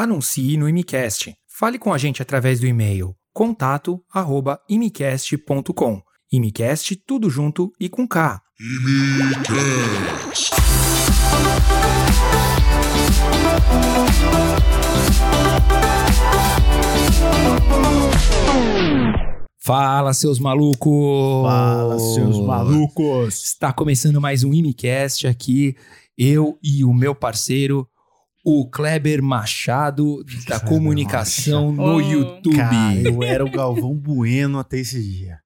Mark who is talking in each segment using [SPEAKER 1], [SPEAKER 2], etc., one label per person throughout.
[SPEAKER 1] Anuncie no Imicast. Fale com a gente através do e-mail contato@imicast.com. Imicast tudo junto e com K.
[SPEAKER 2] Imicast.
[SPEAKER 1] Fala, seus malucos!
[SPEAKER 3] Fala, seus malucos!
[SPEAKER 1] Está começando mais um Imicast aqui. Eu e o meu parceiro, o Kleber Machado, da
[SPEAKER 3] Kleber
[SPEAKER 1] comunicação no
[SPEAKER 4] Oh,
[SPEAKER 1] YouTube.
[SPEAKER 3] Cara, eu era o Galvão Bueno até esse dia.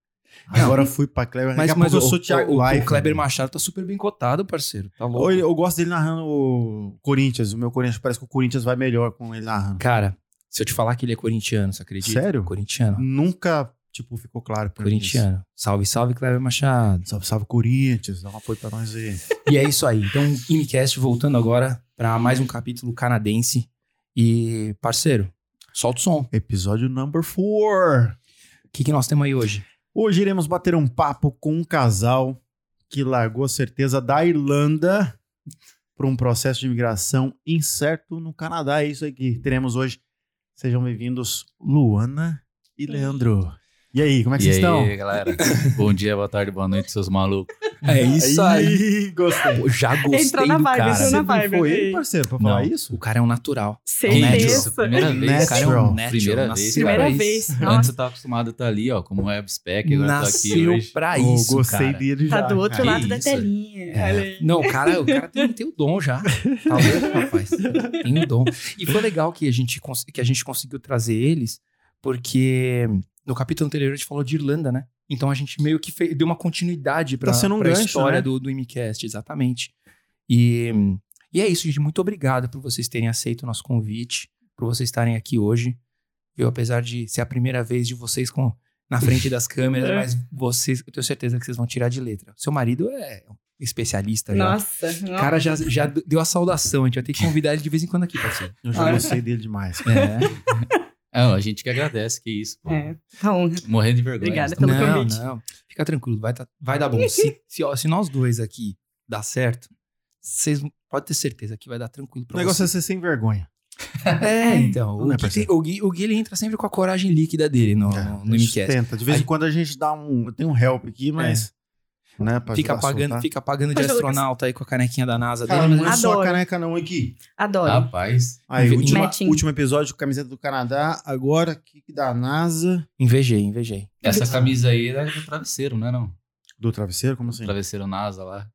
[SPEAKER 1] Não,
[SPEAKER 3] Agora fui pra Kleber. Daqui
[SPEAKER 1] mas
[SPEAKER 3] a
[SPEAKER 1] mas
[SPEAKER 3] pouco
[SPEAKER 1] o,
[SPEAKER 3] eu sou Thiago
[SPEAKER 1] o, o,
[SPEAKER 3] Leifert.
[SPEAKER 1] o Kleber Machado tá super bem cotado, parceiro. Tá louco.
[SPEAKER 3] Ou ele- Eu gosto dele narrando o Corinthians. O meu Corinthians parece que o Corinthians vai melhor com ele narrando.
[SPEAKER 1] Cara, se eu te falar que ele é corintiano, você acredita?
[SPEAKER 3] Sério? Hum,
[SPEAKER 1] Corintiano.
[SPEAKER 3] Nunca, tipo, ficou claro pra mim
[SPEAKER 1] Corintiano. Salve, salve, Kleber Machado.
[SPEAKER 3] isso. Salve, salve, Corinthians. Dá um apoio pra nós aí.
[SPEAKER 1] E é isso aí. Então, Imicast voltando agora para mais um capítulo canadense. E, parceiro, solta o som. O
[SPEAKER 3] Episódio number four.
[SPEAKER 1] que, que nós temos aí hoje?
[SPEAKER 3] Hoje iremos bater um papo com um casal que largou a certeza da Irlanda para um processo de imigração incerto no Canadá. É isso aí que teremos hoje. Sejam bem-vindos, Luana e Leandro. E aí, como é que
[SPEAKER 4] e aí,
[SPEAKER 3] vocês estão?
[SPEAKER 4] galera? Bom dia, boa tarde, boa noite, seus malucos.
[SPEAKER 1] É isso aí.
[SPEAKER 3] Ih, Gostei.
[SPEAKER 1] Pô, já gostei
[SPEAKER 5] Entrou na
[SPEAKER 1] do
[SPEAKER 5] vibe,
[SPEAKER 1] cara.
[SPEAKER 5] entrou na vibe.
[SPEAKER 3] Foi ele,
[SPEAKER 5] ok.
[SPEAKER 3] parceiro, pra
[SPEAKER 4] Não.
[SPEAKER 3] falar
[SPEAKER 1] O
[SPEAKER 3] isso?
[SPEAKER 1] cara é um natural.
[SPEAKER 5] Certeza.
[SPEAKER 4] Primeira
[SPEAKER 3] É
[SPEAKER 4] vez,
[SPEAKER 1] O cara é
[SPEAKER 3] natural.
[SPEAKER 1] um natural.
[SPEAKER 4] Primeira
[SPEAKER 1] nasceu
[SPEAKER 4] vez,
[SPEAKER 5] Primeira
[SPEAKER 1] pra isso.
[SPEAKER 5] vez.
[SPEAKER 4] Antes
[SPEAKER 5] Nossa,
[SPEAKER 4] eu tava acostumado a estar ali, ó, como web spec, agora eu tô aqui
[SPEAKER 1] Nasceu
[SPEAKER 4] hoje.
[SPEAKER 1] pra
[SPEAKER 3] Oh,
[SPEAKER 1] É isso,
[SPEAKER 3] gostei
[SPEAKER 1] cara.
[SPEAKER 3] dele já.
[SPEAKER 5] tá do outro
[SPEAKER 4] Que
[SPEAKER 5] lado da
[SPEAKER 4] isso.
[SPEAKER 5] telinha.
[SPEAKER 1] É.
[SPEAKER 5] Olha aí.
[SPEAKER 1] Não, o cara, o cara tem, tem o dom já. Tá louco, rapaz. Tem o dom. E foi legal que a, gente, cons- que a gente conseguiu trazer eles, porque no capítulo anterior a gente falou de Irlanda, né? Então a gente meio que fe- deu uma continuidade pra,
[SPEAKER 3] Tá sendo um
[SPEAKER 1] pra
[SPEAKER 3] gancho,
[SPEAKER 1] história
[SPEAKER 3] né?
[SPEAKER 1] do, do MCast, exatamente. E, e é isso, gente. Muito obrigado por vocês terem aceito o nosso convite, por vocês estarem aqui hoje. Eu, apesar de ser a primeira vez de vocês com na frente das câmeras,
[SPEAKER 5] É.
[SPEAKER 1] mas vocês, eu tenho certeza que vocês vão tirar de letra. Seu marido é um especialista já.
[SPEAKER 5] Nossa.
[SPEAKER 1] O cara já, já deu a saudação, a gente vai ter que convidar ele de vez em quando aqui, parceiro.
[SPEAKER 3] Eu já gostei dele demais.
[SPEAKER 1] É.
[SPEAKER 4] Ah, a gente que agradece, que isso. pô.
[SPEAKER 5] É, tá honra.
[SPEAKER 4] Morrendo de vergonha.
[SPEAKER 5] Obrigada. Pelo
[SPEAKER 1] Não,
[SPEAKER 5] Tá convite.
[SPEAKER 1] não. Fica tranquilo, vai, tá- vai dar bom. Se, se, ó, se nós dois aqui dá certo, vocês podem ter certeza que vai dar tranquilo
[SPEAKER 3] O
[SPEAKER 1] pra
[SPEAKER 3] negócio é
[SPEAKER 1] vocês.
[SPEAKER 3] ser sem vergonha.
[SPEAKER 1] É, então.
[SPEAKER 3] Não
[SPEAKER 1] O
[SPEAKER 3] é,
[SPEAKER 1] Gui,
[SPEAKER 3] parceiro.
[SPEAKER 1] tem- o Gui- o Gui, ele entra sempre com a coragem líquida dele no,
[SPEAKER 3] É,
[SPEAKER 1] no, no
[SPEAKER 3] a gente
[SPEAKER 1] MCast.
[SPEAKER 3] Tenta. De vez em quando a gente dá um... Tem um help aqui, mas... Né, pra
[SPEAKER 1] É. Fica
[SPEAKER 3] ajudar a
[SPEAKER 1] pagando,
[SPEAKER 3] soltar.
[SPEAKER 1] fica pagando de
[SPEAKER 5] Mas, Lucas-
[SPEAKER 1] astronauta aí com a canequinha da NASA
[SPEAKER 3] Cara,
[SPEAKER 1] dele.
[SPEAKER 3] não é
[SPEAKER 1] mas-
[SPEAKER 3] só
[SPEAKER 5] Adoro.
[SPEAKER 3] caneca não aqui.
[SPEAKER 5] Adoro.
[SPEAKER 4] Rapaz,
[SPEAKER 3] Aí,
[SPEAKER 1] Inve-
[SPEAKER 3] última-
[SPEAKER 5] Matching.
[SPEAKER 3] último episódio, camiseta do Canadá. Agora, que da NASA.
[SPEAKER 1] Invejei, invejei.
[SPEAKER 4] essa camisa aí é do travesseiro, não é não?
[SPEAKER 3] Do travesseiro? Como assim?
[SPEAKER 4] Travesseiro NASA lá.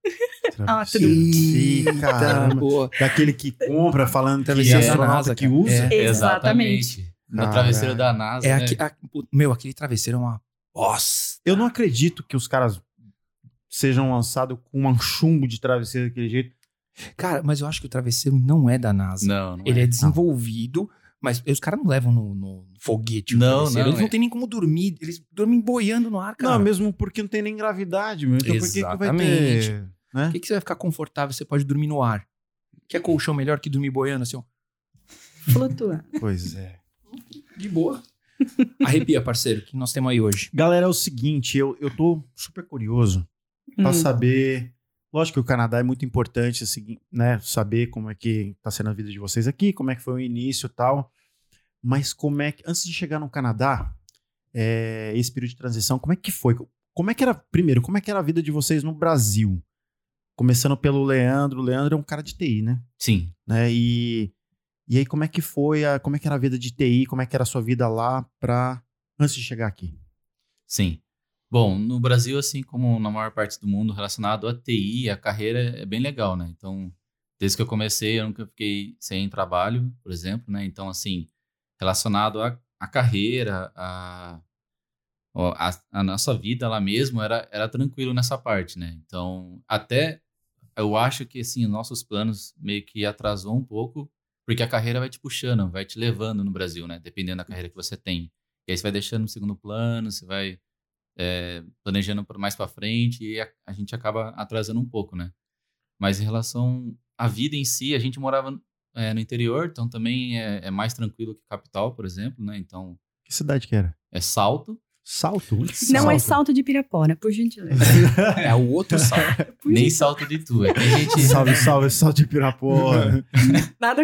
[SPEAKER 5] Ah, tudo.
[SPEAKER 3] Ih,
[SPEAKER 1] Tá,
[SPEAKER 3] caramba.
[SPEAKER 1] boa.
[SPEAKER 3] Daquele que compra falando
[SPEAKER 1] Que
[SPEAKER 3] travesseiro
[SPEAKER 4] é da
[SPEAKER 3] astronauta
[SPEAKER 1] NASA,
[SPEAKER 3] que
[SPEAKER 1] cara.
[SPEAKER 3] usa.
[SPEAKER 1] É.
[SPEAKER 5] Exatamente.
[SPEAKER 4] Exatamente. No
[SPEAKER 3] Caraca.
[SPEAKER 4] travesseiro da NASA,
[SPEAKER 1] É
[SPEAKER 4] né?
[SPEAKER 1] aqui, a- pô, meu, aquele travesseiro é uma. Nossa!
[SPEAKER 3] Eu não acredito que os caras sejam lançados com um chumbo de travesseiro daquele jeito.
[SPEAKER 1] Cara, mas eu acho que o travesseiro não é da NASA.
[SPEAKER 4] Não, não
[SPEAKER 1] Ele
[SPEAKER 4] é.
[SPEAKER 1] é desenvolvido, mas os caras não levam no, no foguete. o
[SPEAKER 4] Não,
[SPEAKER 1] travesseiro.
[SPEAKER 4] não,
[SPEAKER 1] Eles não
[SPEAKER 4] é-
[SPEAKER 1] têm nem como dormir. Eles dormem boiando no ar, cara.
[SPEAKER 3] Não, mesmo porque não tem nem gravidade, meu. Então por que, que vai
[SPEAKER 1] Exatamente.
[SPEAKER 3] ter...
[SPEAKER 1] Por que, que você vai ficar confortável? Você pode dormir no ar. Quer colchão melhor que dormir boiando, assim, ó?
[SPEAKER 5] Flutua.
[SPEAKER 3] Pois é.
[SPEAKER 1] De boa. Arrepia, parceiro, o que nós temos aí hoje.
[SPEAKER 3] Galera, é o seguinte, eu, eu tô super curioso pra
[SPEAKER 5] Hum.
[SPEAKER 3] saber. Lógico que o Canadá é muito importante, assim, né? Saber como é que tá sendo a vida de vocês aqui, como é que foi o início e tal. Mas como é que. Antes de chegar no Canadá, é, esse período de transição, como é que foi? Como é que era. Primeiro, como é que era a vida de vocês no Brasil? Começando pelo Leandro. O Leandro é um cara de TI, né?
[SPEAKER 4] Sim.
[SPEAKER 3] né? E, e aí, como é que foi? A, como é que era a vida de TI? Como é que era a sua vida lá pra. Antes de chegar aqui?
[SPEAKER 4] Sim. Bom, no Brasil, assim como na maior parte do mundo, relacionado à TI, a carreira é bem legal, né? Então, desde que eu comecei, eu nunca fiquei sem trabalho, por exemplo, né? Então, assim, relacionado à, à carreira, à, ó, à, à nossa vida lá mesmo, era, era tranquilo nessa parte, né? Então, até eu acho que, assim, nossos planos meio que atrasou um pouco, porque a carreira vai te puxando, vai te levando no Brasil, né? Dependendo da carreira que você tem. E aí você vai deixando no segundo plano, você vai é, planejando pra- mais pra frente e a, a gente acaba atrasando um pouco, né? Mas em relação à vida em si, a gente morava é, no interior, então também é, é mais tranquilo que capital, por exemplo, né? Então
[SPEAKER 3] Que cidade que era?
[SPEAKER 4] é Salto,
[SPEAKER 3] Salto?
[SPEAKER 5] Não é salto de Pirapora, por gentileza.
[SPEAKER 1] É o outro salto.
[SPEAKER 5] Por
[SPEAKER 4] Nem
[SPEAKER 5] gen-
[SPEAKER 4] salto de tu. É que a gente.
[SPEAKER 3] Salve, salve, salto de Pirapora.
[SPEAKER 5] Nada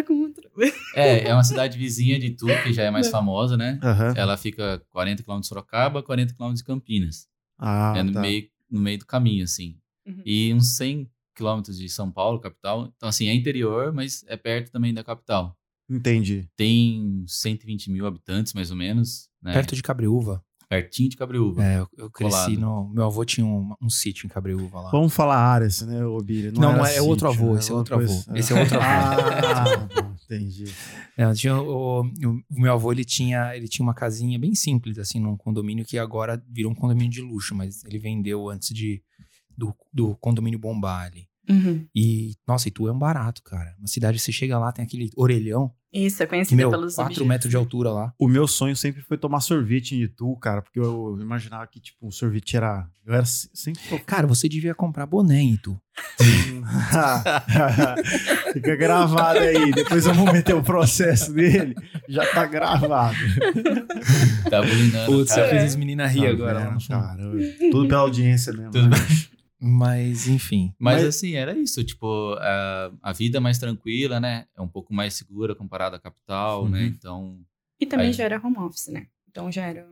[SPEAKER 5] contra.
[SPEAKER 4] É, é uma cidade vizinha de tu, que já é mais famosa, né?
[SPEAKER 3] Aham.
[SPEAKER 4] Ela fica 40 km de Sorocaba, 40 km de Campinas.
[SPEAKER 3] Ah,
[SPEAKER 4] é no,
[SPEAKER 3] tá.
[SPEAKER 4] meio, no meio do caminho, assim.
[SPEAKER 5] Uhum.
[SPEAKER 4] E uns 100 quilômetros de São Paulo, capital. Então, assim, é interior, mas é perto também da capital.
[SPEAKER 3] Entendi.
[SPEAKER 4] Tem 120 mil habitantes, mais ou menos, né?
[SPEAKER 1] Perto de Cabreúva.
[SPEAKER 4] Pertinho de Cabreúva.
[SPEAKER 1] É, eu, eu cresci
[SPEAKER 4] Colado.
[SPEAKER 1] no. Meu avô tinha um, um sítio em Cabreúva lá.
[SPEAKER 3] Vamos falar áreas, né, ô Bílio?
[SPEAKER 1] Não,
[SPEAKER 3] era
[SPEAKER 1] é outro
[SPEAKER 3] sítio,
[SPEAKER 1] avô,
[SPEAKER 3] né?
[SPEAKER 1] esse é
[SPEAKER 3] Uma
[SPEAKER 1] outro
[SPEAKER 3] coisa-
[SPEAKER 1] avô. Esse é outro avô.
[SPEAKER 3] Ah, bom, entendi.
[SPEAKER 1] É, tinha o, o meu avô ele tinha, ele tinha uma casinha bem simples, assim, num condomínio que agora virou um condomínio de luxo, mas ele vendeu antes de, do, do condomínio bombar ali.
[SPEAKER 5] Uhum.
[SPEAKER 1] E, nossa, Itu é um barato, cara. Uma cidade, você chega lá, tem aquele orelhão,
[SPEAKER 5] Isso, é
[SPEAKER 1] que,
[SPEAKER 5] conhecido
[SPEAKER 1] meu,
[SPEAKER 5] pelos
[SPEAKER 1] 4
[SPEAKER 5] objetos.
[SPEAKER 1] metros de altura lá.
[SPEAKER 3] O meu sonho sempre foi tomar sorvete em Itu, cara, porque eu imaginava que, tipo, um sorvete era. Eu era se- sempre.
[SPEAKER 1] Cara, você devia comprar boné em Itu.
[SPEAKER 3] Fica gravado aí. Depois eu vou meter o processo dele. Já tá gravado.
[SPEAKER 4] Tá bulinando,
[SPEAKER 1] É. Putz, eu
[SPEAKER 4] cara.
[SPEAKER 1] fiz as meninas rir
[SPEAKER 3] Tá
[SPEAKER 1] agora. lá
[SPEAKER 3] vendo,
[SPEAKER 1] no fundo.
[SPEAKER 3] cara. Tudo pela audiência mesmo.
[SPEAKER 4] Tudo
[SPEAKER 3] né?
[SPEAKER 1] Mas, enfim.
[SPEAKER 4] Mas,
[SPEAKER 3] Mas-
[SPEAKER 4] assim, era isso. Tipo, a, a vida é mais tranquila, né? É um pouco mais segura comparada à capital, né?
[SPEAKER 1] Uhum.
[SPEAKER 4] Então.
[SPEAKER 5] E também
[SPEAKER 4] Aí.
[SPEAKER 5] já era home office, né? Então já era.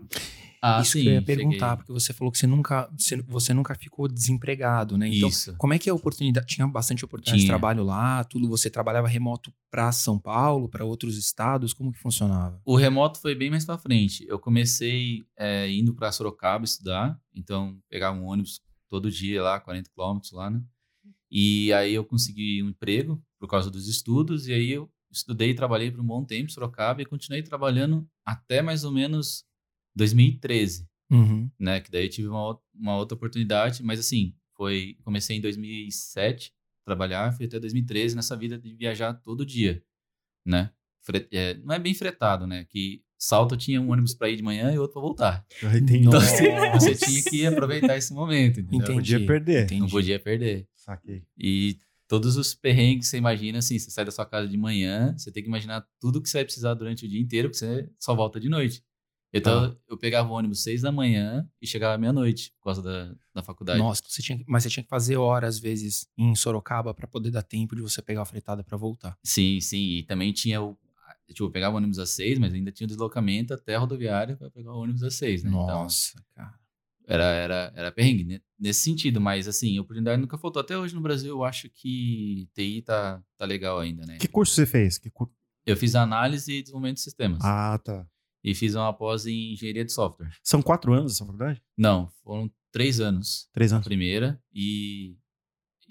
[SPEAKER 4] Ah,
[SPEAKER 1] isso
[SPEAKER 4] sim,
[SPEAKER 1] que eu ia
[SPEAKER 4] cheguei.
[SPEAKER 1] perguntar, porque você falou que você nunca, você, você nunca ficou desempregado, né? Então,
[SPEAKER 4] isso.
[SPEAKER 1] Como é que é a oportunidade? Tinha bastante oportunidade de
[SPEAKER 4] Tinha.
[SPEAKER 1] trabalho lá, tudo. Você trabalhava remoto para São Paulo, para outros estados? Como que funcionava?
[SPEAKER 4] O remoto foi bem mais pra frente. Eu comecei é, indo pra Sorocaba estudar, então pegava um ônibus todo dia lá, 40 quilômetros lá, né? E aí eu consegui um emprego por causa dos estudos, e aí eu estudei e trabalhei por um bom tempo em Sorocaba e continuei trabalhando até mais ou menos 2013, né? Que daí eu tive uma, ou- uma outra oportunidade, mas assim, foi comecei em 2007 a trabalhar, fui até 2013 nessa vida de viajar todo dia, né? Fre- é, não é bem fretado, né? Que Salto tinha um ônibus para ir de manhã e outro para voltar.
[SPEAKER 3] Eu entendi.
[SPEAKER 1] Então,
[SPEAKER 4] Você,
[SPEAKER 1] Nossa.
[SPEAKER 4] você tinha que aproveitar esse momento, entendeu?
[SPEAKER 3] Não
[SPEAKER 1] Entendi.
[SPEAKER 3] podia perder.
[SPEAKER 1] Entendi.
[SPEAKER 4] Não podia perder.
[SPEAKER 3] Saquei.
[SPEAKER 4] E todos os perrengues que você imagina, assim, você sai da sua casa de manhã, você tem que imaginar tudo que você vai precisar durante o dia inteiro, porque você só volta de noite. Então, eu pegava o ônibus seis da manhã e chegava meia-noite, por causa da, da faculdade.
[SPEAKER 1] Nossa, você tinha, que- mas você tinha que fazer horas, às vezes, em Sorocaba para poder dar tempo de você pegar a fretada para voltar.
[SPEAKER 4] Sim, sim. E também tinha o. Tipo, eu pegava o ônibus às seis, mas ainda tinha o deslocamento até a rodoviária para pegar o ônibus às seis, né?
[SPEAKER 1] Nossa, cara.
[SPEAKER 4] Então, era, era, era perrengue né? nesse sentido, mas assim, a oportunidade nunca faltou. Até hoje no Brasil, eu acho que TI tá, tá legal ainda, né?
[SPEAKER 3] Que curso você fez? Que cur...
[SPEAKER 4] Eu fiz análise e desenvolvimento de sistemas.
[SPEAKER 3] Ah, tá.
[SPEAKER 4] E fiz uma pós em engenharia de software.
[SPEAKER 3] São quatro anos essa faculdade?
[SPEAKER 4] Não, foram três anos
[SPEAKER 3] Três
[SPEAKER 4] a
[SPEAKER 3] anos.
[SPEAKER 4] primeira. E.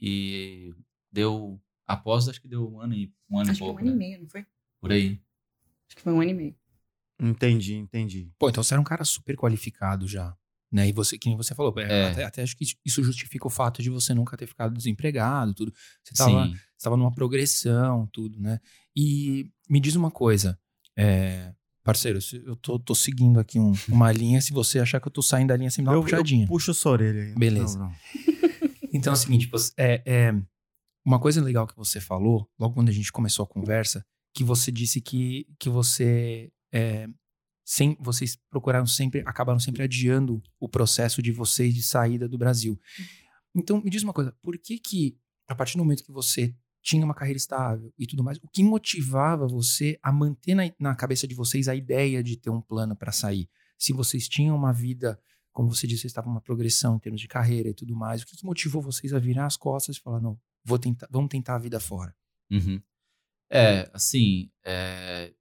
[SPEAKER 4] E. Deu. A pós, acho que deu um ano e, um ano
[SPEAKER 5] Acho
[SPEAKER 4] e
[SPEAKER 5] que um
[SPEAKER 4] pouco.
[SPEAKER 5] ano e
[SPEAKER 4] né?
[SPEAKER 5] meio, não foi?
[SPEAKER 4] Por aí.
[SPEAKER 5] Acho que foi um ano e meio.
[SPEAKER 3] Entendi, entendi.
[SPEAKER 1] Pô, então você era um cara super qualificado já. Né? E você, que nem você falou,
[SPEAKER 4] É.
[SPEAKER 1] até, até acho que isso justifica o fato de você nunca ter ficado desempregado, tudo. Você tava,
[SPEAKER 4] Sim.
[SPEAKER 1] estava numa progressão, tudo, né? E me diz uma coisa, é, parceiro, se- eu tô, tô seguindo aqui um- uma linha, se você achar que eu tô saindo da linha, você me dá uma puxadinha.
[SPEAKER 3] puxo sua orelha aí.
[SPEAKER 1] Beleza.
[SPEAKER 3] Não, não.
[SPEAKER 1] Então é o seguinte, você- é, é, uma coisa legal que você falou, logo quando a gente começou a conversa, que você disse que, que você... é, sem, vocês procuraram sempre, acabaram sempre adiando o processo de vocês de saída do Brasil. Então, me diz uma coisa, por que que, a partir do momento que você tinha uma carreira estável e tudo mais, o que motivava você a manter na, na cabeça de vocês a ideia de ter um plano para sair? Se vocês tinham uma vida, como você disse, vocês estavam uma progressão em termos de carreira e tudo mais, o que, que motivou vocês a virar as costas e falar, não, vou tentar, vamos tentar a vida fora?
[SPEAKER 4] Uhum. É, assim, é,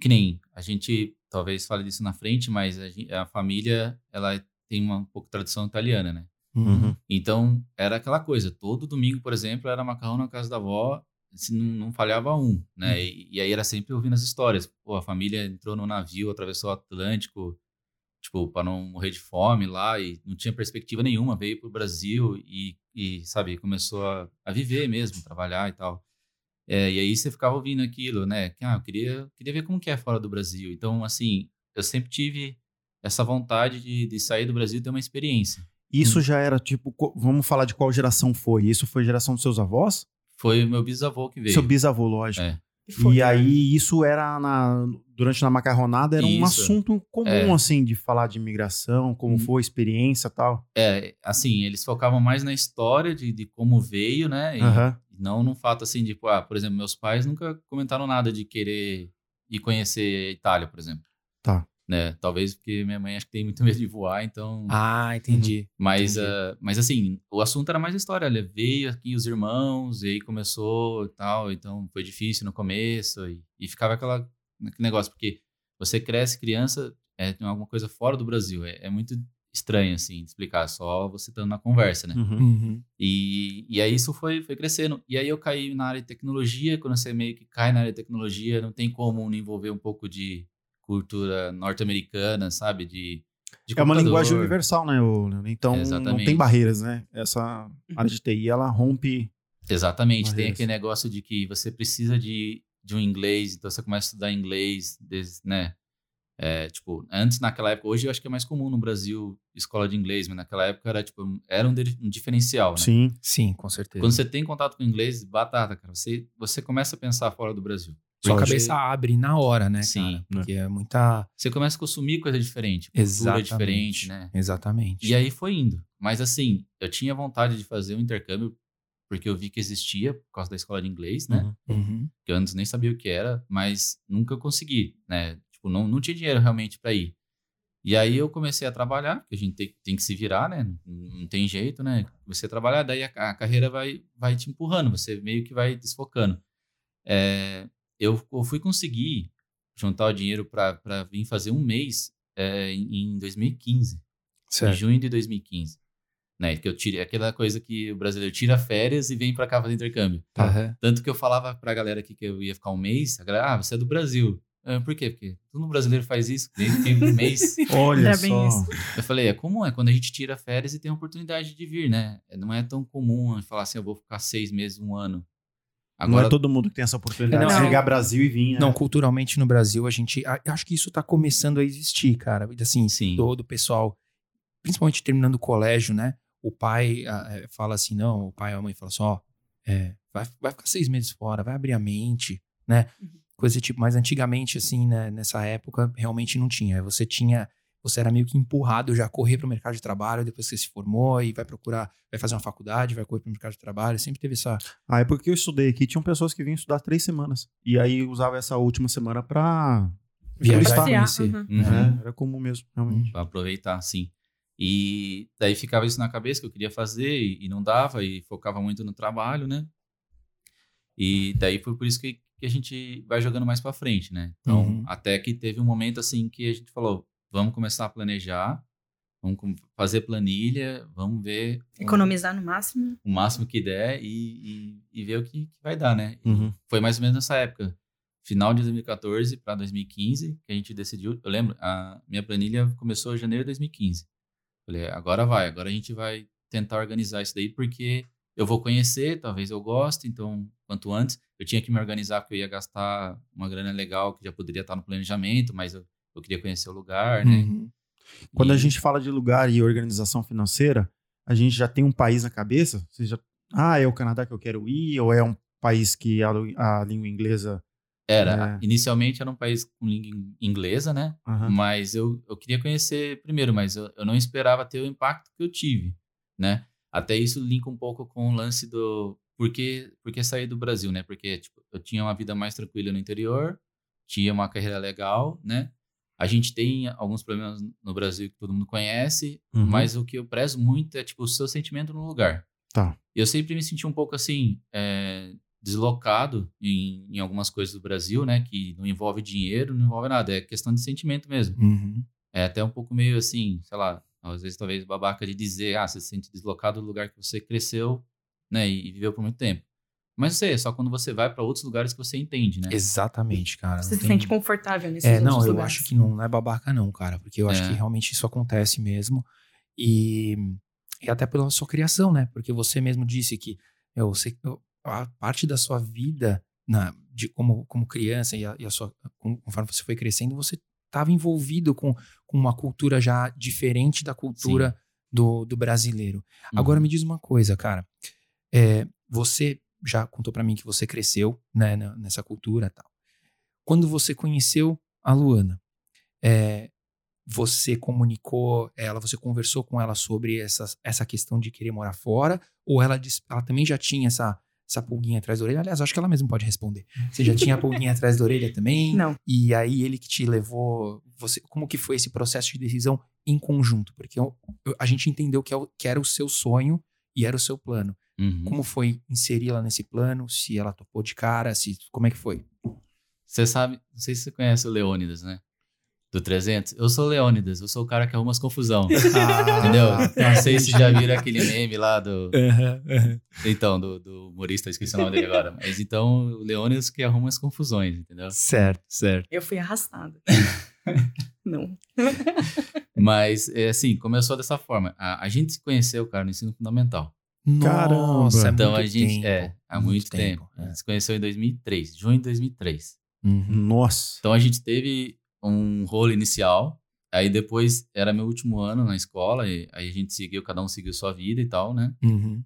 [SPEAKER 4] que nem a gente talvez fale disso na frente, mas a, gen- a família ela tem uma um pouco de tradição italiana, né?
[SPEAKER 3] Uhum.
[SPEAKER 4] Então era aquela coisa, todo domingo, por exemplo, era macarrão na casa da avó, se não, não falhava um, né? E, e aí era sempre ouvindo as histórias. Pô, a família entrou no navio, atravessou o Atlântico, tipo, para não morrer de fome lá e não tinha perspectiva nenhuma, veio pro Brasil e, e sabe, começou a, a viver mesmo, trabalhar e tal. É, e aí você ficava ouvindo aquilo, né? Que, ah, eu queria, queria ver como que é fora do Brasil. Então, assim, eu sempre tive essa vontade de, de sair do Brasil e ter uma experiência.
[SPEAKER 3] Isso
[SPEAKER 4] Uhum.
[SPEAKER 3] já era tipo, co- vamos falar de qual geração foi. Isso foi geração dos seus avós?
[SPEAKER 4] Foi o meu bisavô que veio.
[SPEAKER 3] Seu bisavô, lógico.
[SPEAKER 4] É.
[SPEAKER 5] Foi.
[SPEAKER 3] E aí isso era na durante na macarronada era um
[SPEAKER 4] Isso.
[SPEAKER 3] assunto comum
[SPEAKER 4] É.
[SPEAKER 3] assim de falar de imigração, como
[SPEAKER 4] Hum.
[SPEAKER 3] foi a experiência, e tal.
[SPEAKER 4] É, assim, eles focavam mais na história de, de como veio, né? E
[SPEAKER 3] Aham.
[SPEAKER 4] não num fato assim, tipo, ah, por exemplo, meus pais nunca comentaram nada de querer ir conhecer a Itália, por exemplo.
[SPEAKER 3] Tá.
[SPEAKER 4] Né? Talvez porque minha mãe acho que tem muito medo de voar, então.
[SPEAKER 1] Ah, entendi.
[SPEAKER 4] mas,
[SPEAKER 1] entendi.
[SPEAKER 4] ah, mas assim, o assunto era mais história. Ele veio aqui os irmãos, e aí começou e tal, então foi difícil no começo, e, e ficava aquela, aquele negócio, porque você cresce criança, é tem alguma coisa fora do Brasil. É, é muito estranho, assim, de explicar, só você estando na conversa, né?
[SPEAKER 3] Uhum.
[SPEAKER 1] Uhum.
[SPEAKER 4] E, e aí isso foi, foi crescendo. E aí eu caí na área de tecnologia, quando você meio que cai na área de tecnologia, não tem como não envolver um pouco de cultura norte-americana, sabe? De, de
[SPEAKER 3] É uma
[SPEAKER 4] computador.
[SPEAKER 3] linguagem universal, né, ô, Leandro? Então não
[SPEAKER 4] Exatamente.
[SPEAKER 3] tem barreiras, né? Essa área de TI ela rompe
[SPEAKER 4] Exatamente. Tem
[SPEAKER 3] Barreiras.
[SPEAKER 4] aquele negócio de que você precisa de, de um inglês, então você começa a estudar inglês, desde, né? É, tipo, antes naquela época, hoje eu acho que é mais comum no Brasil escola de inglês, mas naquela época era tipo, um- era um, di- um diferencial, né?
[SPEAKER 3] Sim,
[SPEAKER 1] Sim, com certeza.
[SPEAKER 4] Quando você tem contato com inglês, batata, cara. Você, você começa a pensar fora do Brasil.
[SPEAKER 1] Sua
[SPEAKER 4] Porque-
[SPEAKER 1] cabeça abre na hora, né,
[SPEAKER 4] Sim,
[SPEAKER 1] cara?
[SPEAKER 4] né?
[SPEAKER 1] Porque é muita...
[SPEAKER 4] Você começa a consumir coisa diferente, cultura
[SPEAKER 1] Exatamente.
[SPEAKER 4] diferente, né?
[SPEAKER 1] Exatamente.
[SPEAKER 4] E aí foi indo. Mas assim, eu tinha vontade de fazer um intercâmbio porque eu vi que existia por causa da escola de inglês, né?
[SPEAKER 3] Uhum.
[SPEAKER 1] Uhum.
[SPEAKER 4] Que eu antes nem sabia o que era, mas nunca consegui, né? Tipo, não, não tinha dinheiro realmente pra ir. E aí eu comecei a trabalhar, porque a gente tem, tem que se virar, né? Não não tem jeito, né? Você trabalhar, daí a, a carreira vai, vai te empurrando, você meio que vai desfocando. É, eu, eu fui conseguir juntar o dinheiro para vir fazer um mês é, em 2015 em
[SPEAKER 1] Certo.
[SPEAKER 4] junho de 2015. Né, que eu tirei aquela coisa que o brasileiro tira férias e vem pra cá fazer intercâmbio.
[SPEAKER 1] Aham.
[SPEAKER 4] Tanto que eu falava pra galera aqui que eu ia ficar um mês, a galera, ah, você é do Brasil. Ah, por quê? Porque todo brasileiro faz isso, nem tem um mês.
[SPEAKER 3] Olha
[SPEAKER 5] Ainda
[SPEAKER 3] só.
[SPEAKER 5] bem isso.
[SPEAKER 4] Eu falei, é comum, é quando a gente tira férias e tem a oportunidade de vir, né? Não é tão comum falar assim, eu vou ficar seis meses, um ano.
[SPEAKER 3] Não
[SPEAKER 4] Agora,
[SPEAKER 3] é todo mundo que tem essa oportunidade
[SPEAKER 1] Não.
[SPEAKER 3] de chegar Brasil e vir, né?
[SPEAKER 1] Não, culturalmente no Brasil, a gente. a- Eu acho que isso tá começando a existir, cara. Assim,
[SPEAKER 4] Sim.
[SPEAKER 1] todo o pessoal, principalmente terminando o colégio, né? O pai ah, eh, fala assim, não, o pai e a mãe falam assim, ó, é, vai, vai ficar seis meses fora, vai abrir a mente, né?
[SPEAKER 5] Uhum.
[SPEAKER 1] Coisa tipo, mas antigamente, assim, né, nessa época, realmente não tinha. Você tinha. Você era meio que empurrado já a correr para o mercado de trabalho depois que você se formou e vai procurar, vai fazer uma faculdade, vai correr para o mercado de trabalho. Sempre teve essa.
[SPEAKER 3] A época que eu estudei aqui, tinham pessoas que vinham estudar três semanas. E aí usava essa última semana pra
[SPEAKER 1] Viajar
[SPEAKER 3] turistar.
[SPEAKER 1] e
[SPEAKER 5] Passear,
[SPEAKER 1] conhecer.
[SPEAKER 5] uhum.
[SPEAKER 4] Uhum.
[SPEAKER 3] É, era comum mesmo, realmente.
[SPEAKER 4] Pra aproveitar, sim. E daí ficava isso na cabeça que eu queria fazer e, e não dava, e focava muito no trabalho, né? E daí foi por isso que, que a gente vai jogando mais pra frente, né? Então,
[SPEAKER 1] Uhum.
[SPEAKER 4] até que teve um momento assim que a gente falou: vamos começar a planejar, vamos com- fazer planilha, vamos ver o-
[SPEAKER 5] Economizar no máximo.
[SPEAKER 4] o máximo que der e, e, e ver o que, que vai dar, né? E
[SPEAKER 3] Uhum.
[SPEAKER 4] foi mais ou menos nessa época, final de 2014 para 2015, que a gente decidiu. Eu lembro, a minha planilha começou em janeiro de 2015. Falei, agora vai, agora a gente vai tentar organizar isso daí, porque eu vou conhecer, talvez eu goste, então, quanto antes. Eu tinha que me organizar, porque eu ia gastar uma grana legal que já poderia estar no planejamento, mas eu, eu queria conhecer o lugar, né?
[SPEAKER 1] Uhum.
[SPEAKER 3] Quando a
[SPEAKER 4] E-
[SPEAKER 3] gente fala de lugar e organização financeira, a gente já tem um país na cabeça. Você já, ah, é o Canadá que eu quero ir, ou é um país que a, lu- a língua inglesa.
[SPEAKER 4] Era,
[SPEAKER 3] É.
[SPEAKER 4] inicialmente era um país com língua in- inglesa, né?
[SPEAKER 3] Aham.
[SPEAKER 4] Mas eu, eu queria conhecer primeiro, mas eu, eu não esperava ter o impacto que eu tive, né? Até isso linka um pouco com o lance do por que, por que sair do Brasil, né? Porque tipo, eu tinha uma vida mais tranquila no interior, tinha uma carreira legal, né? A gente tem alguns problemas no Brasil que todo mundo conhece,
[SPEAKER 3] Uhum.
[SPEAKER 4] mas o que eu prezo muito é tipo o seu sentimento no lugar.
[SPEAKER 3] Tá.
[SPEAKER 4] Eu sempre me senti um pouco assim, é, deslocado em, em algumas coisas do Brasil, né? Que não envolve dinheiro, não envolve nada, é questão de sentimento mesmo.
[SPEAKER 1] Uhum.
[SPEAKER 4] É até um pouco meio assim, sei lá, às vezes talvez babaca de dizer, ah, você se sente deslocado do lugar que você cresceu, né, e e viveu por muito tempo. Mas isso aí, é só quando você vai pra outros lugares que você entende, né?
[SPEAKER 1] Exatamente, cara.
[SPEAKER 5] uhum. Você
[SPEAKER 1] não
[SPEAKER 5] se
[SPEAKER 1] tem-
[SPEAKER 5] sente confortável nesses
[SPEAKER 1] Ah, É,
[SPEAKER 5] outros
[SPEAKER 1] não, eu
[SPEAKER 5] lugares.
[SPEAKER 1] acho que não, não é babaca, não, cara, porque eu acho
[SPEAKER 4] É.
[SPEAKER 1] que realmente isso acontece mesmo. E, e até pela sua criação, né? Porque você mesmo disse que meu, você, a parte da sua vida na, de como, como criança e a, e a sua, com- conforme você foi crescendo, você estava envolvido com, com uma cultura já diferente da cultura do, do brasileiro. Agora me diz uma coisa, cara. É, você já contou pra mim que você cresceu né, na- nessa cultura e tal. Quando você conheceu a Luana, é, você comunicou ela, você conversou com ela sobre essa, essa questão de querer morar fora? Ou ela, dis- ela também já tinha essa, essa pulguinha atrás da orelha? Aliás, acho que ela mesma pode responder. Você já tinha a pulguinha atrás da orelha também?
[SPEAKER 5] Não.
[SPEAKER 1] E aí ele que te levou, você, como que foi esse processo de decisão em conjunto? Porque eu- eu- a gente entendeu que, é o- que era o seu sonho e era o seu plano.
[SPEAKER 4] Uhum.
[SPEAKER 1] Como foi inseri-la nesse plano? Se ela topou de cara, se como é que foi?
[SPEAKER 4] Você sabe, não sei se você conhece o Leônidas, né? Do 300. Eu sou o Leônidas, eu sou o cara que arruma as confusão. Entendeu?
[SPEAKER 3] Ah,
[SPEAKER 4] Não sei se já viram aquele meme lá do. Então, do, do humorista, esqueci o nome dele agora. Mas então, o Leônidas que arruma as confusões, entendeu?
[SPEAKER 1] Certo, certo.
[SPEAKER 5] Eu fui arrastada. não.
[SPEAKER 4] Mas, é, assim, começou dessa forma. A, a gente se conheceu, cara, no ensino fundamental.
[SPEAKER 1] Nossa,
[SPEAKER 3] Caramba.
[SPEAKER 1] é
[SPEAKER 4] Então,
[SPEAKER 1] muito
[SPEAKER 4] a gente.
[SPEAKER 1] tempo.
[SPEAKER 4] É, há muito, tempo. A gente se conheceu em 2003, junho de 2003.
[SPEAKER 1] é. Uhum.
[SPEAKER 3] Nossa.
[SPEAKER 4] Então a gente teve um rolo inicial, aí depois era meu último ano na escola, e aí a gente seguiu, cada um seguiu sua vida e tal, né?
[SPEAKER 1] Uhum.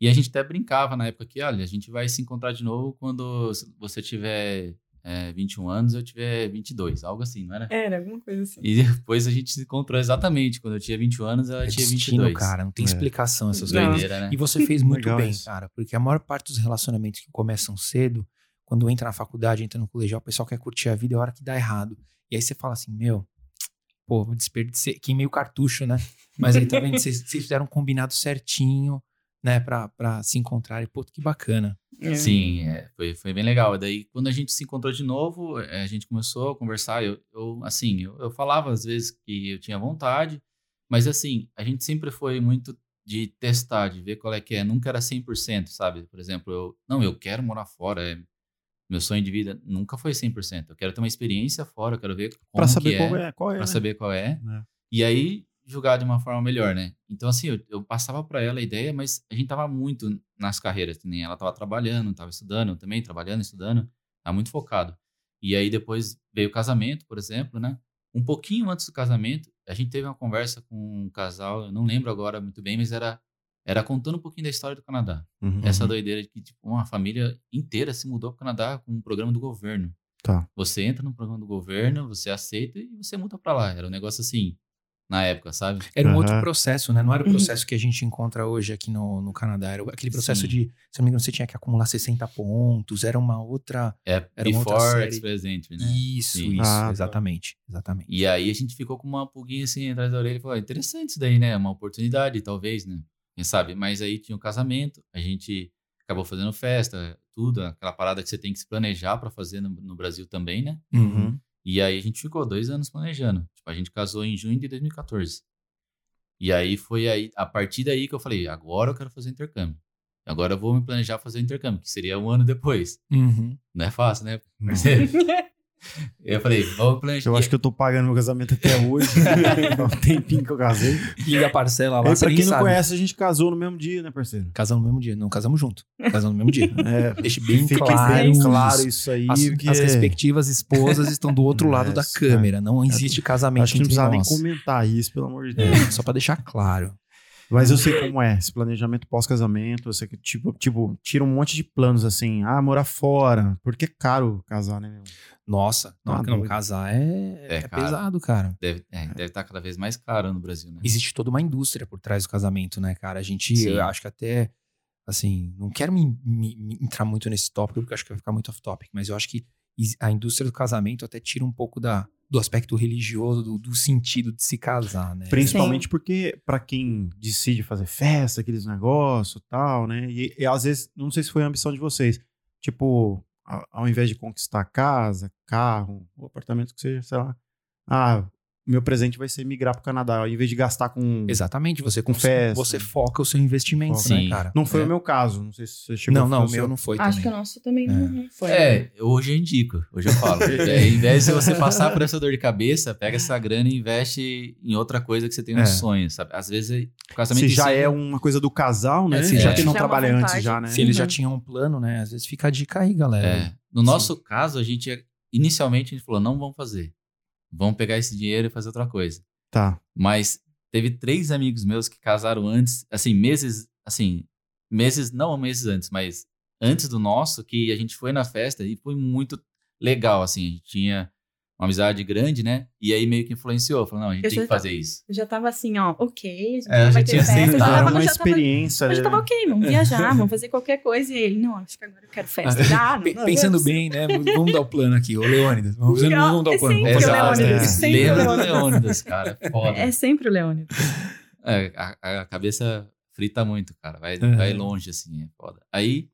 [SPEAKER 4] E a gente até brincava na época que, olha, a gente vai se encontrar de novo quando você tiver é, 21 anos, eu tiver 22, algo assim, não era?
[SPEAKER 5] Era alguma coisa assim.
[SPEAKER 4] E depois a gente se encontrou exatamente, quando eu tinha 21 anos, ela
[SPEAKER 1] É
[SPEAKER 4] tinha
[SPEAKER 1] destino,
[SPEAKER 4] 22.
[SPEAKER 1] cara. Não tem
[SPEAKER 3] É.
[SPEAKER 1] explicação essas
[SPEAKER 5] Não.
[SPEAKER 1] coisas.
[SPEAKER 4] Doideira, né?
[SPEAKER 1] E você fez muito
[SPEAKER 3] Legal
[SPEAKER 1] bem,
[SPEAKER 3] isso.
[SPEAKER 1] cara, porque a maior parte dos relacionamentos que começam cedo, quando entra na faculdade, entra no colegial, o pessoal quer curtir a vida, é a hora que dá errado. E aí você fala assim, meu, pô, vou desperdicei, queimei o cartucho, né? Mas aí tá vendo, vocês vocês fizeram um combinado certinho, né, pra, pra se encontrar. E, pô, que bacana.
[SPEAKER 5] É.
[SPEAKER 4] Sim,
[SPEAKER 3] Uhum.
[SPEAKER 4] é, foi, foi bem legal. E Daí, quando a gente se encontrou de novo, é, a gente começou a conversar. Eu, eu, assim, eu, eu falava às vezes que eu tinha vontade, mas assim, a gente sempre foi muito de testar, de ver qual é que é. Nunca era 100%, sabe? Por exemplo, eu, não, eu quero morar fora, é meu sonho de vida. Nunca foi 100%. Eu quero ter uma experiência fora, eu quero ver como
[SPEAKER 3] Pra saber
[SPEAKER 4] que
[SPEAKER 3] qual é. Qual é
[SPEAKER 4] para
[SPEAKER 3] né?
[SPEAKER 4] saber qual é.
[SPEAKER 3] É.
[SPEAKER 4] E aí julgar de uma forma melhor, né? Então, assim, eu, eu passava para ela a ideia, mas a gente tava muito nas carreiras, que nem ela tava trabalhando, tava estudando, eu também trabalhando, estudando, tá muito focado. E aí depois veio o casamento, por exemplo, né? Um pouquinho antes do casamento, a gente teve uma conversa com um casal, eu não lembro agora muito bem, mas era era contando um pouquinho da história do Canadá.
[SPEAKER 3] Uhum.
[SPEAKER 4] Essa doideira de que tipo, uma família inteira se mudou para o Canadá com um programa do governo.
[SPEAKER 3] Tá.
[SPEAKER 4] Você entra no programa do governo, você aceita e você muda pra lá. Era um negócio assim, na época, sabe?
[SPEAKER 1] Era um
[SPEAKER 3] Aham.
[SPEAKER 1] outro processo, né? Não era o
[SPEAKER 4] Uhum.
[SPEAKER 1] processo que a gente encontra hoje aqui no, no Canadá. Era aquele processo
[SPEAKER 4] Sim.
[SPEAKER 1] de, se não me engano, você tinha que acumular 60 pontos, era uma outra.
[SPEAKER 4] É
[SPEAKER 1] Era uma outra
[SPEAKER 4] before
[SPEAKER 1] série.
[SPEAKER 4] ex-presidente, né?
[SPEAKER 1] Isso,
[SPEAKER 4] Sim.
[SPEAKER 1] isso,
[SPEAKER 3] Ah, tá.
[SPEAKER 1] exatamente. Exatamente.
[SPEAKER 4] E aí a gente ficou com uma pulguinha assim atrás da orelha e falou: "Ah, interessante isso daí, né? Uma oportunidade, talvez, né? Quem sabe? Mas aí tinha o casamento, a gente acabou fazendo festa, tudo, aquela parada que você tem que se planejar pra fazer no, no Brasil também, né?
[SPEAKER 1] Uhum.
[SPEAKER 4] E aí a gente ficou dois anos planejando. Tipo, a gente casou em junho de 2014. E aí foi aí, a partir daí que eu falei, agora eu quero fazer intercâmbio. Agora eu vou me planejar fazer intercâmbio, que seria um ano depois.
[SPEAKER 1] Uhum.
[SPEAKER 4] Não é fácil, né?
[SPEAKER 3] Não.
[SPEAKER 4] eu falei, vamos planejar.
[SPEAKER 3] Eu acho que eu tô pagando meu casamento até hoje. É um tempinho que eu casei.
[SPEAKER 1] E a parcela Tá lá,
[SPEAKER 3] Aí,
[SPEAKER 1] você
[SPEAKER 3] pra
[SPEAKER 1] nem
[SPEAKER 3] quem não
[SPEAKER 1] sabe.
[SPEAKER 3] conhece, a gente casou no mesmo dia, né, parceiro?
[SPEAKER 1] Casamos no mesmo dia. Não, casamos junto. Casamos no mesmo dia.
[SPEAKER 3] É,
[SPEAKER 1] Deixe bem
[SPEAKER 3] fique
[SPEAKER 1] claro,
[SPEAKER 3] bem
[SPEAKER 1] isso.
[SPEAKER 3] claro isso aí.
[SPEAKER 1] As,
[SPEAKER 3] que
[SPEAKER 1] as
[SPEAKER 3] é-
[SPEAKER 1] respectivas esposas estão do outro lado da
[SPEAKER 3] Yes,
[SPEAKER 1] câmera. Não existe casamento
[SPEAKER 3] Acho que não
[SPEAKER 1] entre
[SPEAKER 3] precisava nem
[SPEAKER 1] nós.
[SPEAKER 3] comentar isso, pelo amor de Deus.
[SPEAKER 1] É, só pra deixar claro.
[SPEAKER 3] Mas eu sei como é, esse planejamento pós-casamento, eu sei que, tipo, tipo, tira um monte de planos assim, ah, morar fora, porque é caro casar, né? meu?
[SPEAKER 1] Nossa, não,
[SPEAKER 3] Ah,
[SPEAKER 1] não,
[SPEAKER 3] doido.
[SPEAKER 1] casar é,
[SPEAKER 4] É
[SPEAKER 1] é
[SPEAKER 4] caro.
[SPEAKER 1] pesado, cara.
[SPEAKER 4] Deve, é, deve estar cada vez mais caro no Brasil, né?
[SPEAKER 1] Existe toda uma indústria por trás do casamento, né, cara? A gente,
[SPEAKER 4] Sim.
[SPEAKER 1] eu acho que até, assim, não quero me, me- me entrar muito nesse tópico, porque eu acho que vai ficar muito off-topic, mas eu acho que is- a indústria do casamento até tira um pouco da, do aspecto religioso, do, do sentido de se casar, né?
[SPEAKER 3] Principalmente porque, pra quem decide fazer festa, aqueles negócios e tal, né? E, e às vezes, não sei se foi a ambição de vocês, tipo, a- ao invés de conquistar casa, carro, ou apartamento que seja, sei lá, ah, meu presente vai ser migrar pro Canadá, ao invés de gastar com.
[SPEAKER 1] Exatamente, você
[SPEAKER 3] Com
[SPEAKER 1] cons-
[SPEAKER 3] festa.
[SPEAKER 1] você foca o seu investimento,
[SPEAKER 4] Foca. Sim.
[SPEAKER 1] né, cara?
[SPEAKER 3] Não foi
[SPEAKER 1] É.
[SPEAKER 3] o meu caso, não sei se você chegou
[SPEAKER 1] Não,
[SPEAKER 3] foi
[SPEAKER 1] não,
[SPEAKER 3] o
[SPEAKER 1] o meu
[SPEAKER 3] seu.
[SPEAKER 1] não foi
[SPEAKER 5] Acho que o
[SPEAKER 1] também.
[SPEAKER 5] nosso também
[SPEAKER 1] É.
[SPEAKER 5] não não foi.
[SPEAKER 4] É, hoje eu indico, hoje eu falo. é, em vez de você passar por essa dor de cabeça, pega essa grana e investe em outra coisa que você tem um
[SPEAKER 1] É.
[SPEAKER 4] sonho, sabe? Às vezes, o casamento
[SPEAKER 3] Se
[SPEAKER 4] em
[SPEAKER 3] já
[SPEAKER 4] si- né?
[SPEAKER 3] é uma coisa do casal, né?
[SPEAKER 1] É,
[SPEAKER 3] se
[SPEAKER 1] se
[SPEAKER 3] já
[SPEAKER 4] já
[SPEAKER 3] que não
[SPEAKER 5] é uma
[SPEAKER 3] trabalha antes
[SPEAKER 5] vontade.
[SPEAKER 3] já, né?
[SPEAKER 1] Se eles já
[SPEAKER 5] Uhum.
[SPEAKER 1] tinham um plano, né? Às vezes fica a dica aí, galera.
[SPEAKER 4] É. No
[SPEAKER 1] Sim.
[SPEAKER 4] nosso caso, a gente inicialmente a gente falou, não vamos fazer. Vamos pegar esse dinheiro e fazer outra coisa.
[SPEAKER 3] Tá.
[SPEAKER 4] Mas teve três amigos meus que casaram antes, assim, meses, assim, meses, não meses antes, mas antes do nosso que a gente foi na festa e foi muito legal, assim. A gente tinha uma amizade grande, né? E aí meio que influenciou. Falou, não, a gente
[SPEAKER 5] Eu
[SPEAKER 4] tem
[SPEAKER 5] já
[SPEAKER 4] que fazer isso.
[SPEAKER 5] Eu já tava assim, ó, ok, a gente
[SPEAKER 4] É, a
[SPEAKER 5] vai
[SPEAKER 4] gente
[SPEAKER 5] ter festa. Eu já
[SPEAKER 4] aceitava
[SPEAKER 3] Era
[SPEAKER 5] tava,
[SPEAKER 3] Ah, uma
[SPEAKER 5] eu já tava,
[SPEAKER 3] experiência. né?
[SPEAKER 5] eu já
[SPEAKER 4] né?
[SPEAKER 5] tava ok, vamos viajar, vamos fazer qualquer coisa. E ele, não, acho que agora eu quero festa. Ah, não,
[SPEAKER 1] Pe- Pensando bem, né? Vamos dar o plano aqui, ô Leônidas. Vamos,
[SPEAKER 5] Legal,
[SPEAKER 1] vamos dar o
[SPEAKER 5] é
[SPEAKER 1] plano.
[SPEAKER 5] sempre
[SPEAKER 1] Vamos fazer
[SPEAKER 5] o
[SPEAKER 1] a festa.
[SPEAKER 5] Leônidas,
[SPEAKER 1] É.
[SPEAKER 4] Lembra do
[SPEAKER 5] sempre o Leônidas.
[SPEAKER 4] Leônidas, cara. Foda.
[SPEAKER 5] É sempre o Leone.
[SPEAKER 4] É, a, a cabeça frita muito, cara. Vai,
[SPEAKER 1] Uhum.
[SPEAKER 4] vai longe, assim, é foda. Aí,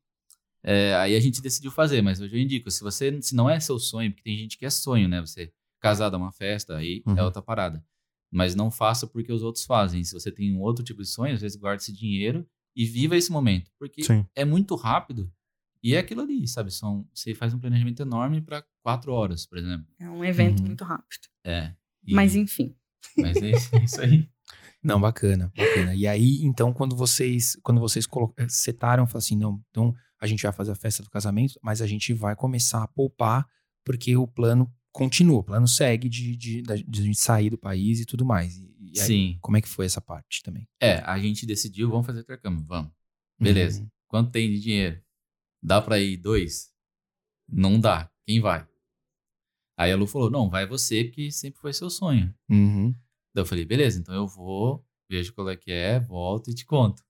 [SPEAKER 4] é, aí a gente decidiu fazer, mas hoje eu indico, se você se não é seu sonho, porque tem gente que é sonho, né? Você casar, dar uma festa, aí é
[SPEAKER 3] Uhum.
[SPEAKER 4] outra parada. Mas não faça porque os outros fazem. Se você tem um outro tipo de sonho, às vezes guarde esse dinheiro e viva esse momento. Porque
[SPEAKER 3] Sim.
[SPEAKER 4] é muito rápido e é aquilo ali, sabe? São, você faz um planejamento enorme pra quatro horas, por exemplo.
[SPEAKER 5] É um evento
[SPEAKER 3] Uhum.
[SPEAKER 5] muito rápido.
[SPEAKER 4] É. E-
[SPEAKER 5] Mas enfim.
[SPEAKER 4] mas é isso- é isso aí.
[SPEAKER 1] Não, bacana, bacana. E aí, então, quando vocês, quando vocês colo- eh, setaram, falaram assim, não, então a gente vai fazer a festa do casamento, mas a gente vai começar a poupar, porque o plano continua, o plano segue de, de, da- de a gente sair do país e tudo mais. E, e aí,
[SPEAKER 4] Sim.
[SPEAKER 1] como é que foi essa parte também?
[SPEAKER 4] É, a gente decidiu, vamos fazer intercâmbio, vamos. Beleza. Quanto tem de dinheiro? Dá pra ir dois? Não dá. Quem vai? Aí a Lu falou: não, vai você, porque sempre foi seu sonho.
[SPEAKER 1] Uhum. Uhum.
[SPEAKER 4] Daí eu falei: beleza, então eu vou, vejo qual é que é, volto e te conto.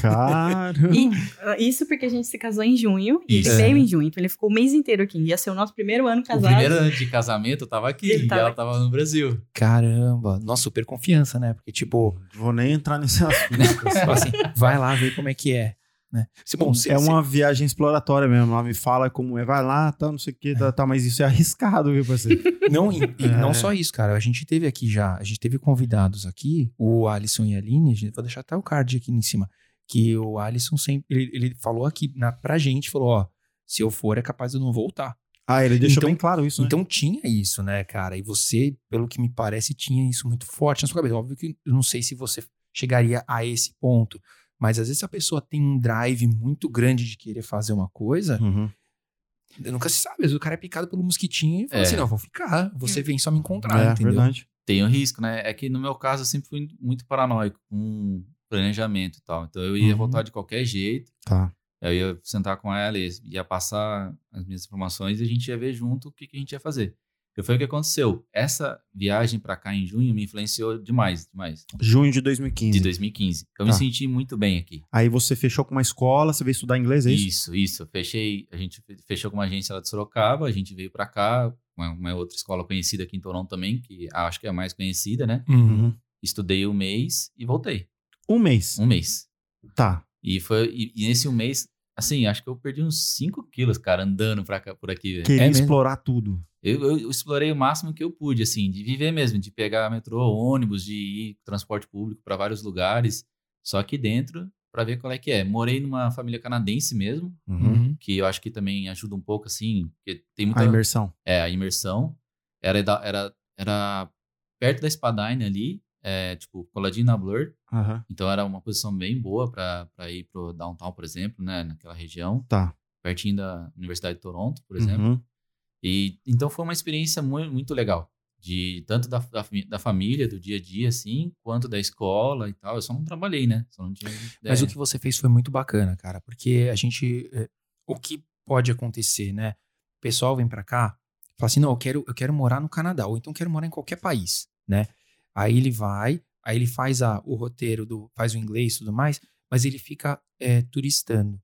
[SPEAKER 3] Caro.
[SPEAKER 5] E, uh, isso porque a gente se casou em junho e
[SPEAKER 4] Isso. É.
[SPEAKER 5] ele veio em junho. Então ele ficou o mês inteiro aqui. Ia ser o nosso primeiro ano
[SPEAKER 4] O
[SPEAKER 5] casado.
[SPEAKER 4] primeiro ano de casamento eu tava aqui
[SPEAKER 5] Ele
[SPEAKER 4] e
[SPEAKER 5] tava
[SPEAKER 4] ela
[SPEAKER 5] aqui.
[SPEAKER 4] tava no Brasil.
[SPEAKER 1] Caramba, nossa, super confiança, né? Porque, tipo,
[SPEAKER 3] Vou nem entrar nesse assunto.
[SPEAKER 1] fala assim, vai lá ver como é que é. Né? Se, bom, se,
[SPEAKER 3] é
[SPEAKER 1] se-
[SPEAKER 3] uma viagem exploratória mesmo. Ela me fala como é, vai lá, tá, não sei o que, tá, tá, mas isso é arriscado, viu, parceiro?
[SPEAKER 1] Não, e, e
[SPEAKER 3] É.
[SPEAKER 1] não só isso, cara. A gente teve aqui já, a gente teve convidados aqui, o Alisson e a Aline, a gente, vou deixar até o card aqui em cima, que o Alisson sempre, ele, ele falou aqui na, pra gente, falou, ó, se eu for é capaz de eu não voltar.
[SPEAKER 3] Ah, ele deixou
[SPEAKER 1] Então-
[SPEAKER 3] bem claro isso, né?
[SPEAKER 1] Então tinha isso, né, cara? E você, pelo que me parece, tinha isso muito forte na sua cabeça. Óbvio que eu não sei se você chegaria a esse ponto, mas às vezes a pessoa tem um drive muito grande de querer fazer uma coisa,
[SPEAKER 3] Uhum.
[SPEAKER 1] nunca se sabe. Às vezes o cara é picado pelo mosquitinho e fala
[SPEAKER 4] É.
[SPEAKER 1] assim, não, vou ficar, você vem só me encontrar,
[SPEAKER 3] é,
[SPEAKER 1] entendeu?
[SPEAKER 3] verdade.
[SPEAKER 4] Tem o risco, né? É que no meu caso eu sempre fui muito paranoico com planejamento e tal. Então eu ia
[SPEAKER 1] Uhum.
[SPEAKER 4] voltar de qualquer jeito.
[SPEAKER 3] Tá.
[SPEAKER 4] Eu ia sentar com ela e ia passar as minhas informações e a gente ia ver junto o que, que a gente ia fazer. E foi o que aconteceu. Essa viagem pra cá em junho me influenciou demais, demais.
[SPEAKER 3] Junho de
[SPEAKER 4] De
[SPEAKER 3] 2015.
[SPEAKER 4] 2015. Eu me
[SPEAKER 3] Tá.
[SPEAKER 4] senti muito bem aqui.
[SPEAKER 3] Aí você fechou com uma escola, você veio estudar inglês, é isso?
[SPEAKER 4] Isso, isso. Fechei, a gente fe- fechou com uma agência lá de Sorocaba, a gente veio pra cá, uma, uma outra escola conhecida aqui em Toronto também, que acho que é a mais conhecida, né?
[SPEAKER 1] Uhum.
[SPEAKER 3] Uhum.
[SPEAKER 4] Estudei um mês e voltei.
[SPEAKER 3] Um mês.
[SPEAKER 4] Um mês.
[SPEAKER 3] Tá.
[SPEAKER 4] E foi e, e nesse um mês, assim, acho que eu perdi uns 5 quilos, cara, andando pra cá, por aqui. velho. É
[SPEAKER 3] Queria
[SPEAKER 1] mesmo?
[SPEAKER 3] explorar tudo.
[SPEAKER 4] Eu, eu explorei o máximo que eu pude, assim, de viver mesmo, de pegar metrô, ônibus, de ir com transporte público para vários lugares, só aqui dentro, para ver qual é que é. Morei numa família canadense mesmo,
[SPEAKER 1] Uhum.
[SPEAKER 4] que eu acho que também ajuda um pouco, assim, porque tem muita
[SPEAKER 3] A imersão.
[SPEAKER 4] é, a imersão. Era, da- era, era perto da Spadine ali, é, tipo, coladinho na Blur,
[SPEAKER 3] Aham.
[SPEAKER 4] então era uma posição bem boa para ir pro downtown, por exemplo, né, naquela região,
[SPEAKER 3] Tá.
[SPEAKER 4] pertinho da Universidade de Toronto, por exemplo.
[SPEAKER 3] Uhum.
[SPEAKER 4] E então foi uma experiência muito, muito legal, de tanto da, da, fami- da família, do dia a dia, assim, quanto da escola e tal. Eu só não trabalhei, né? Só não tinha.
[SPEAKER 1] Mas
[SPEAKER 4] é,
[SPEAKER 1] o que você fez foi muito bacana, cara, porque a gente. eh, O que pode acontecer, né? O pessoal vem pra cá, fala assim: não, eu quero, eu quero morar no Canadá, ou então quero morar em qualquer país, né? Aí ele vai, aí ele faz a, o roteiro, do, faz o inglês e tudo mais, mas ele fica eh, turistando.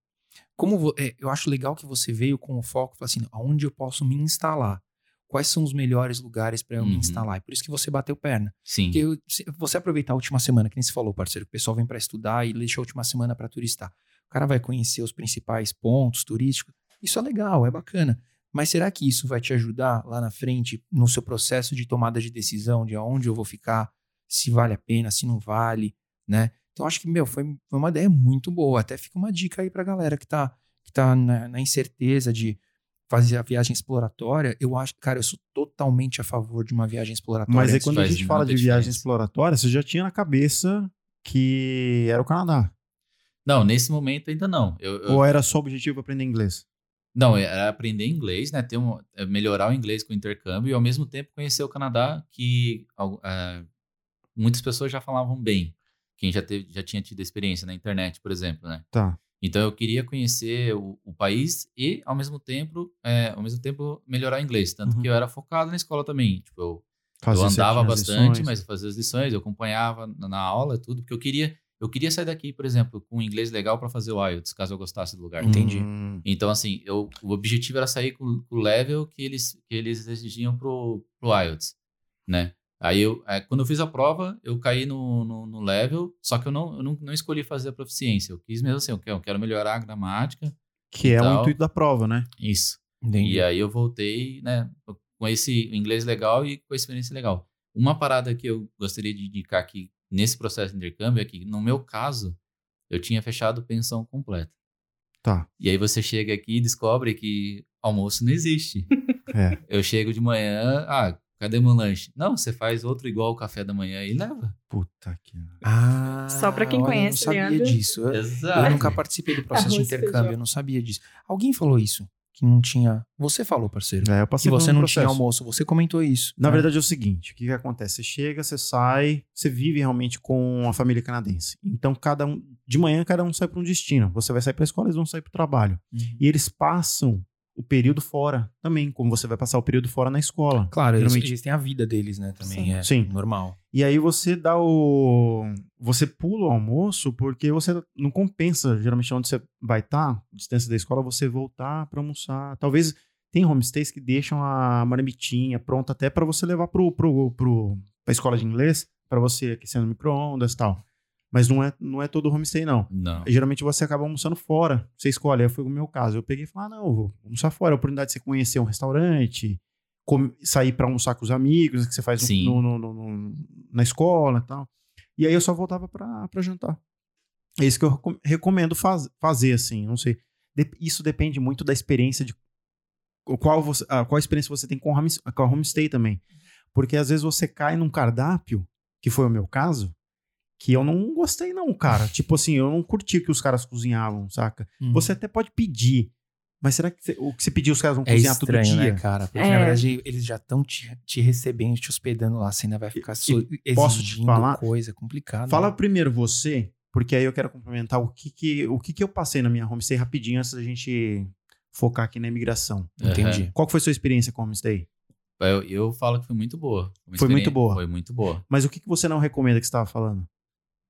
[SPEAKER 1] Como vo- eh, eu acho legal que você veio com o foco, fala assim: aonde eu posso me instalar? Quais são os melhores lugares pra eu me
[SPEAKER 4] Uhum.
[SPEAKER 1] instalar? É por isso que você bateu perna.
[SPEAKER 4] Sim.
[SPEAKER 1] Porque eu- se você aproveitar a última semana, que nem você falou, parceiro, que o pessoal vem pra estudar e deixa a última semana pra turistar. O cara vai conhecer os principais pontos turísticos. Isso é legal, é bacana. Mas será que isso vai te ajudar lá na frente no seu processo de tomada de decisão de aonde eu vou ficar, se vale a pena, se não vale, né? Então acho que, meu, foi, foi uma ideia muito boa. Até fica uma dica aí pra galera que tá, que tá na, na incerteza de fazer a viagem exploratória. Eu acho, cara, eu sou totalmente a favor de uma viagem exploratória.
[SPEAKER 3] Mas aí
[SPEAKER 1] antes
[SPEAKER 3] quando a
[SPEAKER 4] faz
[SPEAKER 3] gente fala de
[SPEAKER 4] muita
[SPEAKER 3] viagem
[SPEAKER 4] diferença.
[SPEAKER 3] exploratória, você já tinha na cabeça que era o Canadá.
[SPEAKER 4] Não, nesse momento ainda não. Eu, eu-
[SPEAKER 3] Ou era só o objetivo aprender inglês?
[SPEAKER 4] Não, era aprender inglês, né? Ter um, é, melhorar o inglês com o intercâmbio e ao mesmo tempo conhecer o Canadá, que al- ah, muitas pessoas já falavam bem. Quem já, teve, já tinha tido experiência na internet, por exemplo, né?
[SPEAKER 3] Tá.
[SPEAKER 4] Então eu queria conhecer o, o país e ao mesmo tempo, é, ao mesmo tempo melhorar inglês, tanto
[SPEAKER 3] Uhum.
[SPEAKER 4] que eu era focado na escola também. Tipo, eu
[SPEAKER 3] Fazer
[SPEAKER 4] eu andava
[SPEAKER 3] certinho as
[SPEAKER 4] bastante,
[SPEAKER 3] lições.
[SPEAKER 4] mas eu fazia as lições, eu acompanhava na, na aula tudo, porque eu queria, eu queria sair daqui, por exemplo, com um inglês legal para fazer o IELTS, caso eu gostasse do lugar.
[SPEAKER 1] Entendi.
[SPEAKER 3] Hum,
[SPEAKER 4] Então, assim, eu, o objetivo era sair com, com o level que eles, que eles exigiam pro, pro IELTS, né? Aí, eu, é, quando eu fiz a prova, eu caí no, no, no level, só que eu, não, eu não, não escolhi fazer a proficiência. Eu quis mesmo assim, eu quero, eu quero melhorar a gramática,
[SPEAKER 3] que é
[SPEAKER 1] Então
[SPEAKER 3] o
[SPEAKER 4] Tal.
[SPEAKER 3] intuito da prova, né?
[SPEAKER 4] isso.
[SPEAKER 1] Entendi.
[SPEAKER 4] E aí eu voltei, né, com esse inglês legal e com a experiência legal. Uma parada que eu gostaria de indicar aqui nesse processo de intercâmbio é que, no meu caso, eu tinha fechado pensão completa.
[SPEAKER 3] Tá.
[SPEAKER 4] E aí você chega aqui e descobre que almoço não existe.
[SPEAKER 3] É.
[SPEAKER 4] Eu chego de manhã, ah, cadê meu lanche? Não, você faz outro igual o café da manhã e leva.
[SPEAKER 3] Puta que.
[SPEAKER 1] Ah,
[SPEAKER 5] Só pra quem
[SPEAKER 1] olha,
[SPEAKER 5] conhece,
[SPEAKER 1] Eu não sabia
[SPEAKER 5] Leandro.
[SPEAKER 1] disso. Eu,
[SPEAKER 4] Exato.
[SPEAKER 1] eu nunca participei do processo de
[SPEAKER 5] Arroz e
[SPEAKER 1] intercâmbio,
[SPEAKER 5] feijão.
[SPEAKER 1] eu não sabia disso. Alguém falou isso, que não tinha... Você falou, parceiro.
[SPEAKER 3] É, eu
[SPEAKER 1] Que
[SPEAKER 3] passei por
[SPEAKER 1] você
[SPEAKER 3] um
[SPEAKER 1] não
[SPEAKER 3] processo.
[SPEAKER 1] tinha almoço, você comentou isso.
[SPEAKER 3] Na
[SPEAKER 1] né?
[SPEAKER 3] verdade é o seguinte, o que, que acontece? Você chega, você sai, você vive realmente com a família canadense. Então cada um, de manhã cada um sai para um destino. Você vai sair para a escola, eles vão sair para o trabalho.
[SPEAKER 1] Uhum.
[SPEAKER 3] E eles passam o período fora também, como você vai passar o período fora na escola.
[SPEAKER 1] Claro, eles,
[SPEAKER 3] Geralmente-
[SPEAKER 1] eles têm a vida deles, né? Também
[SPEAKER 5] Sim.
[SPEAKER 1] é
[SPEAKER 3] Sim.
[SPEAKER 1] normal.
[SPEAKER 3] E aí você dá o. Você pula o almoço porque você não compensa, geralmente, onde você vai estar, distância da escola, você voltar para almoçar. Talvez tem homestays que deixam a marmitinha pronta até para você levar pro, pro, pro, pra escola de inglês, para você aquecendo no micro-ondas e tal. Mas não é, não é todo homestay, não.
[SPEAKER 4] Não.
[SPEAKER 3] Geralmente você acaba almoçando fora. Você escolhe. Aí foi o meu caso. Eu peguei e falei: ah, não, eu vou almoçar fora. A oportunidade de você conhecer um restaurante, come- sair pra almoçar com os amigos, que você faz
[SPEAKER 4] Sim.
[SPEAKER 3] no, no- no- no- na escola e tal. E aí eu só voltava pra, pra jantar. É isso que eu recom- recomendo faz- fazer, assim. Não sei. Dep- isso depende muito da experiência de. o Qual, você, a, qual experiência você tem com, o homes- com a homestay também. Porque às vezes você cai num cardápio, que foi o meu caso que eu não gostei não, cara. Tipo assim, eu não curti o que os caras cozinhavam, saca?
[SPEAKER 1] Hum. Uhum.
[SPEAKER 3] Você até pode pedir, mas será que você- o que você pediu os caras vão
[SPEAKER 1] é
[SPEAKER 3] cozinhar
[SPEAKER 1] estranho,
[SPEAKER 3] todo
[SPEAKER 1] né,
[SPEAKER 3] dia?
[SPEAKER 1] cara? Porque,
[SPEAKER 5] É.
[SPEAKER 1] na verdade, eles já estão te, te recebendo, te hospedando lá. Você ainda vai ficar so,
[SPEAKER 3] posso te
[SPEAKER 1] exigindo
[SPEAKER 3] falar?
[SPEAKER 1] coisa complicada.
[SPEAKER 3] Fala
[SPEAKER 1] né?
[SPEAKER 3] primeiro você, porque aí eu quero complementar o que que, o que que eu passei na minha homestay rapidinho antes da gente focar aqui na imigração.
[SPEAKER 1] Entendi.
[SPEAKER 3] Qual que foi sua experiência com homestay?
[SPEAKER 4] Eu, eu falo que foi muito boa. Uma
[SPEAKER 3] Foi muito
[SPEAKER 4] experiência-
[SPEAKER 3] boa.
[SPEAKER 4] Foi muito boa.
[SPEAKER 3] Mas o que que você não recomenda que você estava falando?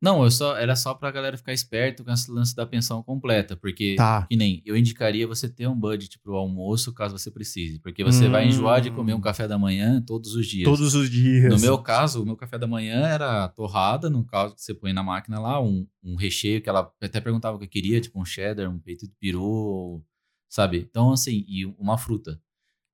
[SPEAKER 4] Não, eu só era só pra galera ficar esperto com esse lance da pensão completa, porque
[SPEAKER 3] Tá.
[SPEAKER 4] que nem eu indicaria você ter um budget pro almoço caso você precise, porque você vai enjoar de
[SPEAKER 3] Hum.
[SPEAKER 4] comer um café da manhã todos os dias.
[SPEAKER 3] Todos os dias.
[SPEAKER 4] No meu caso, o meu café da manhã era torrada, no caso que você põe na máquina lá, um, um recheio que ela até perguntava o que eu queria, tipo um cheddar, um peito de peru, sabe? Então, assim, e uma fruta.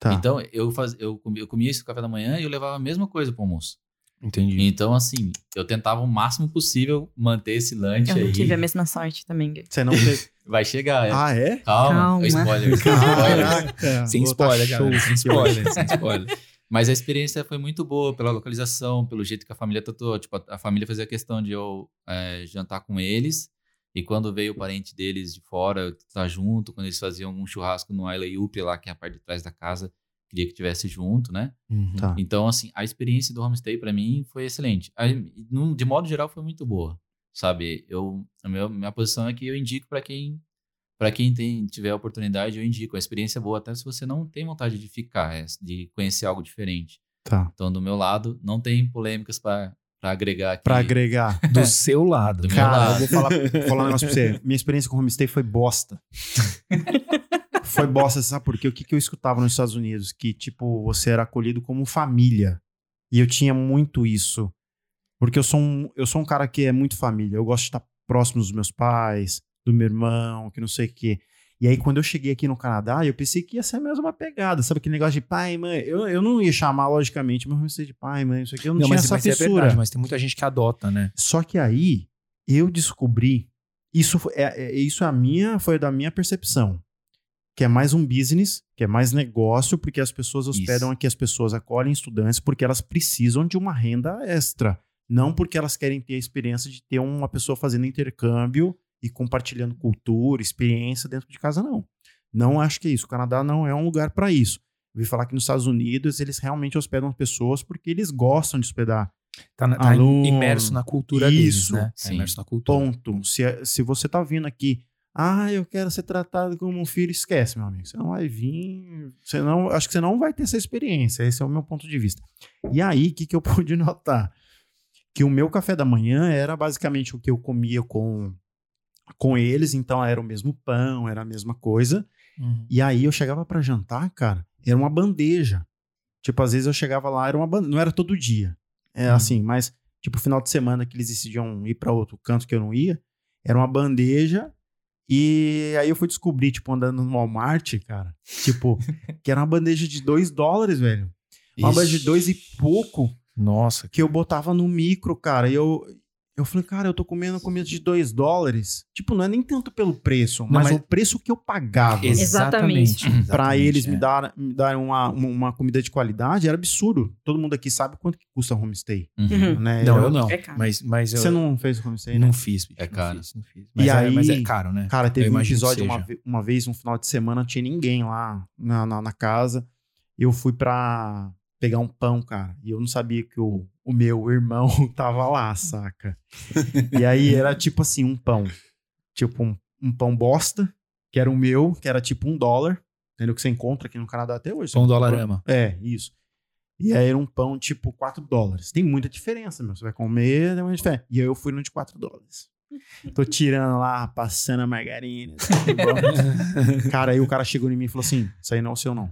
[SPEAKER 3] Tá.
[SPEAKER 4] Então, eu, faz, eu, comi- eu comia esse café da manhã e eu levava a mesma coisa pro almoço.
[SPEAKER 1] Entendi.
[SPEAKER 4] Então, assim, eu tentava o máximo possível manter esse lanche
[SPEAKER 5] Eu
[SPEAKER 4] aí.
[SPEAKER 5] não tive a mesma sorte também, Gui.
[SPEAKER 3] Você não teve...
[SPEAKER 4] Vai chegar, é.
[SPEAKER 3] ah, é?
[SPEAKER 4] Calma.
[SPEAKER 5] Calma.
[SPEAKER 4] Spoiler. spoiler. é
[SPEAKER 3] Caraca.
[SPEAKER 1] Sem
[SPEAKER 3] Pô, tá
[SPEAKER 1] spoiler,
[SPEAKER 3] show.
[SPEAKER 1] galera. Sem spoiler, sem spoiler.
[SPEAKER 4] Mas a experiência foi muito boa pela localização, pelo jeito que a família tratou. Tipo, a, a família fazia questão de eu é, jantar com eles. E quando veio o parente deles de fora, eu tá junto. Quando eles faziam um churrasco no Isla Yupi lá, que é a parte de trás da casa, queria que tivesse junto, né?
[SPEAKER 1] Uhum.
[SPEAKER 3] Tá.
[SPEAKER 4] Então, assim, a experiência do homestay pra mim foi excelente. A- num- De modo geral, foi muito boa, sabe? Eu, a meu- minha posição é que eu indico pra quem para quem tem, tiver a oportunidade, eu indico. A experiência é boa, até se você não tem vontade de ficar, é, de conhecer algo diferente.
[SPEAKER 3] Tá.
[SPEAKER 4] Então, do meu lado, não tem polêmicas pra pra agregar aqui.
[SPEAKER 3] Pra agregar.
[SPEAKER 1] Do seu lado.
[SPEAKER 4] Do meu
[SPEAKER 3] Cara,
[SPEAKER 4] lado.
[SPEAKER 3] eu vou falar, vou falar um negócio pra você. Minha experiência com homestay foi bosta. foi bosta, você sabe por quê? O que, que eu escutava nos Estados Unidos? Que, tipo, você era acolhido como família. E eu tinha muito isso. Porque eu sou um, eu sou um cara que é muito família. Eu gosto de estar próximo dos meus pais, do meu irmão, que não sei o quê. E aí, quando eu cheguei aqui no Canadá, eu pensei que ia ser a mesma pegada. Sabe aquele negócio de pai, mãe? Eu, eu não ia chamar, logicamente, meu homestay de pai, mãe, isso aqui. Eu não,
[SPEAKER 1] Não,
[SPEAKER 3] tinha
[SPEAKER 1] mas,
[SPEAKER 3] essa
[SPEAKER 1] mas é
[SPEAKER 3] fissura.
[SPEAKER 1] verdade, mas tem muita gente que adota, né?
[SPEAKER 3] Só que aí eu descobri isso foi- é, é- isso é a minha foi da minha percepção que é mais um business, que é mais negócio, porque as pessoas hospedam
[SPEAKER 4] Isso.
[SPEAKER 3] aqui, as pessoas acolhem estudantes porque elas precisam de uma renda extra, não porque elas querem ter a experiência de ter uma pessoa fazendo intercâmbio e compartilhando cultura, experiência dentro de casa, não. Não acho que é isso. O Canadá não é um lugar para isso. Eu ouvi falar que nos Estados Unidos eles realmente hospedam pessoas porque eles gostam de hospedar.
[SPEAKER 1] Tá, na- tá
[SPEAKER 3] Aluno.
[SPEAKER 1] imerso na cultura deles,
[SPEAKER 3] Isso.
[SPEAKER 1] né? Tá
[SPEAKER 4] Sim.
[SPEAKER 1] imerso na cultura.
[SPEAKER 3] Ponto. Se, se você é, tá vindo aqui, Ah, eu quero ser tratado como um filho. Esquece, meu amigo. Você não vai vir. Você não, acho que você não vai ter essa experiência. Esse é o meu ponto de vista. E aí, o que, que eu pude notar? Que o meu café da manhã era basicamente o que eu comia com, com eles. Então, era o mesmo pão, era a mesma coisa.
[SPEAKER 1] Uhum.
[SPEAKER 3] E aí eu chegava pra jantar, cara, era uma bandeja. Tipo, às vezes eu chegava lá, era uma bandeja, não era todo dia. É
[SPEAKER 1] Hum.
[SPEAKER 3] assim, mas tipo, final de semana que eles decidiam ir pra outro canto que eu não ia, era uma bandeja. E aí eu fui descobrir, tipo, andando no Walmart, cara, tipo, que era uma bandeja de dois dólares, velho. Uma bandeja de dois e pouco
[SPEAKER 1] Nossa.
[SPEAKER 3] que eu botava no micro, cara. E eu, eu falei, cara, eu tô comendo comida de 2 dólares. Tipo, não é nem tanto pelo preço, mas,
[SPEAKER 1] mas-
[SPEAKER 3] o preço que eu pagava
[SPEAKER 5] Exatamente.
[SPEAKER 3] pra eles
[SPEAKER 1] é.
[SPEAKER 3] me darem me darem uma, uma, uma comida de qualidade era absurdo. Todo mundo aqui sabe quanto que custa homestay,
[SPEAKER 5] Uhum.
[SPEAKER 3] né?
[SPEAKER 1] Não, eu não.
[SPEAKER 5] É caro.
[SPEAKER 1] Mas, mas eu
[SPEAKER 3] Você não fez homestay, né?
[SPEAKER 1] não fiz, bicho.
[SPEAKER 4] É
[SPEAKER 1] não
[SPEAKER 4] caro.
[SPEAKER 1] fiz, não fiz.
[SPEAKER 3] E
[SPEAKER 1] Mas, é,
[SPEAKER 3] aí-
[SPEAKER 1] mas é caro, né?
[SPEAKER 3] Cara, teve
[SPEAKER 1] Eu
[SPEAKER 3] um
[SPEAKER 1] imagino que
[SPEAKER 3] episódio uma,
[SPEAKER 1] seja.
[SPEAKER 3] ve- uma vez, um final de semana, não tinha ninguém lá na, na, na casa. Eu fui pra pegar um pão, cara, e eu não sabia que o, o meu irmão tava lá, saca? E aí era tipo assim, um pão. Tipo um, um pão bosta, que era o meu, que era tipo um dólar. Entendeu? Que você encontra aqui no Canadá até hoje.
[SPEAKER 1] Pão
[SPEAKER 3] Você compra-
[SPEAKER 1] dolarama.
[SPEAKER 3] É, isso. E aí era um pão tipo 4 dólares. Tem muita diferença, meu. Você vai comer, tem muita diferença. E aí eu fui no de 4 dólares. Tô tirando lá, passando a margarina. tudo bom. cara, aí o cara chegou em mim e falou assim: Isso aí não é o seu, não.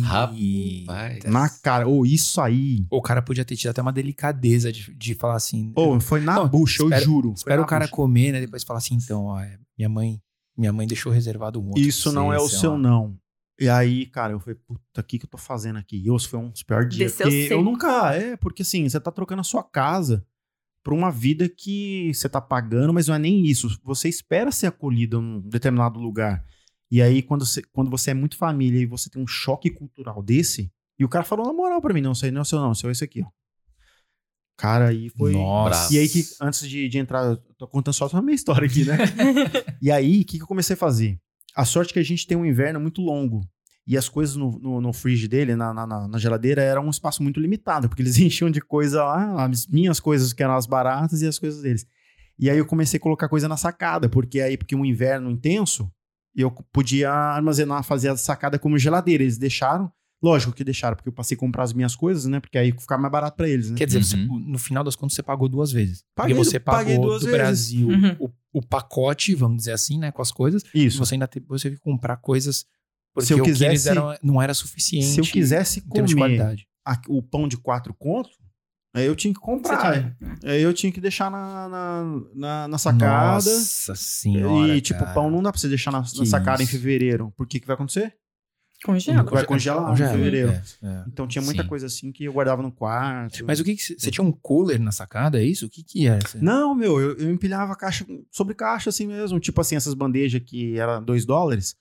[SPEAKER 4] Rapaz.
[SPEAKER 3] Na cara, ou isso aí.
[SPEAKER 1] O cara podia ter tido até uma delicadeza de, de falar assim.
[SPEAKER 3] Ou foi na
[SPEAKER 1] Não,
[SPEAKER 3] bucha,
[SPEAKER 1] espera-
[SPEAKER 3] eu juro. Foi
[SPEAKER 1] espera
[SPEAKER 3] na
[SPEAKER 1] o cara
[SPEAKER 3] bucha.
[SPEAKER 1] comer, né? Depois falar assim, então, ó, é, minha mãe, minha mãe deixou reservado um outro.
[SPEAKER 3] Isso
[SPEAKER 1] pra
[SPEAKER 3] não
[SPEAKER 1] você,
[SPEAKER 3] é o
[SPEAKER 1] sei
[SPEAKER 3] seu,
[SPEAKER 1] lá.
[SPEAKER 3] não. E aí, cara, eu falei, puta, o que, que eu tô fazendo aqui? E eu, foi um dos piores dias.
[SPEAKER 5] Desceu
[SPEAKER 3] Porque eu
[SPEAKER 5] seco.
[SPEAKER 3] nunca. É, porque assim, você tá trocando a sua casa por uma vida que você tá pagando, mas não é nem isso. Você espera ser acolhido num determinado lugar. E aí, quando você, quando você é muito família e você tem um choque cultural desse, e o cara falou na moral pra mim: não, isso aí não é o seu, não, isso é esse aqui, ó. Cara, aí foi.
[SPEAKER 1] Nossa.
[SPEAKER 3] E aí que, antes de, de entrar, eu tô contando só a minha história aqui, né? e aí, o que, que eu comecei a fazer? A sorte é que a gente tem um inverno muito longo. E as coisas no, no, no fridge dele, na, na- na- na geladeira, era um espaço muito limitado, porque eles enchiam de coisa lá, as minhas coisas que eram as baratas e as coisas deles. E aí eu comecei a colocar coisa na sacada, porque aí, porque um inverno intenso, eu podia armazenar, fazer a sacada como geladeira. Eles deixaram, lógico que deixaram, porque eu passei a comprar as minhas coisas, né? Porque aí ficava mais barato pra eles, né?
[SPEAKER 1] Quer dizer, você-
[SPEAKER 4] Uhum.
[SPEAKER 1] no final das contas, você pagou duas vezes.
[SPEAKER 3] Paguei-
[SPEAKER 1] Porque você
[SPEAKER 3] paguei
[SPEAKER 1] pagou
[SPEAKER 3] duas
[SPEAKER 1] do
[SPEAKER 3] vezes.
[SPEAKER 1] Brasil
[SPEAKER 5] Uhum.
[SPEAKER 1] o, o pacote, vamos dizer assim, né? Com as coisas. E
[SPEAKER 3] Isso.
[SPEAKER 1] você ainda teve, você teve que comprar coisas porque
[SPEAKER 3] Se eu
[SPEAKER 1] o que eles
[SPEAKER 3] quisesse-
[SPEAKER 1] eram não era suficiente.
[SPEAKER 3] Se eu quisesse
[SPEAKER 1] é um em termos de
[SPEAKER 3] comer
[SPEAKER 1] qualidade.
[SPEAKER 3] a- o pão de quatro contos, aí eu tinha que comprar. Aí eu tinha que deixar na, na, na- na sacada.
[SPEAKER 1] Nossa senhora.
[SPEAKER 3] e, tipo,
[SPEAKER 1] cara.
[SPEAKER 3] pão não dá pra você deixar na, na
[SPEAKER 1] Que
[SPEAKER 3] sacada
[SPEAKER 1] isso.
[SPEAKER 3] em fevereiro. Por que que vai acontecer?
[SPEAKER 5] Congela.
[SPEAKER 3] Vai congelar em fevereiro.
[SPEAKER 1] É, é.
[SPEAKER 3] Então tinha muita
[SPEAKER 4] Sim.
[SPEAKER 3] coisa assim que eu guardava no quarto.
[SPEAKER 1] Mas o que que você tinha um cooler na sacada, é isso? O que que é? Cê-
[SPEAKER 3] Não, meu, eu, eu empilhava caixa sobre caixa assim mesmo. Tipo assim, essas bandejas que era 2 dólares.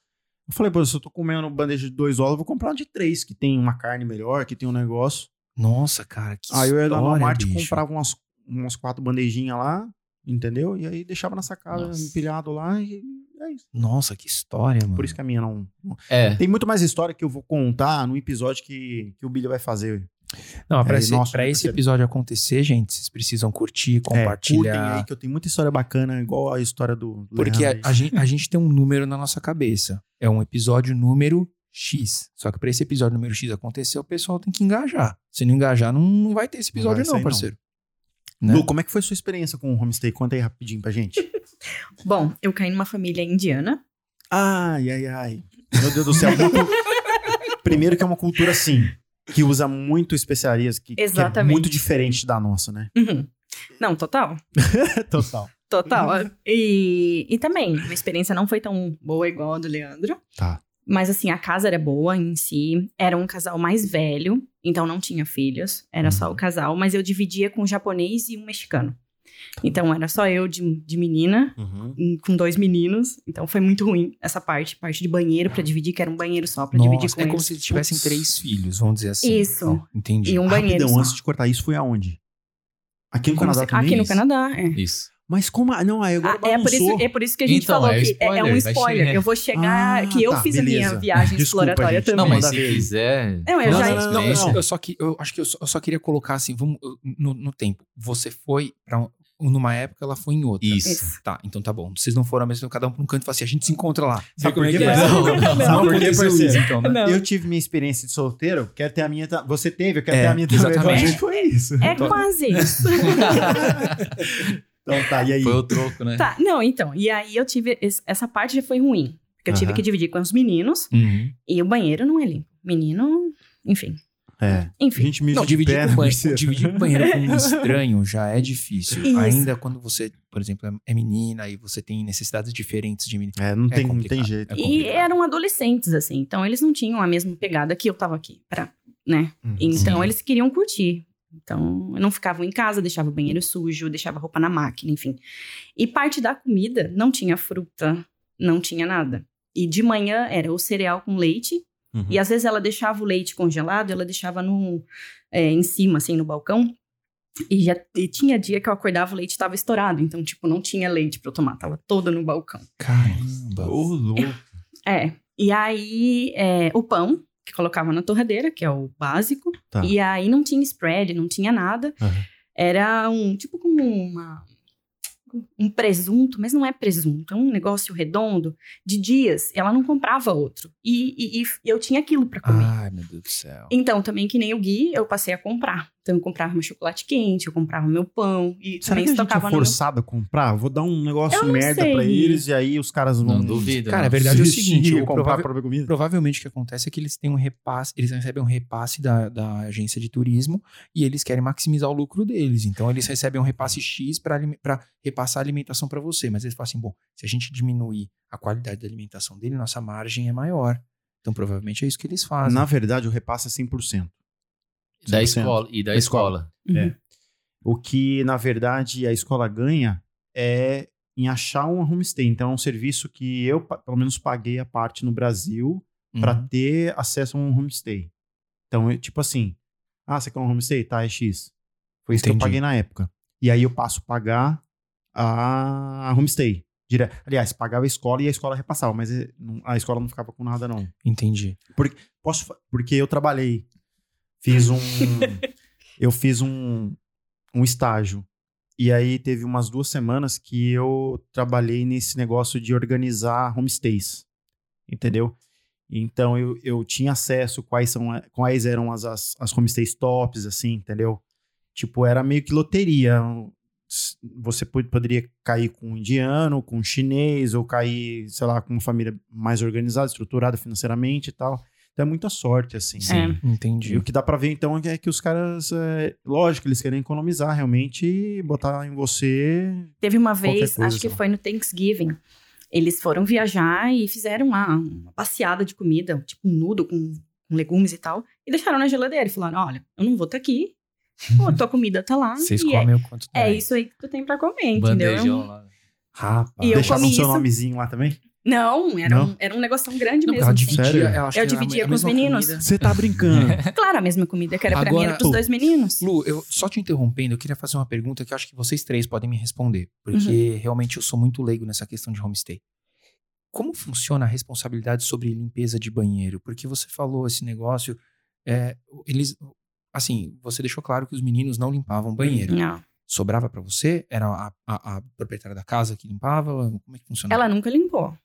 [SPEAKER 3] Eu falei, pô, se eu tô comendo bandeja de 2 dólares, eu vou comprar uma de 3, que tem uma carne melhor, que tem um negócio.
[SPEAKER 1] Nossa, cara, que
[SPEAKER 3] Aí eu ia lá no
[SPEAKER 1] história,
[SPEAKER 3] Walmart e
[SPEAKER 1] bicho.
[SPEAKER 3] comprava umas, umas quatro bandejinhas lá, entendeu? E aí deixava na sacada,
[SPEAKER 4] Nossa.
[SPEAKER 3] empilhado lá e é isso.
[SPEAKER 1] Nossa, que história, mano.
[SPEAKER 3] Por isso que a minha não... não-
[SPEAKER 4] É.
[SPEAKER 3] Tem muito mais história que eu vou contar no episódio que, que o Billy vai fazer.
[SPEAKER 1] Não, pra
[SPEAKER 3] É,
[SPEAKER 1] esse,
[SPEAKER 3] nossa,
[SPEAKER 1] pra
[SPEAKER 3] eu
[SPEAKER 1] esse
[SPEAKER 3] percebi.
[SPEAKER 1] episódio acontecer, gente, vocês precisam curtir,
[SPEAKER 3] É, curtem
[SPEAKER 1] compartilhar.
[SPEAKER 3] aí que eu tenho muita história bacana, igual a história do... do
[SPEAKER 1] porque a,
[SPEAKER 3] Leandro
[SPEAKER 1] a
[SPEAKER 3] aí.
[SPEAKER 1] gente, a gente tem um número na nossa cabeça. É um episódio número X. Só que pra esse episódio número X acontecer, o pessoal tem que engajar. Se não engajar, não, não vai ter esse
[SPEAKER 3] Não
[SPEAKER 1] episódio,
[SPEAKER 3] vai
[SPEAKER 1] não,
[SPEAKER 3] sair, não.
[SPEAKER 1] parceiro. Né?
[SPEAKER 3] Lu, como é que foi sua experiência com o homestay? Conta aí rapidinho pra gente.
[SPEAKER 5] Bom, eu caí numa família indiana.
[SPEAKER 3] ai, ai, ai. Meu Deus do céu. uma cu- Primeiro que é uma cultura, assim, que usa muito especiarias, que, que é
[SPEAKER 5] Exatamente.
[SPEAKER 3] muito diferente da nossa, né?
[SPEAKER 5] Uhum. Não, total.
[SPEAKER 3] Total.
[SPEAKER 5] Total.
[SPEAKER 3] Uhum.
[SPEAKER 5] E, e também, minha experiência não foi tão boa igual a do Leandro.
[SPEAKER 3] Tá.
[SPEAKER 5] Mas assim, a casa era boa em si. Era um casal mais velho, então não tinha filhos. Era só
[SPEAKER 3] Uhum.
[SPEAKER 5] o casal, mas eu dividia com um japonês e um mexicano. Então era só eu de, de menina,
[SPEAKER 3] Uhum.
[SPEAKER 5] em- com dois meninos. Então foi muito ruim essa parte. Parte de banheiro pra dividir, que era um banheiro só pra
[SPEAKER 1] Nossa,
[SPEAKER 5] dividir com
[SPEAKER 1] é
[SPEAKER 5] eles.
[SPEAKER 1] como se eles tivessem
[SPEAKER 3] Putz.
[SPEAKER 1] três filhos, vamos dizer assim.
[SPEAKER 5] Isso.
[SPEAKER 1] Então, entendi.
[SPEAKER 5] E um banheiro.
[SPEAKER 3] Rapidão,
[SPEAKER 5] só.
[SPEAKER 3] antes de cortar isso, foi aonde? Aqui no
[SPEAKER 5] Como
[SPEAKER 3] Canadá
[SPEAKER 5] se-
[SPEAKER 3] também?
[SPEAKER 5] Aqui no
[SPEAKER 3] Isso.
[SPEAKER 5] Canadá, é.
[SPEAKER 4] Isso.
[SPEAKER 3] Mas como... a- Não, aí agora
[SPEAKER 5] Ah, é, por
[SPEAKER 3] bagunçou.
[SPEAKER 5] isso, é por isso que a gente
[SPEAKER 4] Então,
[SPEAKER 5] falou
[SPEAKER 4] é
[SPEAKER 5] que é- é, um
[SPEAKER 4] spoiler, vai
[SPEAKER 5] spoiler.
[SPEAKER 4] chegar.
[SPEAKER 5] Eu vou chegar
[SPEAKER 3] Ah,
[SPEAKER 5] que eu
[SPEAKER 3] tá,
[SPEAKER 5] fiz a
[SPEAKER 3] beleza.
[SPEAKER 5] minha viagem
[SPEAKER 3] Desculpa,
[SPEAKER 5] exploratória
[SPEAKER 3] gente.
[SPEAKER 5] também.
[SPEAKER 4] Não, mas
[SPEAKER 3] Manda
[SPEAKER 4] se
[SPEAKER 3] ver.
[SPEAKER 4] quiser.
[SPEAKER 5] Não, eu
[SPEAKER 1] Não,
[SPEAKER 5] já-
[SPEAKER 1] não, não, não, eu,
[SPEAKER 4] experiência.
[SPEAKER 1] só- eu só que eu acho que eu só, eu só queria colocar assim, vamos eu- no, no tempo. Você foi para numa época, ela foi em outra.
[SPEAKER 4] Isso.
[SPEAKER 5] Isso.
[SPEAKER 1] Tá, então tá bom. Vocês não foram, mas então cada um pra um canto e fala assim, a gente se encontra lá.
[SPEAKER 3] Sabe por
[SPEAKER 1] como
[SPEAKER 3] quê,
[SPEAKER 1] é?
[SPEAKER 3] parceiro?
[SPEAKER 1] Não, não,
[SPEAKER 3] Sabe
[SPEAKER 1] não
[SPEAKER 3] por quê,
[SPEAKER 1] aconteceu isso,
[SPEAKER 3] parceiro?
[SPEAKER 1] então, né?
[SPEAKER 5] Não.
[SPEAKER 3] Eu tive minha experiência de solteiro, quero ter a minha. ta- Você teve, eu quero
[SPEAKER 1] É,
[SPEAKER 3] ter a minha também.
[SPEAKER 1] exatamente.
[SPEAKER 3] Então, a gente foi isso.
[SPEAKER 5] É quase isso.
[SPEAKER 3] Então tá, e aí?
[SPEAKER 4] Foi o troco, né?
[SPEAKER 5] tá, não, então. E aí eu tive. es- Essa parte já foi ruim. Porque eu tive
[SPEAKER 3] Aham.
[SPEAKER 5] que dividir com os meninos.
[SPEAKER 1] Uhum.
[SPEAKER 5] E o banheiro não é limpo. Menino, enfim.
[SPEAKER 3] É.
[SPEAKER 5] Enfim.
[SPEAKER 3] 20 mil
[SPEAKER 1] Não,
[SPEAKER 3] de
[SPEAKER 1] dividir,
[SPEAKER 3] pé,
[SPEAKER 1] com
[SPEAKER 3] né,
[SPEAKER 1] banhe-
[SPEAKER 3] parceiro?
[SPEAKER 1] dividir com banheiro com um estranho já é difícil.
[SPEAKER 5] Isso.
[SPEAKER 1] Ainda quando você, por exemplo, é- é menina e você tem necessidades diferentes de menina.
[SPEAKER 3] É, não
[SPEAKER 1] É
[SPEAKER 3] tem, não
[SPEAKER 1] complicado.
[SPEAKER 3] tem jeito.
[SPEAKER 1] É
[SPEAKER 5] E
[SPEAKER 1] complicado.
[SPEAKER 5] eram adolescentes, assim. Então eles não tinham a mesma pegada que eu tava aqui. Pra, né?
[SPEAKER 3] Uhum.
[SPEAKER 5] Então
[SPEAKER 4] Sim.
[SPEAKER 5] eles queriam curtir. Então não ficavam em casa, deixava o banheiro sujo, deixava a roupa na máquina, enfim. E parte da comida não tinha fruta, não tinha nada. E de manhã era o cereal com leite
[SPEAKER 3] Uhum.
[SPEAKER 5] E às vezes ela deixava o leite congelado, ela deixava no, é, em cima, assim, no balcão. E, já, e tinha dia que eu acordava, o leite estava estourado. Então, tipo, não tinha leite pra eu tomar, tava toda no balcão.
[SPEAKER 1] Caramba.
[SPEAKER 3] Ô, louco.
[SPEAKER 5] É. E aí, é, o pão, que colocava na torradeira, que é o básico.
[SPEAKER 3] Tá.
[SPEAKER 5] E aí não tinha spread, não tinha nada.
[SPEAKER 3] Aham.
[SPEAKER 5] Era um, tipo, como uma. Um presunto, mas não é presunto, é um negócio redondo de dias. Ela não comprava outro. E, e- e eu tinha aquilo pra comer.
[SPEAKER 1] Ai, meu Deus do céu.
[SPEAKER 5] Então, também que nem o Gui, eu passei a comprar. Então, eu comprava meu chocolate quente, eu comprava meu pão. E
[SPEAKER 3] Será
[SPEAKER 5] também
[SPEAKER 3] que a gente
[SPEAKER 5] estocava
[SPEAKER 3] é
[SPEAKER 5] no meu...
[SPEAKER 3] forçado a comprar? Vou dar um negócio
[SPEAKER 5] Eu não
[SPEAKER 3] merda
[SPEAKER 5] sei.
[SPEAKER 3] pra eles e aí os caras vão.
[SPEAKER 4] Não duvido.
[SPEAKER 1] Cara,
[SPEAKER 4] não.
[SPEAKER 1] é verdade é o
[SPEAKER 3] desistir
[SPEAKER 1] seguinte,
[SPEAKER 3] e
[SPEAKER 1] o
[SPEAKER 3] comprar a
[SPEAKER 1] provável-
[SPEAKER 3] própria comida.
[SPEAKER 1] Provavelmente o que acontece é que eles têm um repasse, eles recebem um repasse da, da agência de turismo e eles querem maximizar o lucro deles. Então eles recebem um repasse X para repassar a alimentação para você. Mas eles falam assim: bom, se a gente diminuir a qualidade da alimentação dele, nossa margem é maior. Então provavelmente é isso que eles fazem.
[SPEAKER 3] Na verdade, o repasse é 100%.
[SPEAKER 4] Da
[SPEAKER 3] 100%.
[SPEAKER 4] escola. E da
[SPEAKER 3] Da escola.
[SPEAKER 4] escola.
[SPEAKER 5] Uhum.
[SPEAKER 3] O que, na verdade, a escola ganha é em achar um homestay. Então, é um serviço que eu, pa- pelo menos, paguei a parte no Brasil
[SPEAKER 1] Uhum.
[SPEAKER 3] pra ter acesso a um homestay. Então, é tipo assim, ah, você quer um homestay? Tá, é X. Foi isso que eu
[SPEAKER 1] Entendi.
[SPEAKER 3] paguei na época. E aí eu passo a pagar a homestay. Dire... Aliás, pagava a escola e a escola repassava, mas eh, não- a escola não ficava com nada, não.
[SPEAKER 1] Entendi.
[SPEAKER 3] Posso fa- porque eu trabalhei. Fiz um eu fiz um um estágio. E aí teve umas duas semanas que eu trabalhei nesse negócio de organizar homestays. Entendeu? Então eu, eu tinha acesso quais são a- quais eram as, as, as homestays tops assim, entendeu? Tipo, era meio que loteria. S- Você pod- poderia cair com um indiano, com um chinês, ou cair, sei lá, com uma família mais organizada, estruturada financeiramente e tal. Então é muita sorte, assim.
[SPEAKER 5] É.
[SPEAKER 3] E
[SPEAKER 1] Entendi.
[SPEAKER 3] o que dá pra ver, então, é que os caras, é, lógico, eles querem economizar realmente e botar em você.
[SPEAKER 5] Teve uma
[SPEAKER 3] Qualquer
[SPEAKER 5] vez,
[SPEAKER 3] coisa,
[SPEAKER 5] acho que
[SPEAKER 3] sei lá.
[SPEAKER 5] foi no Thanksgiving, eles foram viajar e fizeram uma, uma passeada de comida, tipo um nudo com, com legumes e tal, e deixaram na geladeira e falaram, olha, eu não vou estar aqui, pô, tua comida tá lá,
[SPEAKER 1] Vocês
[SPEAKER 5] e é,
[SPEAKER 1] comem o quanto
[SPEAKER 5] é
[SPEAKER 1] der.
[SPEAKER 5] isso aí que tu tem pra comer, entendeu? É um-
[SPEAKER 4] Bandejão lá.
[SPEAKER 1] Rapaz.
[SPEAKER 5] E eu
[SPEAKER 3] Deixaram
[SPEAKER 5] comi
[SPEAKER 3] seu
[SPEAKER 5] isso.
[SPEAKER 3] nomezinho lá também?
[SPEAKER 5] Não, era,
[SPEAKER 3] Não?
[SPEAKER 5] Um, era um negocinho grande
[SPEAKER 1] Não,
[SPEAKER 5] mesmo.
[SPEAKER 1] ela
[SPEAKER 5] assim.
[SPEAKER 1] dividia,
[SPEAKER 3] Sério?
[SPEAKER 1] ela acho
[SPEAKER 5] Eu
[SPEAKER 1] que era a me-
[SPEAKER 5] dividia
[SPEAKER 1] a
[SPEAKER 5] com os
[SPEAKER 1] mesma
[SPEAKER 5] meninos.
[SPEAKER 1] comida.
[SPEAKER 3] Você tá brincando.
[SPEAKER 5] Claro, a mesma comida que era pra mim
[SPEAKER 1] Agora,
[SPEAKER 5] era pros
[SPEAKER 1] Lu,
[SPEAKER 5] dois meninos.
[SPEAKER 1] Lu, eu só te interrompendo, eu queria fazer uma pergunta que eu acho que vocês três podem me responder, porque realmente eu sou muito leigo nessa questão de homestay. Como funciona a responsabilidade sobre limpeza de banheiro? Porque você falou esse negócio, é, eles, assim, você deixou claro que os meninos não limpavam banheiro.
[SPEAKER 5] Não.
[SPEAKER 1] Sobrava pra você? Era a, a- a proprietária da casa que limpava? Como é que funcionava?
[SPEAKER 5] Ela nunca limpou.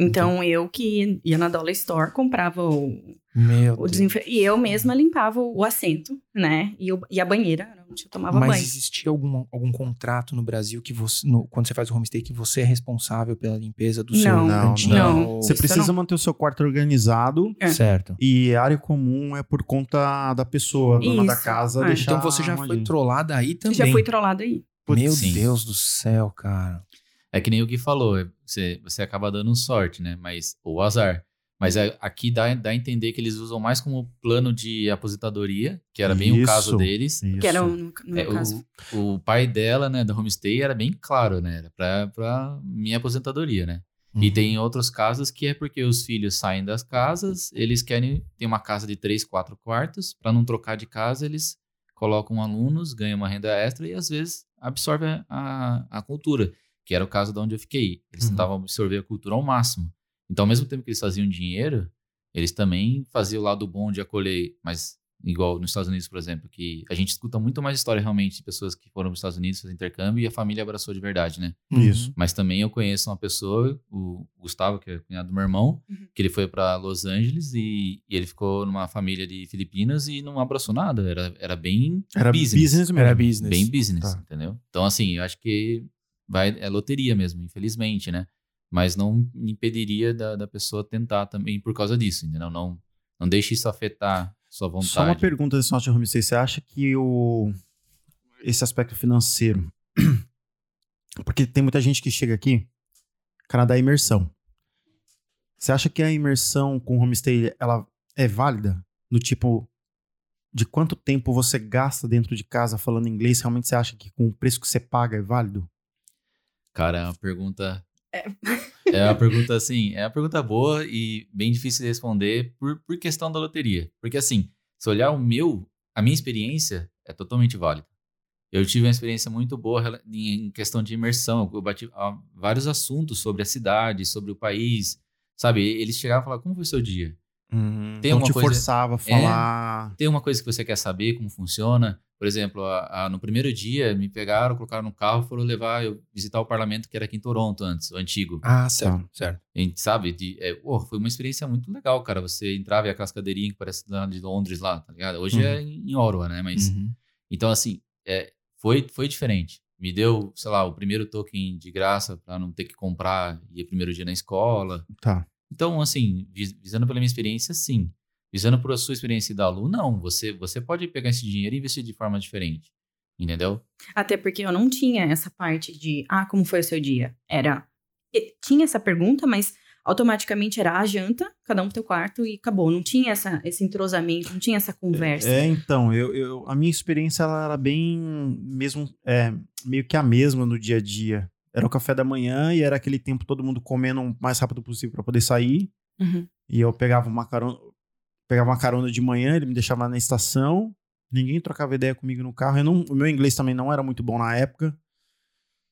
[SPEAKER 5] Então, eu que ia na Dollar Store, comprava o,
[SPEAKER 1] Meu
[SPEAKER 5] o
[SPEAKER 1] Deus.
[SPEAKER 5] desinfe- E eu mesma limpava o assento, né? E, o- e a banheira, era onde eu tomava
[SPEAKER 1] Mas
[SPEAKER 5] banho.
[SPEAKER 1] existia algum, algum contrato no Brasil que você, no- quando você faz o homestay, que você é responsável pela limpeza do seu
[SPEAKER 5] Não,
[SPEAKER 1] cantinho?
[SPEAKER 5] não.
[SPEAKER 3] Você
[SPEAKER 5] Isso
[SPEAKER 3] precisa
[SPEAKER 5] não.
[SPEAKER 3] manter o seu quarto organizado
[SPEAKER 5] É.
[SPEAKER 1] Certo.
[SPEAKER 3] e a área comum é por conta da pessoa, dona da
[SPEAKER 5] Isso,
[SPEAKER 3] casa.
[SPEAKER 5] é.
[SPEAKER 3] Deixar um
[SPEAKER 1] Então você já foi
[SPEAKER 3] arrumadinho.
[SPEAKER 1] trollada aí também.
[SPEAKER 5] Já fui trollada aí.
[SPEAKER 4] Putz,
[SPEAKER 1] Meu
[SPEAKER 4] sim.
[SPEAKER 1] Deus do céu, cara.
[SPEAKER 4] É que nem o que falou, é- você, você acaba dando sorte, né? Mas, ou azar. Mas a- aqui dá, dá a entender que eles usam mais como plano de aposentadoria, que era bem o
[SPEAKER 3] Isso.
[SPEAKER 4] caso deles.
[SPEAKER 3] Isso.
[SPEAKER 5] Que era um no, no meu
[SPEAKER 4] É,
[SPEAKER 5] caso.
[SPEAKER 4] o, o pai dela, né, da homestay, era bem claro, né? Era pra, pra minha aposentadoria, né? E
[SPEAKER 1] Uhum.
[SPEAKER 4] tem outros casos que é porque os filhos saem das casas, eles querem ter uma casa de três, quatro quartos, pra não trocar de casa, eles colocam alunos, ganham uma renda extra e às vezes absorvem a- a, a cultura, que era o caso de onde eu fiquei. Eles
[SPEAKER 1] Uhum.
[SPEAKER 4] tentavam absorver a cultura ao máximo. Então, ao mesmo tempo que eles faziam dinheiro, eles também faziam o lado bom de acolher, mas Igual nos Estados Unidos, por exemplo, que a gente escuta muito mais história realmente de pessoas que foram para os Estados Unidos fazer intercâmbio e a família abraçou de verdade, né?
[SPEAKER 3] Uhum. Isso.
[SPEAKER 4] Mas também eu conheço uma pessoa, o Gustavo, que é cunhado do meu irmão,
[SPEAKER 5] Uhum.
[SPEAKER 4] que ele foi para Los Angeles e, e ele ficou numa família de Filipinas e não abraçou nada. Era, era bem
[SPEAKER 3] Era
[SPEAKER 4] business.
[SPEAKER 3] business, mesmo.
[SPEAKER 1] Era business.
[SPEAKER 4] Bem business,
[SPEAKER 3] Tá.
[SPEAKER 4] entendeu? Então, assim, eu acho que vai, é loteria mesmo, infelizmente, né? Mas não impediria da, da pessoa tentar também por causa disso, entendeu? Não, não deixe isso afetar sua vontade.
[SPEAKER 3] Só uma pergunta desse nosso Homestay. Você acha que o, esse aspecto financeiro. Porque tem muita gente que chega aqui, Canadá é imersão. Você acha que a imersão com homestay ela é válida? No tipo, de quanto tempo você gasta dentro de casa falando inglês? Realmente você acha que com o preço que você paga é válido?
[SPEAKER 4] Cara, é uma pergunta. É. uma pergunta assim, é uma pergunta boa e bem difícil de responder por, por questão da loteria. Porque assim, se olhar o meu, a minha experiência é totalmente válida. Eu tive uma experiência muito boa rela- em em questão de imersão. Eu bati ah, vários assuntos sobre a cidade, sobre o país. Sabe, eles chegavam e falavam, como foi o seu dia? Tem
[SPEAKER 3] não
[SPEAKER 4] alguma
[SPEAKER 3] te
[SPEAKER 4] coisa- É.
[SPEAKER 3] forçava a falar.
[SPEAKER 4] tem uma coisa que você quer saber como funciona. Por exemplo, a- a- no primeiro dia me pegaram, colocaram no carro, foram levar eu visitar o parlamento que era aqui em Toronto antes, o antigo.
[SPEAKER 1] Ah, certo,
[SPEAKER 3] Tá.
[SPEAKER 1] certo.
[SPEAKER 4] A gente sabe, de, é, pô, foi uma experiência muito legal, cara. Você entrava e aquelas cadeirinhas que parece lá de Londres lá, tá ligado? Hoje é em em Ottawa, né? Mas
[SPEAKER 1] Uhum.
[SPEAKER 4] então, assim, é, foi, foi diferente. Me deu, sei lá, o primeiro token de graça pra não ter que comprar e ir primeiro dia na escola.
[SPEAKER 3] Tá.
[SPEAKER 4] Então, assim, vis- visando pela minha experiência, sim. Visando por a sua experiência da Lu, não. Você, você pode pegar esse dinheiro e investir de forma diferente. Entendeu?
[SPEAKER 5] Até porque eu não tinha essa parte de, ah, como foi o seu dia? Era. e- Tinha essa pergunta, mas automaticamente era a janta, cada um pro teu quarto e acabou. Não tinha essa, esse entrosamento, não tinha essa conversa.
[SPEAKER 3] É, então, eu, eu- a minha experiência ela era bem mesmo, é, meio que a mesma no dia a dia. Era o café da manhã e era aquele tempo todo mundo comendo o mais rápido possível para poder sair.
[SPEAKER 5] Uhum.
[SPEAKER 3] E eu pegava uma carona, pegava uma carona de manhã, ele me deixava lá na estação. Ninguém trocava ideia comigo no carro. Eu não- o meu inglês também não era muito bom na época.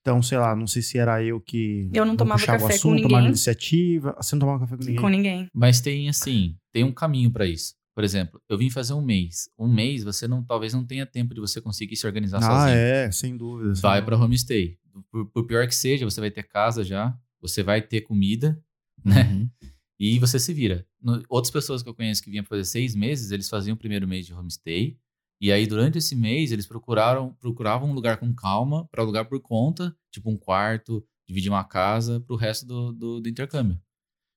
[SPEAKER 3] Então, sei lá, não sei se era eu que
[SPEAKER 5] Eu não tomava
[SPEAKER 3] puxava o
[SPEAKER 5] café com
[SPEAKER 3] assunto, tomava
[SPEAKER 5] ninguém.
[SPEAKER 3] iniciativa. Ah, Você não tomava café com ninguém?
[SPEAKER 5] Com ninguém.
[SPEAKER 4] Mas tem, assim, tem um caminho pra isso. Por exemplo, eu vim fazer um mês. Um mês você não, talvez não tenha tempo de você conseguir se
[SPEAKER 5] Tá
[SPEAKER 4] organizar
[SPEAKER 3] Ah,
[SPEAKER 4] sozinho.
[SPEAKER 3] é, sem dúvida. sem
[SPEAKER 4] Vai
[SPEAKER 3] dúvida.
[SPEAKER 4] pra homestay. Por, por pior que seja, você vai ter casa já, você vai ter comida, né?
[SPEAKER 1] Uhum.
[SPEAKER 4] E você se vira. No- outras pessoas que eu conheço que vinham fazer seis meses, eles faziam o primeiro mês de homestay. E aí, durante esse mês, eles procuraram procuravam um lugar com calma pra alugar por conta, tipo um quarto, dividir uma casa pro resto do, do, do intercâmbio.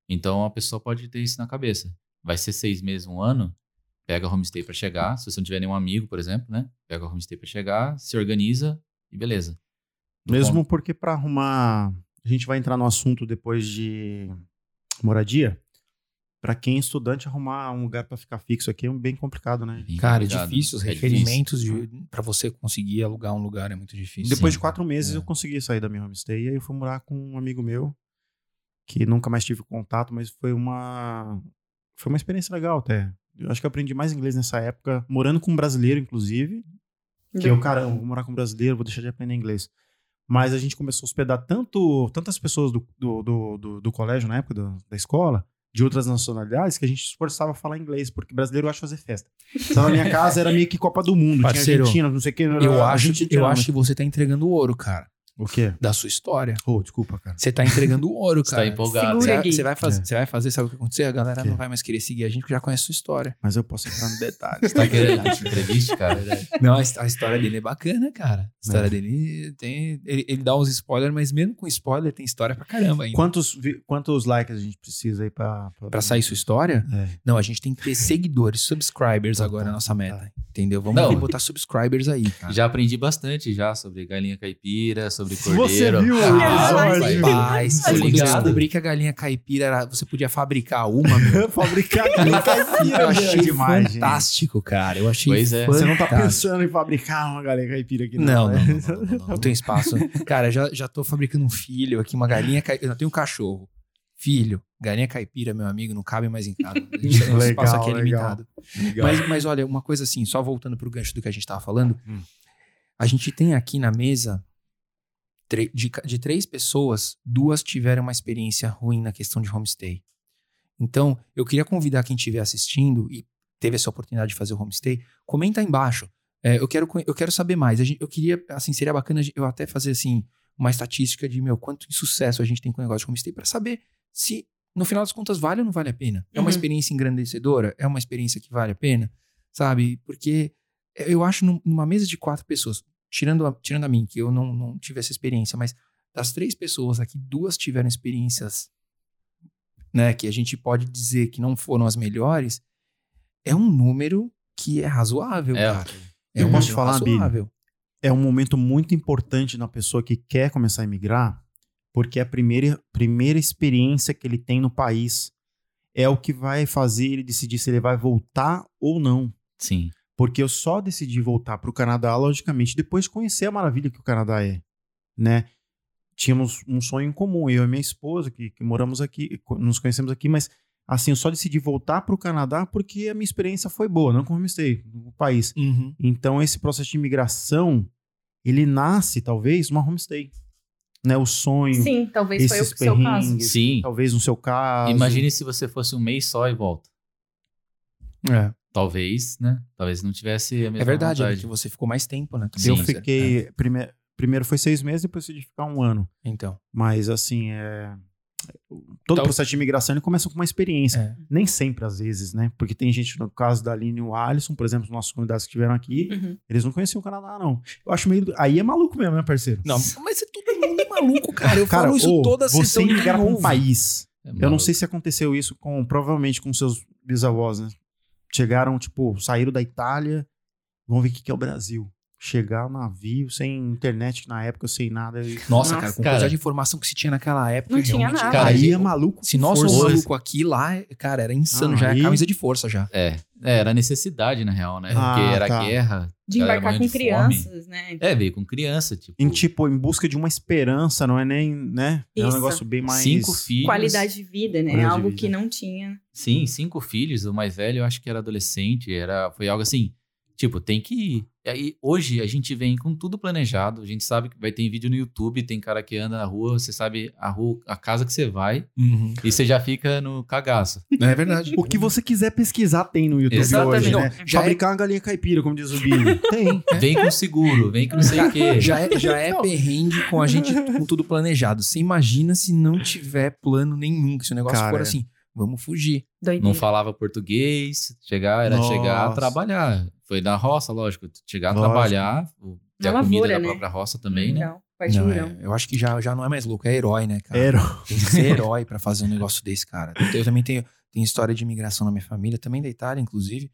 [SPEAKER 4] Então, a pessoa pode ter isso na cabeça. Vai ser seis meses, um ano, pega homestay pra chegar. Se você não tiver nenhum amigo, por exemplo, né? Pega homestay pra chegar, se organiza e beleza.
[SPEAKER 3] Mesmo porque para arrumar, a gente vai entrar no assunto depois de moradia. Para quem é estudante arrumar um lugar para ficar fixo aqui é bem complicado, né?
[SPEAKER 1] Cara, é
[SPEAKER 4] Obrigado.
[SPEAKER 1] difícil, os
[SPEAKER 4] É difícil.
[SPEAKER 1] requerimentos de- pra você conseguir alugar um lugar é muito difícil.
[SPEAKER 3] depois
[SPEAKER 4] sim,
[SPEAKER 3] de quatro meses
[SPEAKER 4] é.
[SPEAKER 3] eu consegui sair da minha homestay e aí eu fui morar com um amigo meu que nunca mais tive contato, mas foi uma foi uma experiência legal até. Eu acho que eu aprendi mais inglês nessa época, morando com um brasileiro inclusive, que eu, caramba, vou morar com um brasileiro, vou deixar de aprender inglês. Mas a gente começou a hospedar tanto, tantas pessoas do, do, do, do- do colégio, na época do- da escola, de outras nacionalidades, que a gente se esforçava a falar inglês, porque brasileiro gosta de fazer festa. Então, na minha casa era meio que Copa do Mundo,
[SPEAKER 1] Parceiro,
[SPEAKER 3] tinha Argentina, não sei o que.
[SPEAKER 1] Eu acho, que, eu
[SPEAKER 3] argentina,
[SPEAKER 1] acho que você tá entregando ouro, cara,
[SPEAKER 3] O quê?
[SPEAKER 1] da sua história.
[SPEAKER 3] Oh, desculpa, cara.
[SPEAKER 1] Você tá entregando ouro,
[SPEAKER 4] Você tá
[SPEAKER 1] cara.
[SPEAKER 4] empolgado.
[SPEAKER 5] Segura.
[SPEAKER 1] Você
[SPEAKER 5] Por aqui.
[SPEAKER 1] você vai, fazer,
[SPEAKER 3] É.
[SPEAKER 1] você vai fazer, sabe o que acontecer? A galera
[SPEAKER 3] O quê?
[SPEAKER 1] não vai mais querer seguir a gente porque já conhece a sua história.
[SPEAKER 3] Mas eu posso entrar no detalhe.
[SPEAKER 4] Você tá querendo que eu te entreviste,
[SPEAKER 1] É
[SPEAKER 4] cara?
[SPEAKER 1] Não, a, his- a história dele é bacana, cara. A história
[SPEAKER 3] É.
[SPEAKER 1] dele tem. Ele, ele dá uns spoilers, mas mesmo com spoiler tem história pra caramba ainda.
[SPEAKER 3] quantos, vi- quantos likes a gente precisa aí pra...
[SPEAKER 1] Pra sair sua história?
[SPEAKER 3] É. então tá.
[SPEAKER 1] Não, a gente tem que ter seguidores, subscribers agora é a nossa meta. Entendeu? Vamos
[SPEAKER 4] Não.
[SPEAKER 1] botar subscribers aí, cara.
[SPEAKER 4] Já aprendi bastante já sobre galinha caipira, sobre
[SPEAKER 3] Se
[SPEAKER 4] cordeiro.
[SPEAKER 3] você viu o
[SPEAKER 1] Ah,
[SPEAKER 5] Olha,
[SPEAKER 3] episódio...
[SPEAKER 1] rapaz,
[SPEAKER 4] Tá
[SPEAKER 1] quando eu
[SPEAKER 4] ligado?
[SPEAKER 1] descobri que a galinha caipira era- você podia fabricar uma, meu.
[SPEAKER 3] Fabricar caipira
[SPEAKER 1] Eu achei
[SPEAKER 3] gente.
[SPEAKER 1] fantástico, cara. Eu achei
[SPEAKER 4] Pois é.
[SPEAKER 3] Você não tá
[SPEAKER 1] fantástico.
[SPEAKER 3] pensando em fabricar uma galinha caipira aqui,
[SPEAKER 1] Não, não,
[SPEAKER 3] né?
[SPEAKER 1] não, não, não, não, não, não tem espaço. Cara, já, já tô fabricando um filho aqui, uma galinha caipira. Eu tenho um cachorro. Filho, galinha caipira, meu amigo, não cabe mais em casa. A gente tem um
[SPEAKER 3] Legal,
[SPEAKER 1] espaço aqui é
[SPEAKER 3] legal.
[SPEAKER 1] limitado. Mas, mas olha, uma coisa assim, só voltando pro gancho do que a gente tava falando,
[SPEAKER 3] Hum.
[SPEAKER 1] a gente tem aqui na mesa tre- de, ca- de três pessoas, duas tiveram uma experiência ruim na questão de homestay. Então, eu queria convidar quem estiver assistindo e teve essa oportunidade de fazer o homestay, comenta aí embaixo. É, eu, quero, conhe- eu quero saber mais. A gente- eu queria, assim, seria bacana eu até fazer, assim, uma estatística de, meu, quanto de sucesso a gente tem com o negócio de homestay para saber se, no final das contas, vale ou não vale a pena. É uma
[SPEAKER 5] Uhum.
[SPEAKER 1] experiência engrandecedora? É uma experiência que vale a pena? Sabe? Porque eu acho num- numa mesa de quatro pessoas, tirando a, tirando a mim, que eu não, não tive essa experiência, mas das três pessoas aqui, duas tiveram experiências, né, que a gente pode dizer que não foram as melhores, é um número que é razoável,
[SPEAKER 4] É.
[SPEAKER 1] cara.
[SPEAKER 3] Eu
[SPEAKER 1] um
[SPEAKER 3] posso
[SPEAKER 1] número
[SPEAKER 3] falar, Bini?
[SPEAKER 1] razoável.
[SPEAKER 3] é um momento muito importante na pessoa que quer começar a emigrar, porque é a primeira, primeira experiência que ele tem no país. É o que vai fazer ele decidir se ele vai voltar ou não.
[SPEAKER 4] Sim.
[SPEAKER 3] Porque eu só decidi voltar para o Canadá, logicamente, depois de conhecer a maravilha que o Canadá é, né? Tínhamos um sonho em comum, eu e minha esposa, que, que moramos aqui, co- nos conhecemos aqui, mas assim, eu só decidi voltar para o Canadá porque a minha experiência foi boa, não como eu comecei no país. Então, esse processo de imigração, ele nasce, talvez, uma homestay. Né? O sonho,
[SPEAKER 5] Sim, talvez foi o
[SPEAKER 3] esses
[SPEAKER 5] seu caso.
[SPEAKER 3] perrengues,
[SPEAKER 4] Sim.
[SPEAKER 3] talvez no seu é caso.
[SPEAKER 4] Imagine se você fosse um mês só e volta.
[SPEAKER 1] É,
[SPEAKER 4] Talvez, né? Talvez não tivesse a mesma
[SPEAKER 1] É verdade, né,
[SPEAKER 4] vontade.
[SPEAKER 1] que você ficou mais tempo, né?
[SPEAKER 4] Sim,
[SPEAKER 3] Eu
[SPEAKER 1] Você- é,
[SPEAKER 3] fiquei... prime- primeiro foi seis meses, depois eu decidi ficar um ano.
[SPEAKER 1] Então,
[SPEAKER 3] Mas, assim, é... Todo
[SPEAKER 1] Tal-
[SPEAKER 3] processo de imigração ele começa com uma experiência.
[SPEAKER 1] Então é.
[SPEAKER 3] Nem sempre, às vezes, né? Porque tem gente, no caso da Aline e o Alisson, por exemplo, os nossos convidados que estiveram aqui,
[SPEAKER 5] Uhum.
[SPEAKER 3] eles não conheciam o Canadá, não. Eu acho meio. Aí é maluco mesmo, né, parceiro?
[SPEAKER 1] Não, mas é todo mundo é maluco, cara. Eu falo isso
[SPEAKER 3] ô,
[SPEAKER 1] toda
[SPEAKER 3] Você
[SPEAKER 1] sessão de
[SPEAKER 3] imigrar pra um
[SPEAKER 1] novo.
[SPEAKER 3] país.
[SPEAKER 4] É
[SPEAKER 3] Eu não
[SPEAKER 4] maluco.
[SPEAKER 3] sei se aconteceu isso com, provavelmente, com seus bisavós, né? Chegaram, tipo, saíram da Itália, vão ver o que que é o Brasil. Chegar no navio, sem internet na época, sem nada. e-
[SPEAKER 1] Nossa,
[SPEAKER 5] Nossa,
[SPEAKER 1] cara, com a
[SPEAKER 4] cara.
[SPEAKER 1] quantidade de informação que se tinha naquela época,
[SPEAKER 5] Não tinha
[SPEAKER 1] realmente,
[SPEAKER 5] nada.
[SPEAKER 1] cara,
[SPEAKER 4] Cara,
[SPEAKER 3] aí
[SPEAKER 1] eu-
[SPEAKER 3] é maluco.
[SPEAKER 1] Se nós
[SPEAKER 3] força.
[SPEAKER 1] somos maluco aqui, lá, cara, era insano
[SPEAKER 3] Ah,
[SPEAKER 1] já.
[SPEAKER 3] aí-
[SPEAKER 1] É camisa de força já.
[SPEAKER 4] É, é, era necessidade, na real, né?
[SPEAKER 3] Ah,
[SPEAKER 4] Porque era
[SPEAKER 3] tá.
[SPEAKER 4] guerra.
[SPEAKER 5] De
[SPEAKER 4] galera
[SPEAKER 5] embarcar
[SPEAKER 4] morrendo
[SPEAKER 5] com
[SPEAKER 4] é de fome.
[SPEAKER 5] crianças, né?
[SPEAKER 4] É, veio com criança, tipo.
[SPEAKER 3] Em, tipo, em busca de uma esperança, não é nem, né? É um
[SPEAKER 5] Isso.
[SPEAKER 3] negócio bem mais...
[SPEAKER 4] Cinco filhos.
[SPEAKER 5] Qualidade de vida, né?
[SPEAKER 3] Qualidade de
[SPEAKER 5] Algo
[SPEAKER 3] vida.
[SPEAKER 5] que não tinha.
[SPEAKER 4] Sim, cinco filhos. O mais velho eu acho que era adolescente. Era, foi algo assim. Tipo, tem que ir. E aí, hoje a gente vem com tudo planejado. A gente sabe que vai ter vídeo no YouTube, tem cara que anda na rua, você sabe a rua, a casa que você vai, e você já fica no cagaço.
[SPEAKER 1] É verdade.
[SPEAKER 3] Uhum. O que você quiser pesquisar tem no YouTube
[SPEAKER 4] Exatamente.
[SPEAKER 3] hoje, né?
[SPEAKER 1] Não, já é-
[SPEAKER 3] Fabricar uma galinha caipira, como diz o Billy. tem.
[SPEAKER 5] É.
[SPEAKER 4] Vem com seguro, vem com não sei o quê.
[SPEAKER 1] Já é, já é
[SPEAKER 3] Não.
[SPEAKER 1] perrengue com a gente com tudo planejado. Você imagina se não tiver plano nenhum, que se o negócio
[SPEAKER 3] Cara,
[SPEAKER 1] for
[SPEAKER 3] é.
[SPEAKER 1] assim, vamos fugir.
[SPEAKER 5] Doideira.
[SPEAKER 4] Não falava português, chegar, era
[SPEAKER 3] Nossa.
[SPEAKER 4] chegar a trabalhar. Foi na roça, lógico. Chegar a
[SPEAKER 3] Lógico.
[SPEAKER 4] trabalhar, o- ter
[SPEAKER 5] Na
[SPEAKER 4] a comida
[SPEAKER 5] lavoura,
[SPEAKER 4] da
[SPEAKER 5] né?
[SPEAKER 4] própria roça também, né?
[SPEAKER 5] Não, parte
[SPEAKER 1] Não,
[SPEAKER 5] do
[SPEAKER 1] é,
[SPEAKER 5] não.
[SPEAKER 1] eu acho que já, já não é mais louco, é herói, né, cara?
[SPEAKER 3] Era.
[SPEAKER 1] Tem que ser herói pra fazer um negócio desse, cara. Eu também tenho, tenho história de imigração na minha família, também da Itália, inclusive.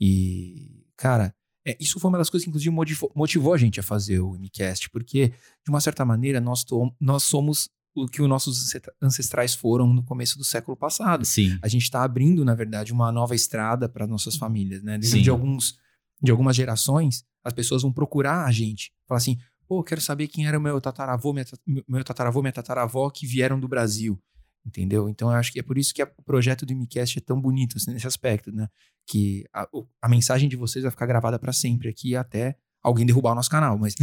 [SPEAKER 1] E, cara, é, isso foi uma das coisas que, inclusive, motivou, motivou a gente a fazer o MCast, porque, de uma certa maneira, nós, to- nós somos o que os nossos ancestra- ancestrais foram no começo do século passado.
[SPEAKER 4] Sim.
[SPEAKER 1] A gente está abrindo, na verdade, uma nova estrada para nossas famílias, né? Dentro
[SPEAKER 4] Sim.
[SPEAKER 1] de, alguns, de algumas gerações, as pessoas vão procurar a gente. Falar assim, pô, eu quero saber quem era o meu tataravô, minha, ta- meu tataravô, minha tataravó que vieram do Brasil. Entendeu? Então, eu acho que é por isso que a- o projeto do MCast é tão bonito assim, nesse aspecto, né? Que a, o- a mensagem de vocês vai ficar gravada para sempre aqui até alguém derrubar o nosso canal. Mas,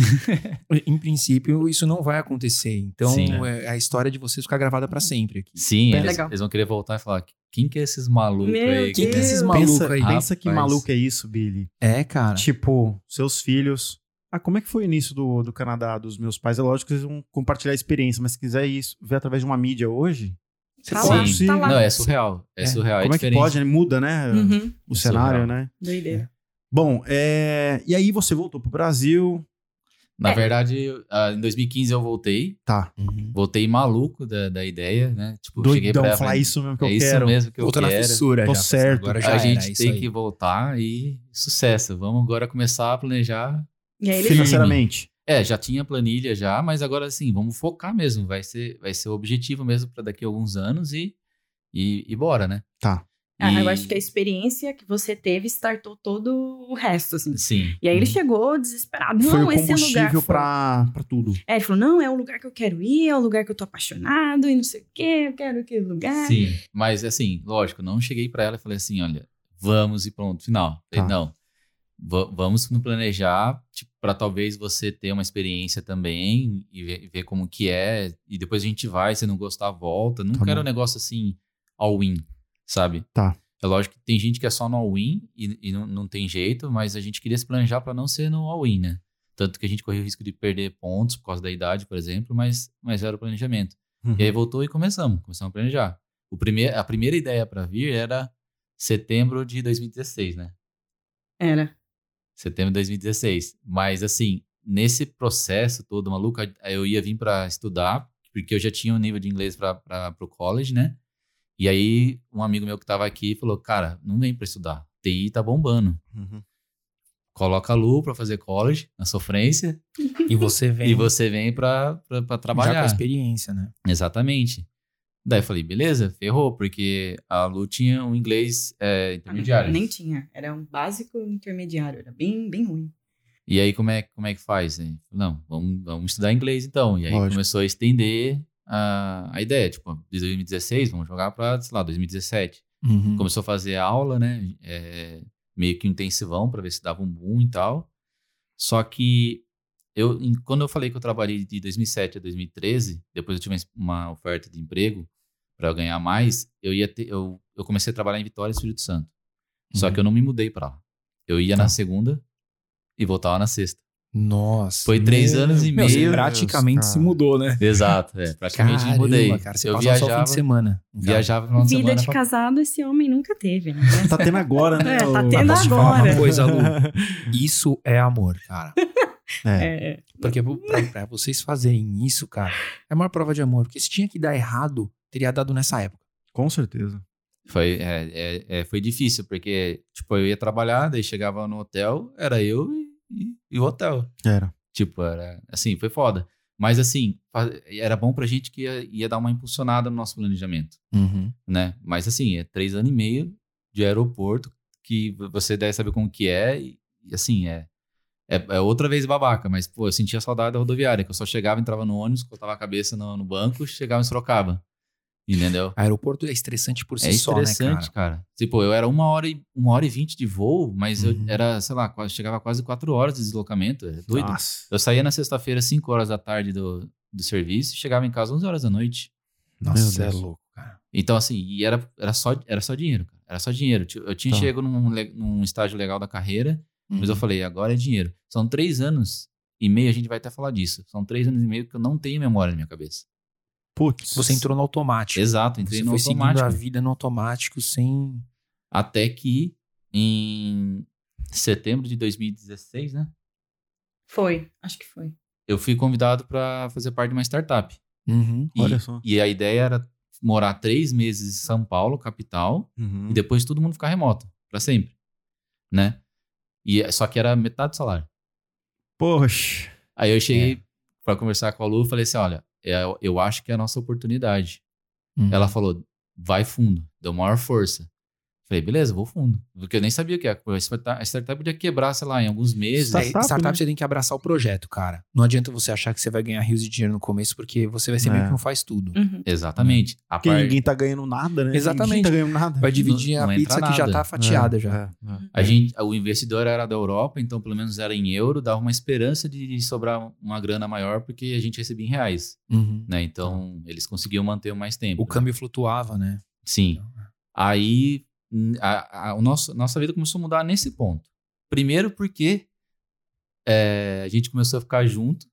[SPEAKER 1] em princípio, isso não vai acontecer. Então,
[SPEAKER 4] Sim. né?
[SPEAKER 1] é, a história de vocês ficar gravada para sempre aqui.
[SPEAKER 4] Sim,
[SPEAKER 5] Bem
[SPEAKER 4] eles,
[SPEAKER 5] legal.
[SPEAKER 4] eles vão querer voltar e falar: quem que é esses malucos
[SPEAKER 5] Meu
[SPEAKER 4] aí?
[SPEAKER 5] Deus.
[SPEAKER 1] Quem que é esses
[SPEAKER 5] Pensa-
[SPEAKER 1] malucos
[SPEAKER 3] pensa,
[SPEAKER 1] aí?
[SPEAKER 3] pensa que
[SPEAKER 4] Rapaz.
[SPEAKER 3] maluco é isso, Billy.
[SPEAKER 1] É, cara.
[SPEAKER 3] Tipo, seus filhos. Ah, como é que foi o início do, do Canadá, dos meus pais? É lógico que eles vão compartilhar a experiência, mas se quiser isso, ver através de uma mídia hoje,
[SPEAKER 5] Tá
[SPEAKER 4] Sim.
[SPEAKER 5] lá, tá lá.
[SPEAKER 4] Não, é surreal. É,
[SPEAKER 1] É.
[SPEAKER 4] surreal.
[SPEAKER 3] como é, que
[SPEAKER 4] diferente.
[SPEAKER 3] pode? né? Muda, né?
[SPEAKER 5] Uhum.
[SPEAKER 3] O cenário,
[SPEAKER 4] Surreal.
[SPEAKER 3] né?
[SPEAKER 5] Doideira.
[SPEAKER 3] Bom, é, e aí você voltou pro Brasil.
[SPEAKER 4] Na
[SPEAKER 5] É.
[SPEAKER 4] verdade, ah, em 2015 eu voltei.
[SPEAKER 3] Tá.
[SPEAKER 4] Voltei maluco da, da ideia, né? Tipo, cheguei
[SPEAKER 3] Doidão,
[SPEAKER 4] pra ela e
[SPEAKER 3] falar
[SPEAKER 4] falei,
[SPEAKER 3] isso mesmo que
[SPEAKER 4] É
[SPEAKER 3] eu
[SPEAKER 4] isso
[SPEAKER 3] quero.
[SPEAKER 4] mesmo que eu
[SPEAKER 1] Voltou na
[SPEAKER 4] quero.
[SPEAKER 1] fissura
[SPEAKER 3] Tô
[SPEAKER 1] já.
[SPEAKER 3] certo.
[SPEAKER 1] Agora já
[SPEAKER 4] A
[SPEAKER 1] era,
[SPEAKER 4] gente
[SPEAKER 3] né?
[SPEAKER 1] isso
[SPEAKER 4] tem
[SPEAKER 1] aí.
[SPEAKER 4] que voltar e sucesso. Vamos agora começar a planejar.
[SPEAKER 5] E aí ele
[SPEAKER 3] Financeiramente.
[SPEAKER 4] É, já tinha planilha já, mas agora assim, vamos focar mesmo. Vai ser, vai ser o objetivo mesmo pra daqui a alguns anos e, e, e bora, né?
[SPEAKER 3] Tá.
[SPEAKER 5] Ah,
[SPEAKER 4] E-
[SPEAKER 5] Eu acho que a experiência que você teve startou todo o resto, assim.
[SPEAKER 4] Sim.
[SPEAKER 5] E aí ele chegou desesperado.
[SPEAKER 3] Foi
[SPEAKER 5] Não,
[SPEAKER 3] o
[SPEAKER 5] esse é o lugar.
[SPEAKER 3] combustível
[SPEAKER 5] foi.
[SPEAKER 3] pra, pra tudo.
[SPEAKER 5] É, ele falou: não, é o lugar que eu quero ir, é o lugar que eu tô apaixonado e não sei o quê, eu quero aquele lugar.
[SPEAKER 4] Sim. Mas assim, lógico, não cheguei pra ela e falei assim, olha, vamos e pronto, final.
[SPEAKER 3] Tá.
[SPEAKER 4] Falei, Não. va- Vamos no planejar tipo, para talvez você ter uma experiência também e ver, ver como que é. E depois a gente vai, se não gostar, volta. um Não
[SPEAKER 3] Tá
[SPEAKER 4] quero
[SPEAKER 3] bom.
[SPEAKER 4] um negócio assim all-in, sabe?
[SPEAKER 3] Tá.
[SPEAKER 4] É lógico que tem gente que é só no all-in e, e não, não tem jeito, mas a gente queria se planejar para não ser no all-in, né? Tanto que a gente corria o risco de perder pontos por causa da idade, por exemplo, mas, mas era o planejamento.
[SPEAKER 3] Uhum.
[SPEAKER 4] E aí voltou e começamos, começamos a planejar. O primeir, a primeira ideia para vir era setembro de 2016, né?
[SPEAKER 5] Era.
[SPEAKER 4] Setembro de 2016. Mas, assim, nesse processo todo maluco, aí eu ia vir para estudar, porque eu já tinha um nível de inglês para o college, né? E aí, um amigo meu que tava aqui falou: Cara, não vem para estudar. TI tá bombando.
[SPEAKER 3] Uhum.
[SPEAKER 4] Coloca a Lu pra fazer college, na sofrência,
[SPEAKER 1] E você vem
[SPEAKER 4] e você vem pra, pra, pra
[SPEAKER 1] já com a
[SPEAKER 4] trabalhar.
[SPEAKER 1] experiência, né?
[SPEAKER 4] Exatamente. Daí eu falei: Beleza, ferrou, porque a Lu tinha um inglês é, intermediário.
[SPEAKER 5] Nem tinha. Era um básico intermediário. Era bem, bem ruim.
[SPEAKER 4] E aí, como é, como é que faz? né? Não, vamos, vamos estudar inglês então. E aí
[SPEAKER 3] Lógico.
[SPEAKER 4] começou a estender a, a ideia. Tipo, de 2016, vamos jogar pra, sei lá, 2017.
[SPEAKER 1] Uhum.
[SPEAKER 4] Começou a fazer aula, né? É, meio que intensivão pra ver se dava um boom e tal. Só que eu, em- quando eu falei que eu trabalhei de 2007 a 2013, depois eu tive uma oferta de emprego pra eu ganhar mais, eu ia ter, eu, eu comecei a trabalhar em Vitória, Espírito Santo. Só
[SPEAKER 1] Uhum.
[SPEAKER 4] que eu não me mudei pra lá. Eu ia na
[SPEAKER 1] Tá.
[SPEAKER 4] segunda e voltava na sexta.
[SPEAKER 1] Nossa.
[SPEAKER 4] Foi três anos e
[SPEAKER 1] Meu, você
[SPEAKER 4] meio.
[SPEAKER 1] praticamente
[SPEAKER 3] cara.
[SPEAKER 1] se mudou, né?
[SPEAKER 4] Exato, é. Praticamente mudei.
[SPEAKER 1] cara, você passou só
[SPEAKER 4] eu
[SPEAKER 1] o fim
[SPEAKER 4] viajava,
[SPEAKER 1] de semana. em casa.
[SPEAKER 4] viajava no final de
[SPEAKER 5] Vida
[SPEAKER 4] semana.
[SPEAKER 5] de
[SPEAKER 4] pra-
[SPEAKER 5] casado esse homem nunca teve, né?
[SPEAKER 3] Tá tendo agora, né?
[SPEAKER 5] É, tá
[SPEAKER 3] o-
[SPEAKER 1] Mas
[SPEAKER 5] tendo
[SPEAKER 1] posso te falar uma
[SPEAKER 5] agora.
[SPEAKER 3] um
[SPEAKER 1] coisa, Lu? Isso é amor, cara.
[SPEAKER 3] É.
[SPEAKER 5] É,
[SPEAKER 1] Porque pro- pra, pra vocês fazerem isso, cara, é a maior prova de amor. Porque se tinha que dar errado, teria dado nessa época.
[SPEAKER 3] Com certeza.
[SPEAKER 4] Foi, é, é, é, foi difícil, porque, tipo, eu ia trabalhar, daí chegava no hotel, era eu e, e- e o hotel.
[SPEAKER 3] Era.
[SPEAKER 4] Tipo, era assim, foi foda. Mas assim, fa- era bom pra gente que ia, ia dar uma impulsionada no nosso planejamento, né? Mas assim, é três anos e meio de aeroporto que v- você deve saber como que é e, e, assim, é, é, é outra vez babaca, mas pô, eu sentia saudade da rodoviária, que eu só chegava, entrava no ônibus, botava a cabeça no, no banco, chegava em Sorocaba, entendeu?
[SPEAKER 1] Aeroporto é estressante por si
[SPEAKER 4] É
[SPEAKER 1] só, né, cara?
[SPEAKER 4] interessante, cara? Tipo, eu era uma hora e, uma hora e vinte de voo, mas
[SPEAKER 3] Uhum.
[SPEAKER 4] eu era, sei lá, quase, chegava a quase quatro horas de deslocamento. É doido.
[SPEAKER 3] Nossa.
[SPEAKER 4] Eu saía na sexta-feira, cinco horas da tarde do, do serviço, e chegava em casa onze horas da noite.
[SPEAKER 3] Meu
[SPEAKER 1] Nossa, é
[SPEAKER 3] Deus.
[SPEAKER 1] louco, cara.
[SPEAKER 4] Então, assim, e era, era, só, era só dinheiro, cara. Era só dinheiro. Ti- Eu tinha
[SPEAKER 3] Tá.
[SPEAKER 4] chego num, le- num estágio legal da carreira, mas
[SPEAKER 1] Uhum.
[SPEAKER 4] eu falei, agora é dinheiro. São três anos e meio, a gente vai até falar disso. São três anos e meio que eu não tenho memória na minha cabeça.
[SPEAKER 3] Putz.
[SPEAKER 1] Você entrou no automático.
[SPEAKER 4] Exato, entrei
[SPEAKER 1] Você
[SPEAKER 4] no
[SPEAKER 1] foi seguindo
[SPEAKER 4] automático.
[SPEAKER 1] a vida no automático sem...
[SPEAKER 4] Até que em setembro de 2016, né?
[SPEAKER 5] foi. Acho que foi.
[SPEAKER 4] Eu fui convidado para fazer parte de uma startup.
[SPEAKER 1] Uhum.
[SPEAKER 4] E,
[SPEAKER 3] Olha só.
[SPEAKER 4] e a ideia era morar três meses em São Paulo, capital,
[SPEAKER 3] Uhum.
[SPEAKER 4] e depois todo mundo ficar remoto, para sempre, né? E só que era metade do salário.
[SPEAKER 3] Poxa.
[SPEAKER 4] Aí eu cheguei
[SPEAKER 3] É.
[SPEAKER 4] pra para conversar com a Lu, falei assim, olha, eu, eu acho que é a nossa oportunidade. Ela falou, vai fundo, deu maior força. Falei, beleza, vou fundo. Porque eu nem sabia o que era. A startup a startup podia quebrar, sei lá, em alguns meses.
[SPEAKER 3] Tá
[SPEAKER 1] É,
[SPEAKER 3] startup,
[SPEAKER 1] startup,
[SPEAKER 3] né?
[SPEAKER 1] você tem que abraçar o projeto, cara. Não adianta você achar que você vai ganhar rios de dinheiro no começo, porque você vai ser meio
[SPEAKER 3] É.
[SPEAKER 1] que não faz tudo.
[SPEAKER 5] Uhum.
[SPEAKER 1] Né?
[SPEAKER 4] Exatamente. A
[SPEAKER 3] Porque
[SPEAKER 4] par-
[SPEAKER 3] ninguém tá ganhando nada, né?
[SPEAKER 1] Exatamente.
[SPEAKER 3] Ninguém tá ganhando nada.
[SPEAKER 1] Vai dividir
[SPEAKER 4] Não-
[SPEAKER 1] a
[SPEAKER 4] não entra
[SPEAKER 1] pizza que já
[SPEAKER 4] nada.
[SPEAKER 1] tá fatiada
[SPEAKER 3] É,
[SPEAKER 1] já.
[SPEAKER 3] é, é.
[SPEAKER 4] A gente, o investidor era da Europa, então pelo menos era em euro, dava uma esperança de sobrar uma grana maior, porque a gente recebia em reais,
[SPEAKER 1] Uhum.
[SPEAKER 4] né? Então eles conseguiam manter mais tempo.
[SPEAKER 1] O câmbio flutuava, né?
[SPEAKER 4] Sim. Aí hum, a, a- o nosso, nossa vida começou a mudar nesse ponto. Primeiro porque é, a gente começou a ficar junto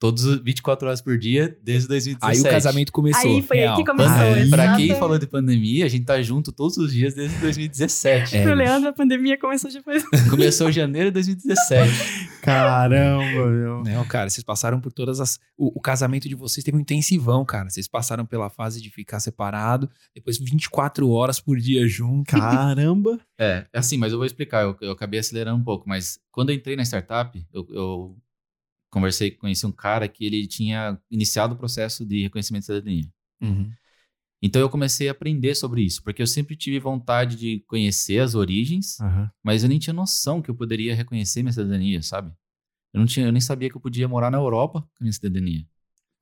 [SPEAKER 4] todos os 24 horas por dia desde 2017.
[SPEAKER 1] Aí o casamento começou.
[SPEAKER 5] Aí foi aí que
[SPEAKER 1] real.
[SPEAKER 5] começou.
[SPEAKER 3] Aí-
[SPEAKER 4] Pra
[SPEAKER 5] exato.
[SPEAKER 4] quem falou de pandemia, a gente tá junto todos os dias desde 2017.
[SPEAKER 1] É,
[SPEAKER 5] Pro
[SPEAKER 1] bicho.
[SPEAKER 5] Leandro, a pandemia começou depois.
[SPEAKER 4] Começou em janeiro de 2017.
[SPEAKER 3] Caramba, meu.
[SPEAKER 1] Não, Né, cara, vocês passaram por todas as. O, o casamento de vocês teve um intensivão, cara. Vocês passaram pela fase de ficar separado, depois 24 horas por dia junto.
[SPEAKER 3] Caramba.
[SPEAKER 4] É, é assim, mas eu vou explicar. Eu, eu acabei acelerando um pouco, mas quando eu entrei na startup, eu, eu conversei, conheci um cara que ele tinha iniciado o processo de reconhecimento de cidadania. Então eu comecei a aprender sobre isso, porque eu sempre tive vontade de conhecer as origens,
[SPEAKER 3] Aham.
[SPEAKER 4] mas eu nem tinha noção que eu poderia reconhecer minha cidadania, sabe? Eu não tinha, eu nem sabia que eu podia morar na Europa com minha cidadania.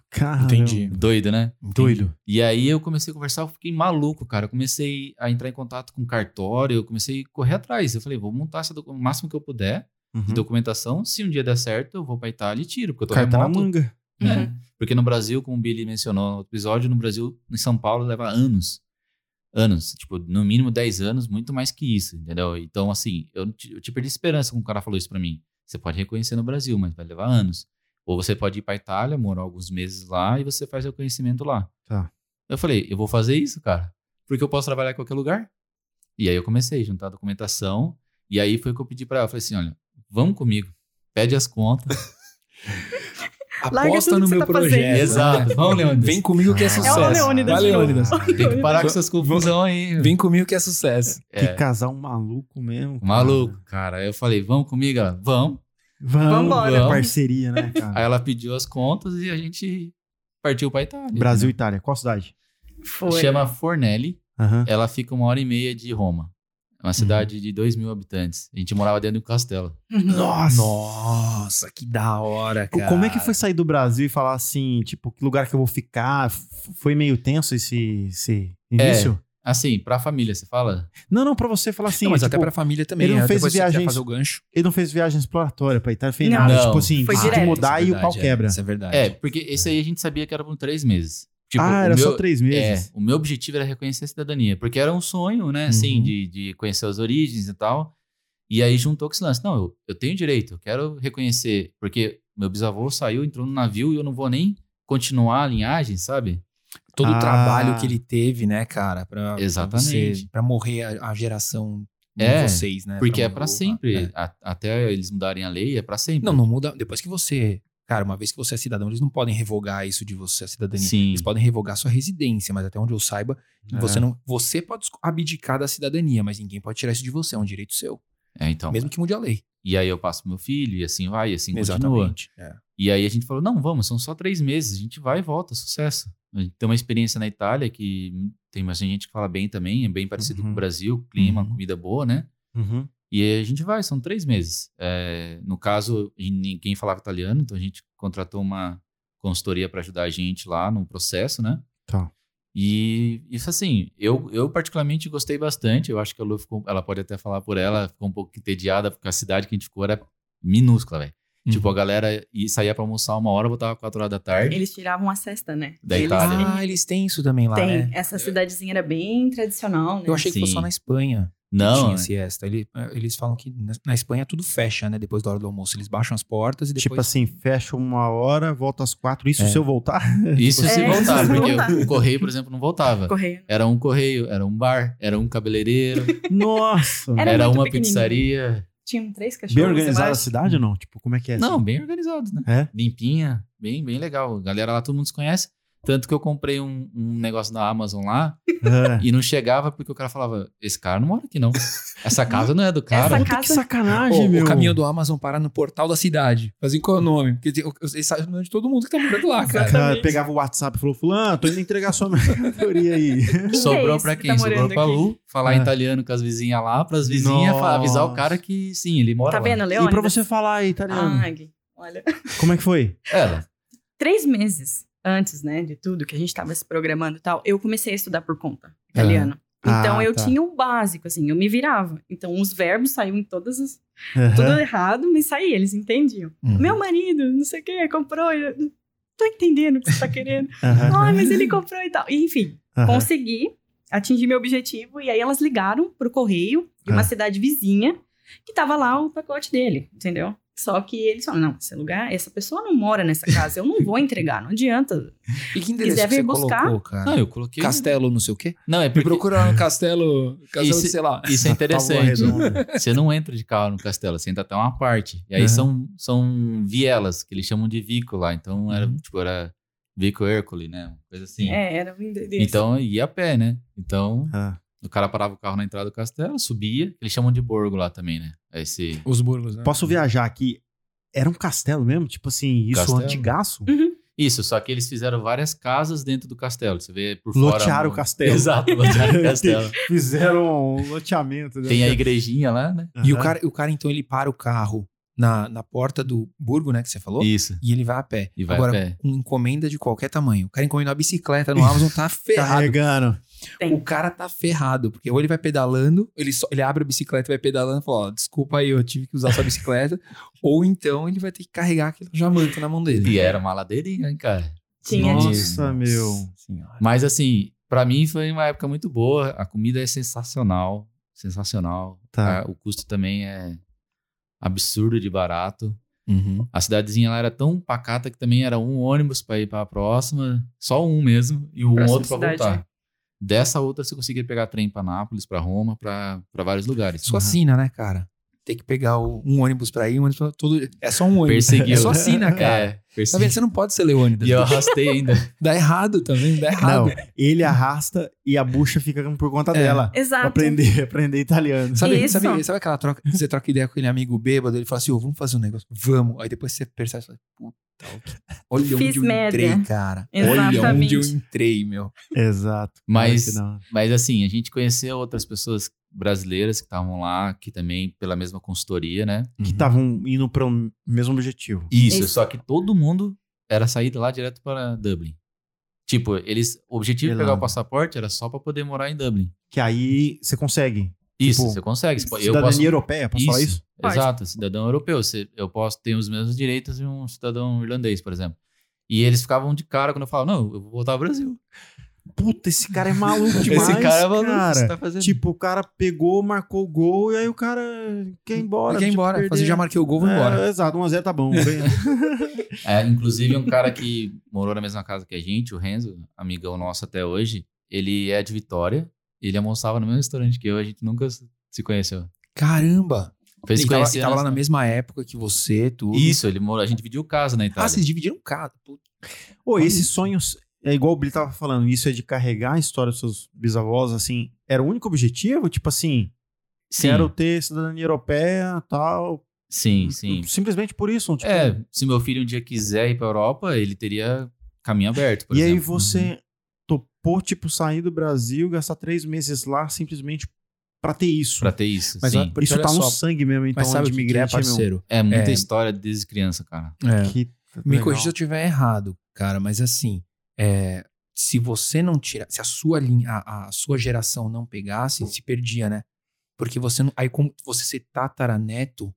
[SPEAKER 3] Caramba.
[SPEAKER 1] Entendi.
[SPEAKER 4] Doido, né?
[SPEAKER 3] Doido.
[SPEAKER 4] E aí eu comecei a conversar, eu fiquei maluco, cara. Eu comecei a entrar em contato com cartório, eu comecei a correr atrás. Eu falei, vou montar essa docu- o máximo que eu puder de
[SPEAKER 3] Uhum.
[SPEAKER 4] documentação. Se um dia der certo, eu vou pra Itália e tiro, porque eu tô
[SPEAKER 3] Carta tá na
[SPEAKER 4] remoto.
[SPEAKER 3] manga.
[SPEAKER 4] né?
[SPEAKER 5] Uhum.
[SPEAKER 4] Porque no Brasil, como o Billy mencionou no outro episódio, no Brasil, em São Paulo, leva anos. anos, tipo, no mínimo 10 anos, muito mais que isso, entendeu? Então, assim, eu, te- eu te perdi esperança quando o cara falou isso pra mim. Você pode reconhecer no Brasil, mas vai levar anos. Ou você pode ir pra Itália, morar alguns meses lá e você faz reconhecimento lá.
[SPEAKER 3] Tá.
[SPEAKER 4] Eu falei, eu vou fazer isso, cara, porque eu posso trabalhar em qualquer lugar. E aí eu comecei a juntar a documentação, e aí foi o que eu pedi pra ela. Eu falei assim, olha, vamos comigo, pede as contas.
[SPEAKER 5] Larga tudo
[SPEAKER 1] Aposta no
[SPEAKER 5] que você
[SPEAKER 1] meu
[SPEAKER 5] tá fazendo.
[SPEAKER 1] projeto.
[SPEAKER 4] Exato, vamos, Leandro.
[SPEAKER 1] Vem comigo que é
[SPEAKER 3] É o
[SPEAKER 1] sucesso.
[SPEAKER 5] Leônidas
[SPEAKER 1] Vai,
[SPEAKER 5] de novo.
[SPEAKER 1] Leônidas.
[SPEAKER 4] Tem que parar com
[SPEAKER 1] Vamos-
[SPEAKER 4] essas confusão aí.
[SPEAKER 1] Vem comigo que é sucesso.
[SPEAKER 4] É.
[SPEAKER 3] Que casal maluco mesmo. cara.
[SPEAKER 4] Maluco, cara. Aí eu falei, vamos comigo? Ela, vamos.
[SPEAKER 3] Vamos,
[SPEAKER 5] Vambora.
[SPEAKER 3] vamos. Parceria, né,
[SPEAKER 4] Aí
[SPEAKER 3] cara?
[SPEAKER 4] ela pediu as contas e a gente partiu pra Itália.
[SPEAKER 3] Brasil e Itália. Qual cidade?
[SPEAKER 5] Foi.
[SPEAKER 4] Chama Fornelli.
[SPEAKER 3] Aham.
[SPEAKER 4] Ela fica uma hora e meia de Roma.
[SPEAKER 3] Uhum.
[SPEAKER 4] É uma cidade de dois mil habitantes. A gente morava dentro de um castelo.
[SPEAKER 5] Uhum.
[SPEAKER 3] Nossa.
[SPEAKER 1] Nossa, que da hora,
[SPEAKER 3] Co-
[SPEAKER 1] cara.
[SPEAKER 3] Como é que foi sair do Brasil e falar assim, tipo, que lugar que eu vou ficar? F- Foi meio tenso esse, esse início?
[SPEAKER 4] Assim, pra família, você fala?
[SPEAKER 3] Não, não, pra você falar assim,
[SPEAKER 1] Não, mas até
[SPEAKER 3] tipo,
[SPEAKER 1] pra família também.
[SPEAKER 3] ele não
[SPEAKER 1] né?
[SPEAKER 3] fez
[SPEAKER 1] Depois se quiser
[SPEAKER 3] viagens-
[SPEAKER 1] fazer o gancho.
[SPEAKER 3] ele não fez viagem exploratória pra Itália, fez
[SPEAKER 5] Não.
[SPEAKER 3] nada.
[SPEAKER 4] Não.
[SPEAKER 3] Tipo assim,
[SPEAKER 5] Foi
[SPEAKER 3] se
[SPEAKER 5] direto.
[SPEAKER 3] tu mudar e o pau quebra.
[SPEAKER 1] Isso é verdade.
[SPEAKER 4] É, porque esse aí a gente sabia que era por três meses. Tipo,
[SPEAKER 3] ah,
[SPEAKER 4] o
[SPEAKER 3] era só
[SPEAKER 4] meu-
[SPEAKER 3] três meses.
[SPEAKER 4] É, o meu objetivo era reconhecer a cidadania, porque era um sonho, né, assim,
[SPEAKER 3] Uhum.
[SPEAKER 4] de, de conhecer as origens e tal. E aí juntou com esse lance. Não, eu, eu tenho direito, eu quero reconhecer, porque meu bisavô saiu, entrou no navio e eu não vou nem continuar a linhagem, sabe?
[SPEAKER 1] Todo
[SPEAKER 3] Ah.
[SPEAKER 1] o trabalho que ele teve, né, cara? Pra, pra
[SPEAKER 4] Exatamente.
[SPEAKER 1] você- Pra morrer a, a geração de
[SPEAKER 4] É,
[SPEAKER 1] vocês, né?
[SPEAKER 4] Porque é
[SPEAKER 1] morrer
[SPEAKER 4] pra
[SPEAKER 1] o-
[SPEAKER 4] sempre.
[SPEAKER 1] é.
[SPEAKER 4] A- até eles mudarem a lei, é pra sempre.
[SPEAKER 1] Não, não muda. Depois que você. Cara, uma vez que você é cidadão, eles não podem revogar isso de você, a cidadania.
[SPEAKER 4] Sim.
[SPEAKER 1] Eles podem revogar sua residência, mas até onde eu saiba, você não. Você pode esco- abdicar da cidadania, mas ninguém pode tirar isso de você, é um direito seu.
[SPEAKER 4] É, então.
[SPEAKER 1] mesmo que mude a lei.
[SPEAKER 4] E aí eu passo pro meu filho, e assim vai, e assim continua.
[SPEAKER 1] É.
[SPEAKER 4] E aí a gente falou, não, vamos, são só três meses, a gente vai e volta, sucesso. A gente tem uma experiência na Itália que tem mais gente que fala bem também, é bem parecido com
[SPEAKER 3] Uhum.
[SPEAKER 4] o Brasil, clima,
[SPEAKER 3] Uhum.
[SPEAKER 4] comida boa, né?
[SPEAKER 3] Uhum.
[SPEAKER 4] E aí a gente vai, são três meses. É, no caso, e ninguém falava italiano, então a gente contratou uma consultoria para ajudar a gente lá no processo, né?
[SPEAKER 3] Tá.
[SPEAKER 4] E isso assim, eu, eu particularmente gostei bastante. Eu acho que a Lu ficou, ela pode até falar por ela, ficou um pouco entediada, porque a cidade que a gente ficou era minúscula, velho.
[SPEAKER 1] Uhum.
[SPEAKER 4] Tipo, a galera ia, saía pra almoçar uma hora, voltava quatro horas da tarde.
[SPEAKER 5] Eles tiravam a cesta, né?
[SPEAKER 4] Da
[SPEAKER 5] Eles-
[SPEAKER 4] Itália.
[SPEAKER 5] eles-
[SPEAKER 1] Ah, eles têm isso também lá,
[SPEAKER 5] Tem.
[SPEAKER 1] né?
[SPEAKER 5] Essa cidadezinha era bem tradicional, né?
[SPEAKER 1] Eu achei que foi
[SPEAKER 4] Sim.
[SPEAKER 1] só na Espanha. que
[SPEAKER 4] Não, é.
[SPEAKER 1] tinha siesta. Ele- é, eles falam que na, na Espanha tudo fecha, né? Depois da hora do almoço. Eles baixam as portas e depois.
[SPEAKER 3] Tipo assim, fecha uma hora, volta às quatro. Isso
[SPEAKER 1] É.
[SPEAKER 3] se eu voltar?
[SPEAKER 4] isso
[SPEAKER 5] É,
[SPEAKER 4] se
[SPEAKER 5] isso
[SPEAKER 4] voltava,
[SPEAKER 5] se
[SPEAKER 4] porque
[SPEAKER 5] voltar.
[SPEAKER 4] o correio, por exemplo, não voltava.
[SPEAKER 5] Correio.
[SPEAKER 4] Era um correio, era um bar, era um cabeleireiro,
[SPEAKER 3] Nossa!
[SPEAKER 5] Era
[SPEAKER 4] era,
[SPEAKER 5] muito
[SPEAKER 4] uma
[SPEAKER 5] pequenininho.
[SPEAKER 4] pizzaria.
[SPEAKER 5] Tinham três cachorros.
[SPEAKER 3] Bem
[SPEAKER 5] eu
[SPEAKER 3] organizada a
[SPEAKER 5] acho.
[SPEAKER 3] cidade ou não? Tipo, como é que é?
[SPEAKER 4] Não,
[SPEAKER 3] assim?
[SPEAKER 4] bem organizado, né?
[SPEAKER 3] É?
[SPEAKER 4] Limpinha, bem, bem legal. Galera lá, todo mundo se conhece. Tanto que eu comprei um, um negócio na Amazon lá,
[SPEAKER 3] É.
[SPEAKER 4] E não chegava porque o cara falava: Esse cara não mora aqui, não. Essa casa não é do cara.
[SPEAKER 5] Essa
[SPEAKER 3] Puta que
[SPEAKER 5] casa-
[SPEAKER 1] Pô,
[SPEAKER 3] sacanagem, meu.
[SPEAKER 1] o caminho do Amazon parar no portal da cidade. Fazem qual é o nome? Porque tem- eles sabem o nome de todo mundo que tá morando lá, cara.
[SPEAKER 3] Cara, pegava o WhatsApp e falou: Fulano, tô indo entregar sua mercadoria aí.
[SPEAKER 5] que é
[SPEAKER 4] Sobrou
[SPEAKER 5] esse
[SPEAKER 4] pra
[SPEAKER 5] que
[SPEAKER 4] quem?
[SPEAKER 5] tá
[SPEAKER 4] Sobrou
[SPEAKER 5] morando
[SPEAKER 4] pra
[SPEAKER 5] aqui?
[SPEAKER 4] Lu, falar
[SPEAKER 3] É.
[SPEAKER 4] em italiano com as vizinhas lá, pras vizinhas fa- avisar o
[SPEAKER 3] Nossa.
[SPEAKER 4] cara que sim, ele mora
[SPEAKER 5] Tá
[SPEAKER 4] lá.
[SPEAKER 5] vendo, Leônidas?
[SPEAKER 3] E pra você falar italiano,
[SPEAKER 5] Ah, Gui, olha.
[SPEAKER 3] como é que foi?
[SPEAKER 4] Ela.
[SPEAKER 5] Três meses antes, né, de tudo que a gente tava se programando e tal, eu comecei a estudar por conta italiano.
[SPEAKER 3] Ah,
[SPEAKER 5] Então eu
[SPEAKER 3] tá.
[SPEAKER 5] tinha o básico, assim, eu me virava. Então os verbos saíam em todas as. Tudo
[SPEAKER 3] Aham.
[SPEAKER 5] errado, mas saía, eles entendiam.
[SPEAKER 1] Uhum.
[SPEAKER 5] Meu marido, não sei o que, comprou. Eu... Tô entendendo o que você tá querendo.
[SPEAKER 3] Aham.
[SPEAKER 5] Ai, mas ele comprou e tal. Enfim,
[SPEAKER 3] Aham.
[SPEAKER 5] consegui atingir meu objetivo. E aí elas ligaram pro correio de uma
[SPEAKER 3] Ah.
[SPEAKER 5] cidade vizinha que tava lá o pacote dele, entendeu? Só que eles falam, não, esse lugar, essa pessoa não mora nessa casa, eu não vou entregar, não adianta.
[SPEAKER 1] E que endereço
[SPEAKER 5] Quiser
[SPEAKER 1] que você
[SPEAKER 5] vir buscar?
[SPEAKER 1] colocou, cara?
[SPEAKER 3] Né?
[SPEAKER 4] Não, eu coloquei.
[SPEAKER 1] Castelo não sei o quê?
[SPEAKER 4] Não, é
[SPEAKER 1] Me
[SPEAKER 4] porque.
[SPEAKER 1] procura lá no Castelo, Castelo
[SPEAKER 4] Esse-
[SPEAKER 1] sei lá.
[SPEAKER 3] Tá
[SPEAKER 4] Isso é
[SPEAKER 3] Tábua
[SPEAKER 5] assim?
[SPEAKER 4] interessante.
[SPEAKER 3] redonda.
[SPEAKER 4] Você não entra de carro no castelo, você entra até uma parte. E aí
[SPEAKER 3] Uhum.
[SPEAKER 4] são, são vielas, que eles chamam de vico lá. Então era,
[SPEAKER 3] Uhum.
[SPEAKER 4] tipo, era vico Hércules, né? Uma Coisa assim.
[SPEAKER 5] É, era o endereço.
[SPEAKER 4] Então ia a pé, né? Então
[SPEAKER 3] Ah,
[SPEAKER 4] O cara parava o carro na entrada do castelo, subia. Eles chamam de borgo lá também, né? Esse.
[SPEAKER 1] Os burgos, né?
[SPEAKER 3] Posso viajar aqui? Era um castelo mesmo? Tipo assim, isso
[SPEAKER 4] Castelo.
[SPEAKER 3] antigaço?
[SPEAKER 5] Uhum.
[SPEAKER 4] Isso, só que eles fizeram várias casas dentro do castelo. Você vê por fora.
[SPEAKER 3] Lotearam
[SPEAKER 4] um-
[SPEAKER 3] o castelo.
[SPEAKER 4] Exato, lotearam o castelo.
[SPEAKER 3] Fizeram um loteamento. né?
[SPEAKER 4] Tem a igrejinha lá, né?
[SPEAKER 1] E o
[SPEAKER 3] Aham.
[SPEAKER 1] cara, o cara, então, ele para o carro na, na porta do burgo, né, que você falou, e,
[SPEAKER 4] Isso.
[SPEAKER 1] ele vai a pé.
[SPEAKER 4] E vai a
[SPEAKER 1] Agora,
[SPEAKER 4] pé.
[SPEAKER 1] com encomenda de qualquer tamanho. O cara encomendou a bicicleta no Amazon, tá ferrado.
[SPEAKER 3] Carregando.
[SPEAKER 5] Tem.
[SPEAKER 1] O cara tá ferrado, porque ou ele vai pedalando, ele, só, ele abre a bicicleta e vai pedalando e fala, ó, desculpa aí, eu tive que usar sua bicicleta. ou então ele vai ter que carregar aquele jamanta na mão dele.
[SPEAKER 4] E era uma ladeirinha, hein, cara?
[SPEAKER 5] Tinha
[SPEAKER 4] Nossa.
[SPEAKER 5] disso.
[SPEAKER 3] Nossa, meu.
[SPEAKER 1] Senhora.
[SPEAKER 4] Mas assim, Pra mim foi uma época muito boa. A comida é sensacional, sensacional.
[SPEAKER 3] Tá.
[SPEAKER 4] A- o custo também é absurdo de barato.
[SPEAKER 1] Uhum.
[SPEAKER 4] A cidadezinha lá era tão pacata que também era um ônibus pra ir pra próxima, só um mesmo, e um
[SPEAKER 5] Próxima
[SPEAKER 4] outro pra
[SPEAKER 5] cidade,
[SPEAKER 4] voltar.
[SPEAKER 5] né?
[SPEAKER 4] Dessa outra você conseguia pegar trem pra Nápoles, pra Roma, pra pra vários lugares. assim.
[SPEAKER 1] Só assina, né, cara? Tem que pegar o- um ônibus pra ir, um ônibus pra todo. É só um ônibus.
[SPEAKER 4] Perseguiu.
[SPEAKER 1] É só assina, cara.
[SPEAKER 4] É,
[SPEAKER 1] Tá
[SPEAKER 4] persegui-
[SPEAKER 1] vendo? Você não pode ser Leônidas.
[SPEAKER 4] E eu arrastei ainda.
[SPEAKER 1] Dá errado também,
[SPEAKER 5] Tá
[SPEAKER 1] dá errado.
[SPEAKER 3] Não, ele arrasta e a bucha fica por conta dela. Pra
[SPEAKER 5] Exato.
[SPEAKER 3] aprender, aprender italiano.
[SPEAKER 1] Sabe,
[SPEAKER 5] Isso.
[SPEAKER 1] sabe, sabe aquela troca? Você troca ideia com aquele amigo bêbado, ele fala assim, ô, vamos fazer um negócio. Vamos. Aí depois você percebe, você fala, puta, o que- olha
[SPEAKER 5] Fiz
[SPEAKER 1] onde eu
[SPEAKER 5] merda.
[SPEAKER 1] entrei, cara. Olha onde
[SPEAKER 5] Exatamente.
[SPEAKER 1] eu entrei, meu.
[SPEAKER 3] Exato.
[SPEAKER 4] Mas-
[SPEAKER 3] Olha que
[SPEAKER 4] Mas assim, a gente conheceu outras pessoas brasileiras que estavam lá, que também pela mesma consultoria, né?
[SPEAKER 3] não. Que tá
[SPEAKER 1] Uhum.
[SPEAKER 3] estavam indo para o mesmo objetivo.
[SPEAKER 4] Isso,
[SPEAKER 5] Isso.
[SPEAKER 4] só que todo mundo era saído lá direto para Dublin. Tipo, eles, o objetivo de
[SPEAKER 3] Irlanda.
[SPEAKER 4] pegar o passaporte era só para poder morar em Dublin.
[SPEAKER 3] Que aí você consegue.
[SPEAKER 4] Isso,
[SPEAKER 3] Tipo,
[SPEAKER 4] você consegue. Você po-
[SPEAKER 3] Cidadania europeia, posso falar isso?
[SPEAKER 5] Pode.
[SPEAKER 4] Exato, cidadão europeu. Você, eu posso ter os mesmos direitos de um cidadão irlandês, por exemplo. E eles ficavam de cara quando eu falava, não, eu vou voltar ao Brasil.
[SPEAKER 3] Puta, esse cara é maluco demais,
[SPEAKER 4] Esse cara é maluco, o que você
[SPEAKER 3] cara.
[SPEAKER 4] tá fazendo?
[SPEAKER 3] Tipo, o cara pegou, marcou o gol e aí o cara quer ir embora.
[SPEAKER 1] Quer ir
[SPEAKER 3] tipo,
[SPEAKER 1] embora.
[SPEAKER 3] perder.
[SPEAKER 1] Fazer, já marquei o gol, vou embora.
[SPEAKER 3] É, exato, 1x0 tá bom.
[SPEAKER 4] É, inclusive, um cara que morou na mesma casa que a gente, o Renzo, amigão nosso até hoje, ele é de Vitória. Ele almoçava no mesmo restaurante que eu, a gente nunca se conheceu.
[SPEAKER 1] Caramba.
[SPEAKER 4] Fez
[SPEAKER 1] ele
[SPEAKER 4] se
[SPEAKER 1] tava,
[SPEAKER 4] conhecer.
[SPEAKER 1] ele tava lá
[SPEAKER 4] nessa-
[SPEAKER 1] na mesma época que você, tudo.
[SPEAKER 4] Isso, ele morou, a gente dividiu casa na Itália.
[SPEAKER 1] Ah, vocês dividiram um carro.
[SPEAKER 3] Pô, esses sonhos, é igual o Billy tava falando, isso é de carregar a história dos seus bisavós, assim, era o único objetivo? Tipo assim,
[SPEAKER 4] sim,
[SPEAKER 3] quero ter cidadania europeia tal.
[SPEAKER 4] sim, sim.
[SPEAKER 3] Simplesmente por isso. Tipo,
[SPEAKER 4] É, se meu filho um dia quiser ir pra Europa, ele teria caminho aberto, por
[SPEAKER 3] e aí
[SPEAKER 4] exemplo. uhum.
[SPEAKER 3] você topou, tipo, sair do Brasil, gastar três meses lá simplesmente pra ter isso.
[SPEAKER 4] Pra ter isso,
[SPEAKER 1] Mas
[SPEAKER 4] sim.
[SPEAKER 1] olha- porque
[SPEAKER 3] Isso tá
[SPEAKER 1] olha
[SPEAKER 3] no
[SPEAKER 1] só,
[SPEAKER 3] sangue mesmo, então,
[SPEAKER 1] Mas sabe o
[SPEAKER 3] de
[SPEAKER 1] que que é,
[SPEAKER 3] imigrante, meu.
[SPEAKER 1] parceiro?
[SPEAKER 4] É muita
[SPEAKER 1] É.
[SPEAKER 4] história desde criança, cara.
[SPEAKER 1] É.
[SPEAKER 3] Que
[SPEAKER 1] Me
[SPEAKER 3] legal.
[SPEAKER 1] corrija se eu estiver errado, cara, mas assim, é, se você não tirar, se a sua linha, a, a sua geração não pegasse, se perdia, né? Porque você não, aí como você ser tataraneto,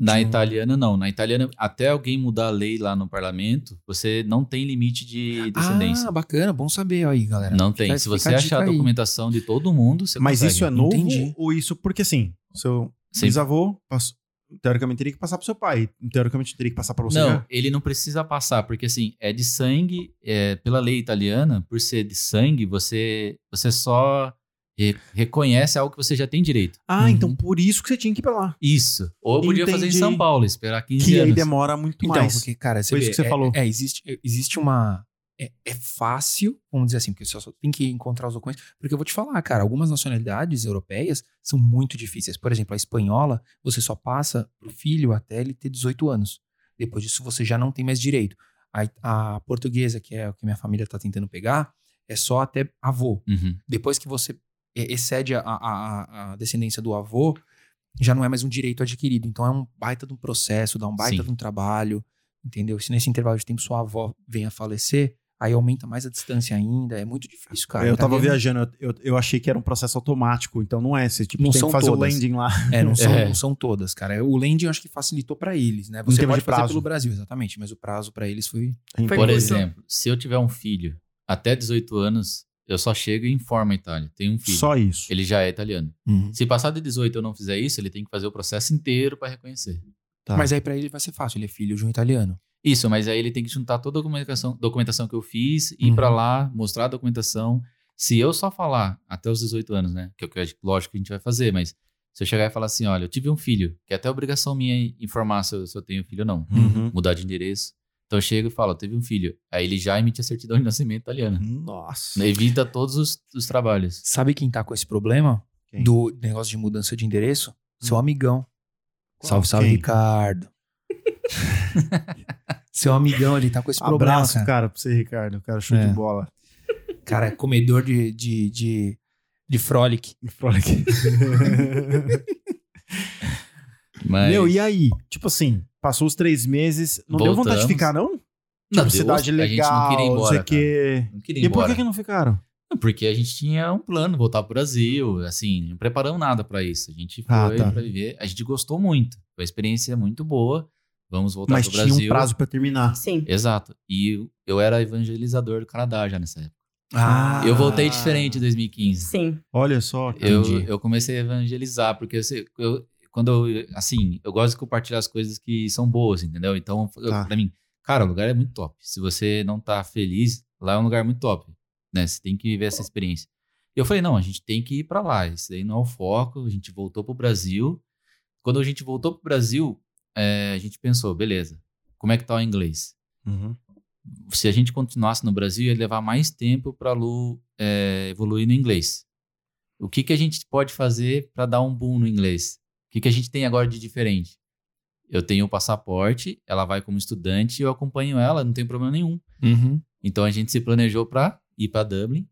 [SPEAKER 4] Na
[SPEAKER 1] Sim.
[SPEAKER 4] italiana, não. Na italiana, até alguém mudar a lei lá no parlamento, você não tem limite de descendência.
[SPEAKER 1] ah, bacana, bom saber aí, galera.
[SPEAKER 4] Não tem.
[SPEAKER 1] Fica-
[SPEAKER 4] Se
[SPEAKER 1] fica
[SPEAKER 4] você
[SPEAKER 1] a
[SPEAKER 4] achar
[SPEAKER 1] dica
[SPEAKER 4] a
[SPEAKER 1] aí.
[SPEAKER 4] documentação de todo mundo, você
[SPEAKER 3] Mas
[SPEAKER 4] consegue.
[SPEAKER 3] isso é novo
[SPEAKER 1] Entendi.
[SPEAKER 3] ou isso... Porque assim, seu
[SPEAKER 4] Sim.
[SPEAKER 3] bisavô, passou- teoricamente, teria que passar pro seu pai. Teoricamente, teria que passar pra você.
[SPEAKER 4] Não,
[SPEAKER 3] né?
[SPEAKER 4] ele não precisa passar, porque assim, é de sangue, é, pela lei italiana, por ser de sangue, você, você só re- reconhece algo que você já tem direito.
[SPEAKER 3] Ah,
[SPEAKER 1] Uhum.
[SPEAKER 3] então por isso que você tinha que ir pra lá.
[SPEAKER 4] Isso. Ou eu podia fazer em
[SPEAKER 3] Entendi.
[SPEAKER 4] São Paulo, esperar 15
[SPEAKER 3] Que aí
[SPEAKER 4] anos.
[SPEAKER 3] demora muito
[SPEAKER 1] Então,
[SPEAKER 3] mais.
[SPEAKER 1] porque, cara, você
[SPEAKER 3] Foi isso
[SPEAKER 1] vê,
[SPEAKER 3] que você
[SPEAKER 1] é-
[SPEAKER 3] falou.
[SPEAKER 1] É, existe, existe uma. É, é fácil, vamos dizer assim, porque você só tem que encontrar os documentos. Porque eu vou te falar, cara, algumas nacionalidades europeias são muito difíceis. Por exemplo, a espanhola, você só passa pro filho até ele ter 18 anos. Depois disso, você já não tem mais direito. A, a portuguesa, que é o que minha família tá tentando pegar, é só até avô.
[SPEAKER 4] Uhum.
[SPEAKER 1] Depois que você e- excede a, a- a- a descendência do avô, já não é mais um direito adquirido. Então é um baita de um processo, dá um baita
[SPEAKER 4] Sim.
[SPEAKER 1] de um trabalho, entendeu? Se nesse intervalo de tempo sua avó vem a falecer, aí aumenta mais a distância ainda. É muito difícil, cara.
[SPEAKER 3] eu
[SPEAKER 1] Tá
[SPEAKER 3] tava
[SPEAKER 1] vendo?
[SPEAKER 3] viajando, eu, eu achei que era um processo automático, então não é. Você tipo,
[SPEAKER 1] Não
[SPEAKER 3] tem
[SPEAKER 1] são
[SPEAKER 3] que fazer
[SPEAKER 1] todas.
[SPEAKER 3] o landing lá.
[SPEAKER 1] É, não são,
[SPEAKER 4] É.
[SPEAKER 1] não são todas, cara. O Land eu acho que facilitou pra eles, né?
[SPEAKER 3] Em
[SPEAKER 1] Você
[SPEAKER 3] termos
[SPEAKER 1] pode
[SPEAKER 3] de
[SPEAKER 1] fazer
[SPEAKER 3] prazo.
[SPEAKER 1] pelo Brasil, exatamente, mas o prazo pra eles foi.
[SPEAKER 5] Foi
[SPEAKER 4] Por
[SPEAKER 5] curto.
[SPEAKER 4] exemplo, se eu tiver um filho até 18 anos, eu só chego e informo a Itália. Tem um filho.
[SPEAKER 3] Só isso.
[SPEAKER 4] Ele já é italiano. Se passar de 18 eu não fizer isso, ele tem que fazer o processo inteiro para reconhecer.
[SPEAKER 3] Tá.
[SPEAKER 1] Mas aí pra ele vai ser fácil, ele é filho de um italiano.
[SPEAKER 4] Isso, mas aí ele tem que juntar toda a documentação, documentação que eu fiz, ir
[SPEAKER 1] Uhum.
[SPEAKER 4] pra lá, mostrar a documentação. Se eu só falar até os 18 anos, né? Que é o que eu acho- lógico que a gente vai fazer, mas se eu chegar e falar assim, olha, eu tive um filho, que é até obrigação minha informar se eu, se eu tenho filho ou não,
[SPEAKER 3] Uhum.
[SPEAKER 4] mudar de endereço. Então eu chego e falo, teve um filho. Aí ele já emite a certidão de nascimento italiana.
[SPEAKER 1] Uhum.
[SPEAKER 3] Nossa.
[SPEAKER 4] Evita todos os, os trabalhos.
[SPEAKER 1] Sabe quem tá com esse problema?
[SPEAKER 3] Quem? Hum.
[SPEAKER 1] Do negócio de mudança de endereço? Seu amigão.
[SPEAKER 3] Qual?
[SPEAKER 1] Salve, salve,
[SPEAKER 3] Quem?
[SPEAKER 1] Ricardo. Seu amigão, ele tá com esse problema,
[SPEAKER 3] Abraço, cara.
[SPEAKER 1] cara.
[SPEAKER 3] pra você, Ricardo. Cara, show
[SPEAKER 1] É.
[SPEAKER 3] de bola.
[SPEAKER 1] Cara, é comedor de, de, de, de frolic.
[SPEAKER 4] Mas...
[SPEAKER 3] Meu, e aí? Tipo assim, passou os três meses. Não deu vontade de
[SPEAKER 4] Voltamos.
[SPEAKER 3] ficar, não?
[SPEAKER 4] Não,
[SPEAKER 3] Tipo,
[SPEAKER 4] deu-
[SPEAKER 3] cidade
[SPEAKER 4] a gente não
[SPEAKER 3] legal,
[SPEAKER 4] queria ir
[SPEAKER 3] não sei
[SPEAKER 4] embora,
[SPEAKER 3] o quê.
[SPEAKER 4] Não queria ir
[SPEAKER 3] E por
[SPEAKER 4] embora.
[SPEAKER 3] que, que não ficaram?
[SPEAKER 4] Porque a gente tinha um plano, voltar pro Brasil, assim, não preparamos nada pra isso. A gente foi
[SPEAKER 3] Ah, tá.
[SPEAKER 4] pra viver, a gente gostou muito, foi uma experiência muito boa, vamos voltar
[SPEAKER 3] Mas
[SPEAKER 4] pro
[SPEAKER 3] tinha
[SPEAKER 4] Brasil.
[SPEAKER 3] um prazo pra terminar.
[SPEAKER 5] Sim.
[SPEAKER 4] Exato. E eu era evangelizador do Canadá já nessa época.
[SPEAKER 1] Ah,
[SPEAKER 4] Eu voltei diferente em 2015.
[SPEAKER 5] Sim.
[SPEAKER 3] Olha só, cara.
[SPEAKER 4] Eu,
[SPEAKER 1] Entendi.
[SPEAKER 4] eu comecei a evangelizar, porque eu, sei- eu- quando eu, assim, eu gosto de compartilhar as coisas que são boas, entendeu? Então, eu,
[SPEAKER 3] Tá.
[SPEAKER 4] pra mim, cara, o lugar é muito top. Se você não tá feliz, lá é um lugar muito top, né? Você tem que viver essa experiência. E eu falei, não, a gente tem que ir pra lá, isso daí não é o foco, a gente voltou pro Brasil. Quando a gente voltou pro Brasil, eh, a gente pensou, beleza, como é que tá o inglês?
[SPEAKER 3] Uhum.
[SPEAKER 4] se a gente continuasse no Brasil, ia levar mais tempo para Lu é, evoluir no inglês. O que, que a gente pode fazer para dar um boom no inglês? O que, que a gente tem agora de diferente? Eu tenho o passaporte, ela vai como estudante, eu acompanho ela, não tem problema nenhum.
[SPEAKER 1] Uhum.
[SPEAKER 4] Então a gente se planejou para ir para Dublin,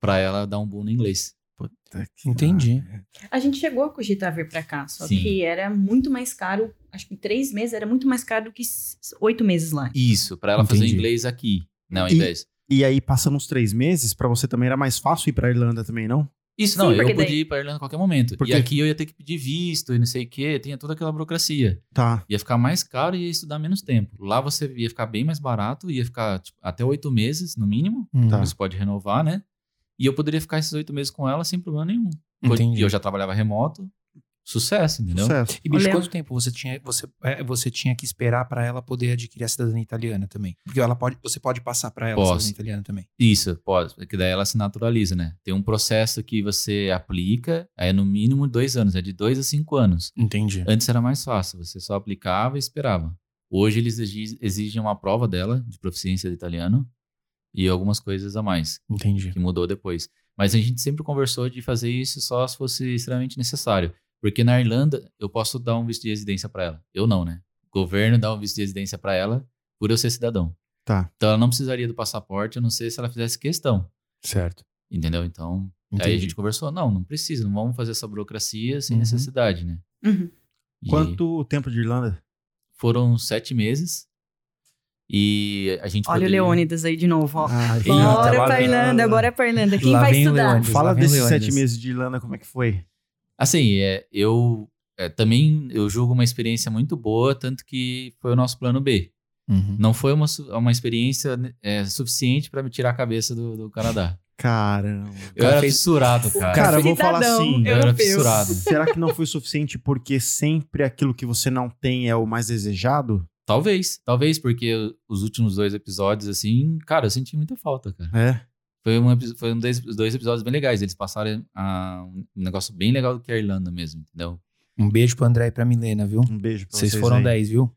[SPEAKER 4] para ela dar um boom no inglês.
[SPEAKER 3] Puta Tá que-
[SPEAKER 1] Entendi.
[SPEAKER 3] Ah, é.
[SPEAKER 5] A gente chegou a cogitar vir pra cá, só
[SPEAKER 4] Sim.
[SPEAKER 5] que era muito mais caro. Acho que três meses era muito mais caro do que s- oito meses lá.
[SPEAKER 4] Isso, para ela fazer
[SPEAKER 1] Entendi.
[SPEAKER 4] inglês aqui, não, ao
[SPEAKER 3] E-
[SPEAKER 4] invés.
[SPEAKER 3] E aí, passando uns três meses, pra você também era mais fácil ir pra Irlanda também, não?
[SPEAKER 4] Isso,
[SPEAKER 5] Sim,
[SPEAKER 4] não, eu
[SPEAKER 5] porque daí-
[SPEAKER 4] podia ir para Irlanda a qualquer momento.
[SPEAKER 3] Porque-
[SPEAKER 4] E aqui eu ia ter que pedir visto e não sei o quê, tinha toda aquela burocracia.
[SPEAKER 3] Tá.
[SPEAKER 4] Ia ficar mais caro e ia estudar menos tempo. Lá você ia ficar bem mais barato, ia ficar tipo, até oito meses, no mínimo.
[SPEAKER 1] Hum,
[SPEAKER 3] Tá.
[SPEAKER 4] Você pode renovar, né? E eu poderia ficar esses oito meses com ela sem problema nenhum.
[SPEAKER 1] Entendi.
[SPEAKER 4] E eu já trabalhava remoto. Sucesso, entendeu?
[SPEAKER 3] Sucesso.
[SPEAKER 1] E bicho,
[SPEAKER 5] Olha-
[SPEAKER 1] quanto tempo você tinha, você, é, você tinha que esperar pra ela poder adquirir a cidadania italiana também? Porque ela pode, você pode passar pra ela a
[SPEAKER 4] Posso.
[SPEAKER 1] cidadania italiana também.
[SPEAKER 4] Isso, pode. Porque daí ela se naturaliza, né? Tem um processo que você aplica, aí é no mínimo dois anos, é de dois a cinco anos.
[SPEAKER 1] Entendi.
[SPEAKER 4] Antes era mais fácil, você só aplicava e esperava. Hoje eles exi- exigem uma prova dela de proficiência de italiano e algumas coisas a mais.
[SPEAKER 1] Entendi.
[SPEAKER 4] que mudou depois. Mas a gente sempre conversou de fazer isso só se fosse extremamente necessário. Porque na Irlanda, eu posso dar um visto de residência para ela. Eu não, né? O governo dá um visto de residência para ela por eu ser cidadão.
[SPEAKER 3] Tá.
[SPEAKER 4] Então ela não precisaria do passaporte, a não ser se ela fizesse questão.
[SPEAKER 1] Certo.
[SPEAKER 4] Entendeu? Então, aí a
[SPEAKER 1] Entendi.
[SPEAKER 4] gente conversou: não, não precisa, não vamos fazer essa burocracia sem
[SPEAKER 1] Uhum.
[SPEAKER 4] necessidade, né? E
[SPEAKER 3] Quanto tempo de Irlanda?
[SPEAKER 4] Foram sete meses. E a gente.
[SPEAKER 5] Olha o
[SPEAKER 4] poderia-
[SPEAKER 5] Leônidas aí de novo, ó.
[SPEAKER 3] Ah,
[SPEAKER 1] Bora
[SPEAKER 5] Bora
[SPEAKER 1] lá
[SPEAKER 5] pra
[SPEAKER 1] vem-
[SPEAKER 5] Irlanda, bora pra Irlanda. Quem
[SPEAKER 1] lá
[SPEAKER 5] vai
[SPEAKER 1] vem o
[SPEAKER 5] estudar?
[SPEAKER 1] Leônidas.
[SPEAKER 3] Fala
[SPEAKER 1] Lá vem o
[SPEAKER 3] desses
[SPEAKER 1] Leônidas.
[SPEAKER 3] sete meses de Irlanda, como é que foi?
[SPEAKER 4] Assim, é, eu é, também eu julgo uma experiência muito boa, tanto que foi o nosso plano B.
[SPEAKER 1] Uhum.
[SPEAKER 4] Não foi uma, su- uma experiência né, é, suficiente para me tirar a cabeça do, do Canadá.
[SPEAKER 3] Caramba.
[SPEAKER 4] Eu
[SPEAKER 1] cara
[SPEAKER 4] era
[SPEAKER 1] fez-
[SPEAKER 4] fissurado, cara.
[SPEAKER 3] cara eu vou
[SPEAKER 5] Cidadão,
[SPEAKER 3] falar assim.
[SPEAKER 4] eu era
[SPEAKER 5] europeu.
[SPEAKER 4] fissurado.
[SPEAKER 3] Será que não foi suficiente porque sempre aquilo que você não tem é o mais desejado?
[SPEAKER 4] Talvez, talvez, porque os últimos dois episódios, assim, cara, eu senti muita falta, cara.
[SPEAKER 3] É.
[SPEAKER 4] Foi, um epi- foi um des- dois episódios bem legais. Eles passaram a, um negócio bem legal do que a Irlanda mesmo, entendeu?
[SPEAKER 1] Um beijo pro André e pra Milena, viu?
[SPEAKER 3] Um beijo pra vocês.
[SPEAKER 1] Vocês foram
[SPEAKER 3] aí.
[SPEAKER 1] 10, viu?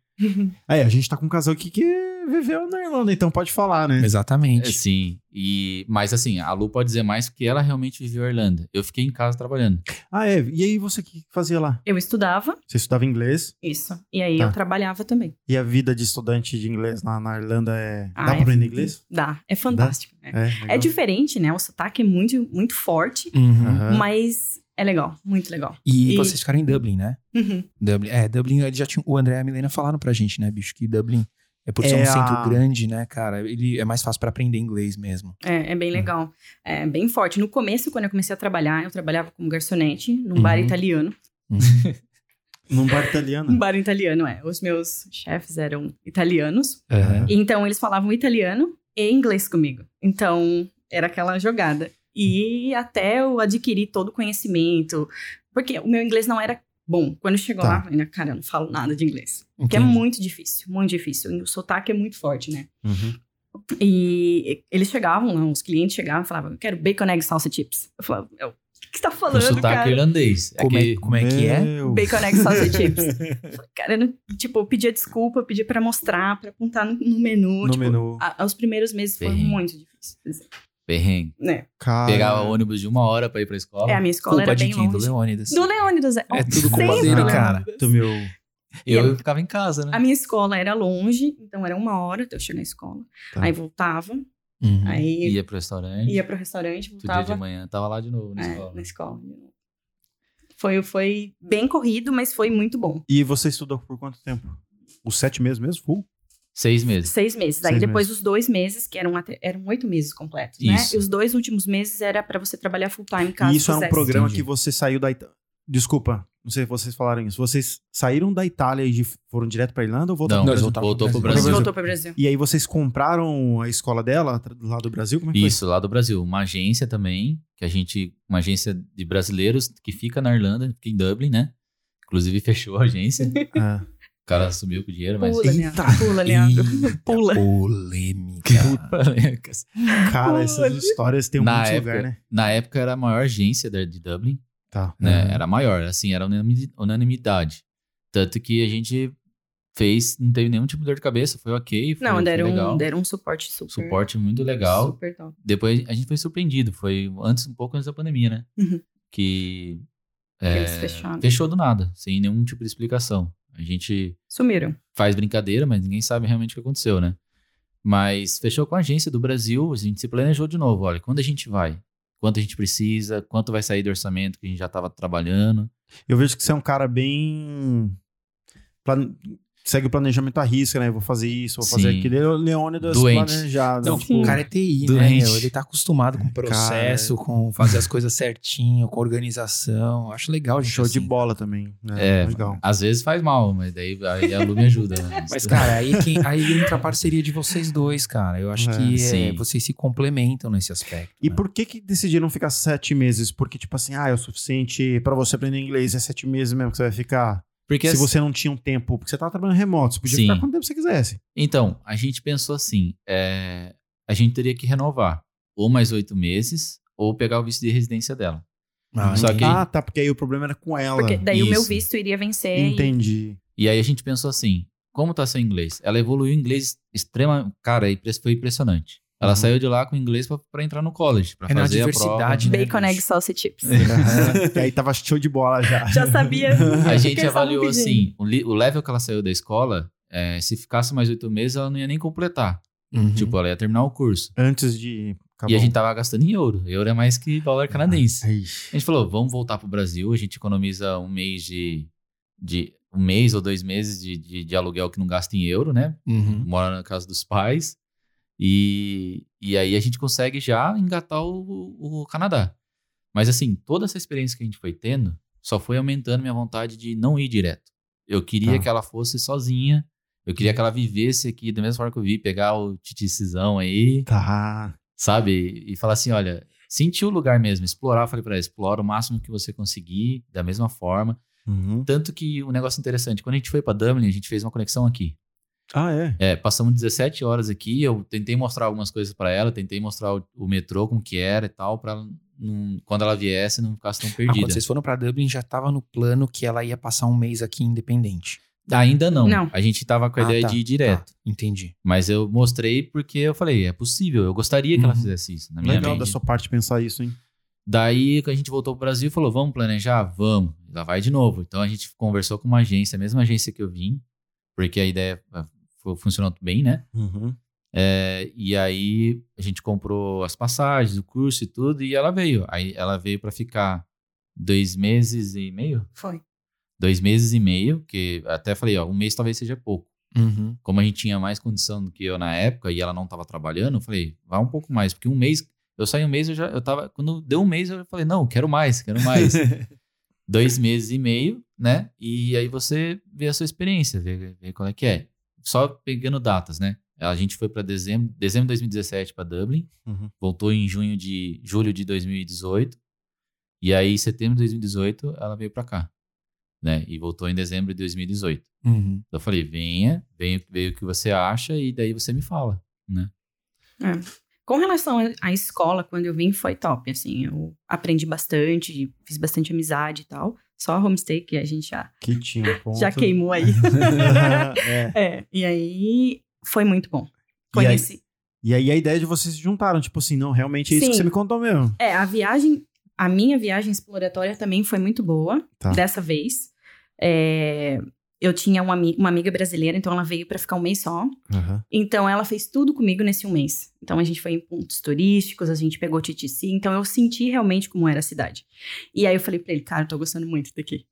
[SPEAKER 3] Aí, a gente tá com um casal aqui que viveu na Irlanda, então pode falar, né?
[SPEAKER 4] É,
[SPEAKER 1] Exatamente.
[SPEAKER 4] Sim, e, mas assim, a Lu pode dizer mais porque ela realmente viveu a Irlanda. Eu fiquei em casa trabalhando.
[SPEAKER 3] Ah, é. E aí, você o que fazia lá?
[SPEAKER 5] Eu estudava,
[SPEAKER 3] Você estudava inglês
[SPEAKER 5] isso. E aí
[SPEAKER 3] Tá.
[SPEAKER 5] eu trabalhava também.
[SPEAKER 3] e a vida de estudante de inglês na, na Irlanda é.
[SPEAKER 5] Ah,
[SPEAKER 3] Dá pra
[SPEAKER 5] é-
[SPEAKER 3] aprender inglês?
[SPEAKER 5] Dá. É fantástico. né?
[SPEAKER 3] É.
[SPEAKER 5] É
[SPEAKER 3] legal.
[SPEAKER 5] diferente, né? O sotaque é muito, muito forte,
[SPEAKER 1] Uhum.
[SPEAKER 3] Aham.
[SPEAKER 5] mas é legal, muito legal.
[SPEAKER 1] E,
[SPEAKER 5] E-
[SPEAKER 1] vocês ficaram em Dublin, né?
[SPEAKER 5] Uhum.
[SPEAKER 1] Dublin. É, Dublin, ele já tinha, o André e a Milena falaram pra gente, né, bicho, que Dublin é por ser
[SPEAKER 3] É
[SPEAKER 1] um
[SPEAKER 3] a-
[SPEAKER 1] centro grande, né, cara, ele é mais fácil pra aprender inglês mesmo.
[SPEAKER 5] É,
[SPEAKER 3] Hum.
[SPEAKER 5] é bem legal. É bem forte. No começo, quando eu comecei a trabalhar, eu trabalhava como garçonete num
[SPEAKER 1] Uhum.
[SPEAKER 5] bar italiano.
[SPEAKER 3] Num bar italiano.
[SPEAKER 5] Um bar italiano, é. Os meus chefes eram italianos.
[SPEAKER 1] Aham.
[SPEAKER 5] Então, eles falavam italiano e inglês comigo. Então, era aquela jogada. E até eu adquirir todo o conhecimento. Porque o meu inglês não era bom. Quando chegou
[SPEAKER 3] Tá.
[SPEAKER 5] lá, eu falei, cara, eu não falo nada de inglês. Porque é
[SPEAKER 1] Entendi.
[SPEAKER 5] muito difícil, muito difícil. E o sotaque é muito forte, né?
[SPEAKER 3] Uhum.
[SPEAKER 5] E eles chegavam lá, os clientes chegavam e falavam, eu quero bacon, egg, salsa, chips. Eu falava, "Eu, o que que você tá
[SPEAKER 4] O
[SPEAKER 5] falando,
[SPEAKER 4] sotaque
[SPEAKER 5] cara?
[SPEAKER 4] irlandês. É
[SPEAKER 1] Como,
[SPEAKER 4] que-
[SPEAKER 1] é, como é que é?
[SPEAKER 3] Meu.
[SPEAKER 5] Bacon, egg, salsa, chips. Eu falei, Cara, eu não- tipo, eu pedia desculpa, eu pedia pra mostrar, pra apontar no, no menu.
[SPEAKER 3] No
[SPEAKER 5] tipo,
[SPEAKER 3] menu.
[SPEAKER 5] a- os primeiros meses foram
[SPEAKER 4] Sim.
[SPEAKER 5] muito difíceis.
[SPEAKER 4] Perrengue.
[SPEAKER 5] Né?
[SPEAKER 3] Cara.
[SPEAKER 4] Pegava ônibus de uma hora pra ir pra escola.
[SPEAKER 5] É, a minha escola
[SPEAKER 1] Culpa
[SPEAKER 5] era
[SPEAKER 1] de
[SPEAKER 5] bem
[SPEAKER 1] quem? Do
[SPEAKER 5] longe.
[SPEAKER 1] Leônidas.
[SPEAKER 5] Do Leônidas. É,
[SPEAKER 1] É tudo culpa
[SPEAKER 5] Sempre
[SPEAKER 1] dele,
[SPEAKER 5] Leônidas.
[SPEAKER 1] cara.
[SPEAKER 3] Do meu.
[SPEAKER 4] eu,
[SPEAKER 5] e
[SPEAKER 4] eu ficava em casa, né?
[SPEAKER 5] A minha escola era longe, então era uma hora até eu chegar na escola.
[SPEAKER 3] Tá.
[SPEAKER 5] Aí voltava,
[SPEAKER 1] Uhum.
[SPEAKER 5] aí
[SPEAKER 4] Ia pro restaurante.
[SPEAKER 5] ia pro
[SPEAKER 4] Outro
[SPEAKER 5] restaurante,
[SPEAKER 4] dia de
[SPEAKER 5] voltava
[SPEAKER 4] manhã, tava lá de novo na
[SPEAKER 5] é,
[SPEAKER 4] escola.
[SPEAKER 5] na escola. de novo. Foi, foi bem corrido, mas foi muito bom.
[SPEAKER 3] E você estudou por quanto tempo? Os sete meses mesmo? Full?
[SPEAKER 4] Seis meses.
[SPEAKER 5] Seis meses. Aí
[SPEAKER 3] Seis
[SPEAKER 5] depois
[SPEAKER 3] meses.
[SPEAKER 5] os dois meses, que eram, até- eram oito meses completos, né?
[SPEAKER 4] Isso.
[SPEAKER 5] E os dois últimos meses era pra você trabalhar full time, caso
[SPEAKER 3] E isso era um
[SPEAKER 5] quisesse.
[SPEAKER 3] programa
[SPEAKER 1] Entendi.
[SPEAKER 3] que você saiu da Itália. Desculpa, Não sei se vocês falaram isso. Vocês saíram da Itália e de- foram direto pra Irlanda ou voltaram
[SPEAKER 4] Não,
[SPEAKER 3] pro
[SPEAKER 1] eles
[SPEAKER 3] Brasil?
[SPEAKER 1] voltaram
[SPEAKER 4] voltou pro
[SPEAKER 1] pro
[SPEAKER 5] Brasil.
[SPEAKER 4] Brasil.
[SPEAKER 5] voltou para o Brasil.
[SPEAKER 3] E aí vocês compraram a escola dela tra- lá do Brasil? Como é que foi?
[SPEAKER 4] Isso, lá do Brasil. Uma agência também, que a gente. Uma agência de brasileiros que fica na Irlanda, fica em Dublin, né? Inclusive fechou a agência. O
[SPEAKER 3] Ah,
[SPEAKER 4] cara sumiu com o dinheiro, mas.
[SPEAKER 5] Pula, Leandro. Pula, Leandro.
[SPEAKER 1] Eita,
[SPEAKER 5] Pula.
[SPEAKER 1] Polêmica.
[SPEAKER 4] Polêmicas.
[SPEAKER 3] cara,
[SPEAKER 5] Olha.
[SPEAKER 3] essas histórias têm um
[SPEAKER 4] Na
[SPEAKER 3] monte de
[SPEAKER 4] época-
[SPEAKER 3] lugar, né?
[SPEAKER 4] Na época era a maior agência da- de Dublin,
[SPEAKER 3] Tá.
[SPEAKER 5] Uhum.
[SPEAKER 4] né? Era a maior, assim, era unanimi- unanimidade. Tanto que a gente fez, não teve nenhum tipo de dor de cabeça, foi ok, foi,
[SPEAKER 5] Não,
[SPEAKER 4] foi
[SPEAKER 5] deram,
[SPEAKER 4] legal.
[SPEAKER 5] um, deram um suporte super.
[SPEAKER 4] Suporte muito legal.
[SPEAKER 5] Super top.
[SPEAKER 4] Depois a gente foi surpreendido, foi antes um pouco antes da pandemia, né?
[SPEAKER 5] Uhum.
[SPEAKER 4] Que É,
[SPEAKER 5] Eles fecharam.
[SPEAKER 4] fechou do nada, sem nenhum tipo de explicação. A gente
[SPEAKER 5] Sumiram.
[SPEAKER 4] faz brincadeira, mas ninguém sabe realmente o que aconteceu, né? Mas fechou com a agência do Brasil, a gente se planejou de novo. Olha, quando a gente vai? Quanto a gente precisa? Quanto vai sair do orçamento que a gente já estava trabalhando?
[SPEAKER 3] Eu vejo que você é um cara bem. plan- Segue o planejamento à risca, né? Eu vou fazer isso, vou fazer
[SPEAKER 4] Sim.
[SPEAKER 3] aquilo. Ele é o Leônidas
[SPEAKER 4] Doente.
[SPEAKER 3] planejado.
[SPEAKER 1] Não,
[SPEAKER 5] Sim.
[SPEAKER 1] o cara é TI, né?
[SPEAKER 4] Doente.
[SPEAKER 1] meu? Ele tá acostumado com processo, com fazer as coisas certinho, com organização. Acho legal, gente.
[SPEAKER 3] Show de
[SPEAKER 1] assim.
[SPEAKER 3] bola também. Né?
[SPEAKER 4] É,
[SPEAKER 3] Legal.
[SPEAKER 4] às vezes faz mal, mas daí aí a Lu me ajuda. né?
[SPEAKER 1] Mas, cara, aí, quem- aí entra a parceria de vocês dois, cara. Eu acho
[SPEAKER 3] É,
[SPEAKER 1] que é,
[SPEAKER 4] sim.
[SPEAKER 1] vocês se complementam nesse aspecto.
[SPEAKER 3] E
[SPEAKER 4] É.
[SPEAKER 1] né?
[SPEAKER 3] por que que decidiram ficar sete meses? Porque, tipo assim, ah, é o suficiente pra você aprender inglês, é sete meses mesmo que você vai ficar.
[SPEAKER 4] Porque
[SPEAKER 3] se
[SPEAKER 4] assim-
[SPEAKER 3] você não tinha um tempo, porque você tava trabalhando remoto, você podia
[SPEAKER 4] Sim.
[SPEAKER 3] ficar quanto tempo você quisesse.
[SPEAKER 4] Então, a gente pensou assim: é, a gente teria que renovar ou mais oito meses, ou pegar o visto de residência dela.
[SPEAKER 1] Ah,
[SPEAKER 4] Só que-
[SPEAKER 1] entendi.
[SPEAKER 3] Ah, tá, porque aí o problema era com ela.
[SPEAKER 5] Porque daí o meu
[SPEAKER 4] isso.
[SPEAKER 5] visto iria vencer. e-
[SPEAKER 3] Entendi.
[SPEAKER 4] E aí a gente pensou assim: como tá seu inglês? Ela evoluiu o inglês extrema. Cara, e pre- foi impressionante. Ela
[SPEAKER 3] Uhum.
[SPEAKER 4] saiu de lá com inglês pra- pra entrar no college, pra
[SPEAKER 1] É na
[SPEAKER 4] fazer a prova.
[SPEAKER 1] diversidade, né?
[SPEAKER 5] Bacon,
[SPEAKER 1] bicho?
[SPEAKER 5] egg, salsa e chips.
[SPEAKER 1] então,
[SPEAKER 3] E aí tava show de bola já.
[SPEAKER 5] Já sabia.
[SPEAKER 4] A gente
[SPEAKER 5] Porque estavam
[SPEAKER 4] avaliou
[SPEAKER 5] pedindo.
[SPEAKER 4] assim: o, li- o level que ela saiu da escola, é, se ficasse mais oito meses, ela não ia nem completar.
[SPEAKER 1] Uhum.
[SPEAKER 4] Tipo, ela ia terminar o curso.
[SPEAKER 3] Antes de.
[SPEAKER 4] e a gente tava gastando em euro. Euro é mais que dólar canadense.
[SPEAKER 3] Ixi.
[SPEAKER 4] A gente falou, vamos voltar pro Brasil, a gente economiza um mês de. de um mês ou dois meses de, de, de aluguel que não gasta em euro, né?
[SPEAKER 1] Uhum.
[SPEAKER 4] Mora na casa dos pais. E, e aí a gente consegue já engatar o, o Canadá. Mas assim, toda essa experiência que a gente foi tendo só foi aumentando minha vontade de não ir direto. Eu queria
[SPEAKER 3] Tá.
[SPEAKER 4] que ela fosse sozinha. Eu queria que ela vivesse aqui da mesma forma que eu vi, pegar o titicisão aí
[SPEAKER 3] Tá.
[SPEAKER 4] sabe? E falar assim, olha, sentir o lugar mesmo, explorar, eu falei pra ela, explora o máximo que você conseguir, da mesma forma.
[SPEAKER 3] Uhum.
[SPEAKER 4] Tanto que um negócio interessante, quando a gente foi pra Dublin, a gente fez uma conexão aqui.
[SPEAKER 3] Ah, é.
[SPEAKER 4] É, passamos 17 horas aqui, eu tentei mostrar algumas coisas pra ela, tentei mostrar o, o metrô como que era e tal, pra ela não- quando ela viesse não ficasse tão
[SPEAKER 1] Ah,
[SPEAKER 4] perdida.
[SPEAKER 1] quando vocês foram pra Dublin, já tava no plano que ela ia passar um mês aqui independente.
[SPEAKER 4] Ainda não.
[SPEAKER 5] Não.
[SPEAKER 4] A gente tava com a
[SPEAKER 1] Ah,
[SPEAKER 4] ideia
[SPEAKER 1] tá,
[SPEAKER 4] de ir direto.
[SPEAKER 1] Tá, entendi.
[SPEAKER 4] Mas eu mostrei porque eu falei, é possível, eu gostaria que ela
[SPEAKER 1] Uhum.
[SPEAKER 4] fizesse isso na minha
[SPEAKER 3] Legal
[SPEAKER 4] mente.
[SPEAKER 3] da sua parte pensar isso, hein?
[SPEAKER 4] Daí que a gente voltou pro Brasil e falou: vamos planejar? Vamos. Ela vai de novo. Então a gente conversou com uma agência, a mesma agência que eu vim, porque a ideia eh, fu- funcionou bem, né?
[SPEAKER 3] Uhum.
[SPEAKER 4] Eh, E aí a gente comprou as passagens, o curso e tudo, e ela veio. Aí ela veio para ficar dois meses e meio?
[SPEAKER 5] Foi.
[SPEAKER 4] Dois meses e meio, que até falei: ó, um mês talvez seja pouco.
[SPEAKER 1] Uhum.
[SPEAKER 4] Como a gente tinha mais condição do que eu na época e ela não estava trabalhando, eu falei: vai um pouco mais, porque um mês. Eu saí um mês, eu já. Eu tava, quando deu um mês, eu já falei: não, quero mais, quero mais. dois meses e meio, né? E aí você vê a sua experiência, vê, vê qual é que é. Só pegando datas, né? A gente foi para dezembro, dezembro de 2017 para Dublin,
[SPEAKER 3] Uhum.
[SPEAKER 4] voltou em junho de julho de 2018. E aí, em setembro de 2018, ela veio para cá, né? E voltou em dezembro de 2018.
[SPEAKER 1] Uhum.
[SPEAKER 4] Então eu falei, venha, venha, veja o que você acha e daí você me fala.
[SPEAKER 5] Com relação à- à escola, quando eu vim, foi top, assim, eu aprendi bastante, fiz bastante amizade e tal. Só a homestay que a gente já,
[SPEAKER 3] Que tinha um ponto.
[SPEAKER 5] já queimou aí.
[SPEAKER 3] é.
[SPEAKER 5] é, e aí foi muito bom.
[SPEAKER 3] E aí-
[SPEAKER 5] Conheci.
[SPEAKER 3] E aí a ideia de vocês se juntaram, tipo assim, não, realmente é isso
[SPEAKER 5] Sim.
[SPEAKER 3] que você me contou mesmo.
[SPEAKER 5] É, a viagem, a minha viagem exploratória também foi muito boa,
[SPEAKER 3] Tá.
[SPEAKER 5] dessa vez. É, eu tinha uma, ami- uma amiga brasileira, então ela veio pra ficar um mês só. Então ela fez tudo comigo nesse um mês. Então a gente foi em pontos turísticos, a gente pegou Titici, então eu senti realmente como era a cidade. E aí eu falei pra ele, cara, eu tô gostando muito daqui.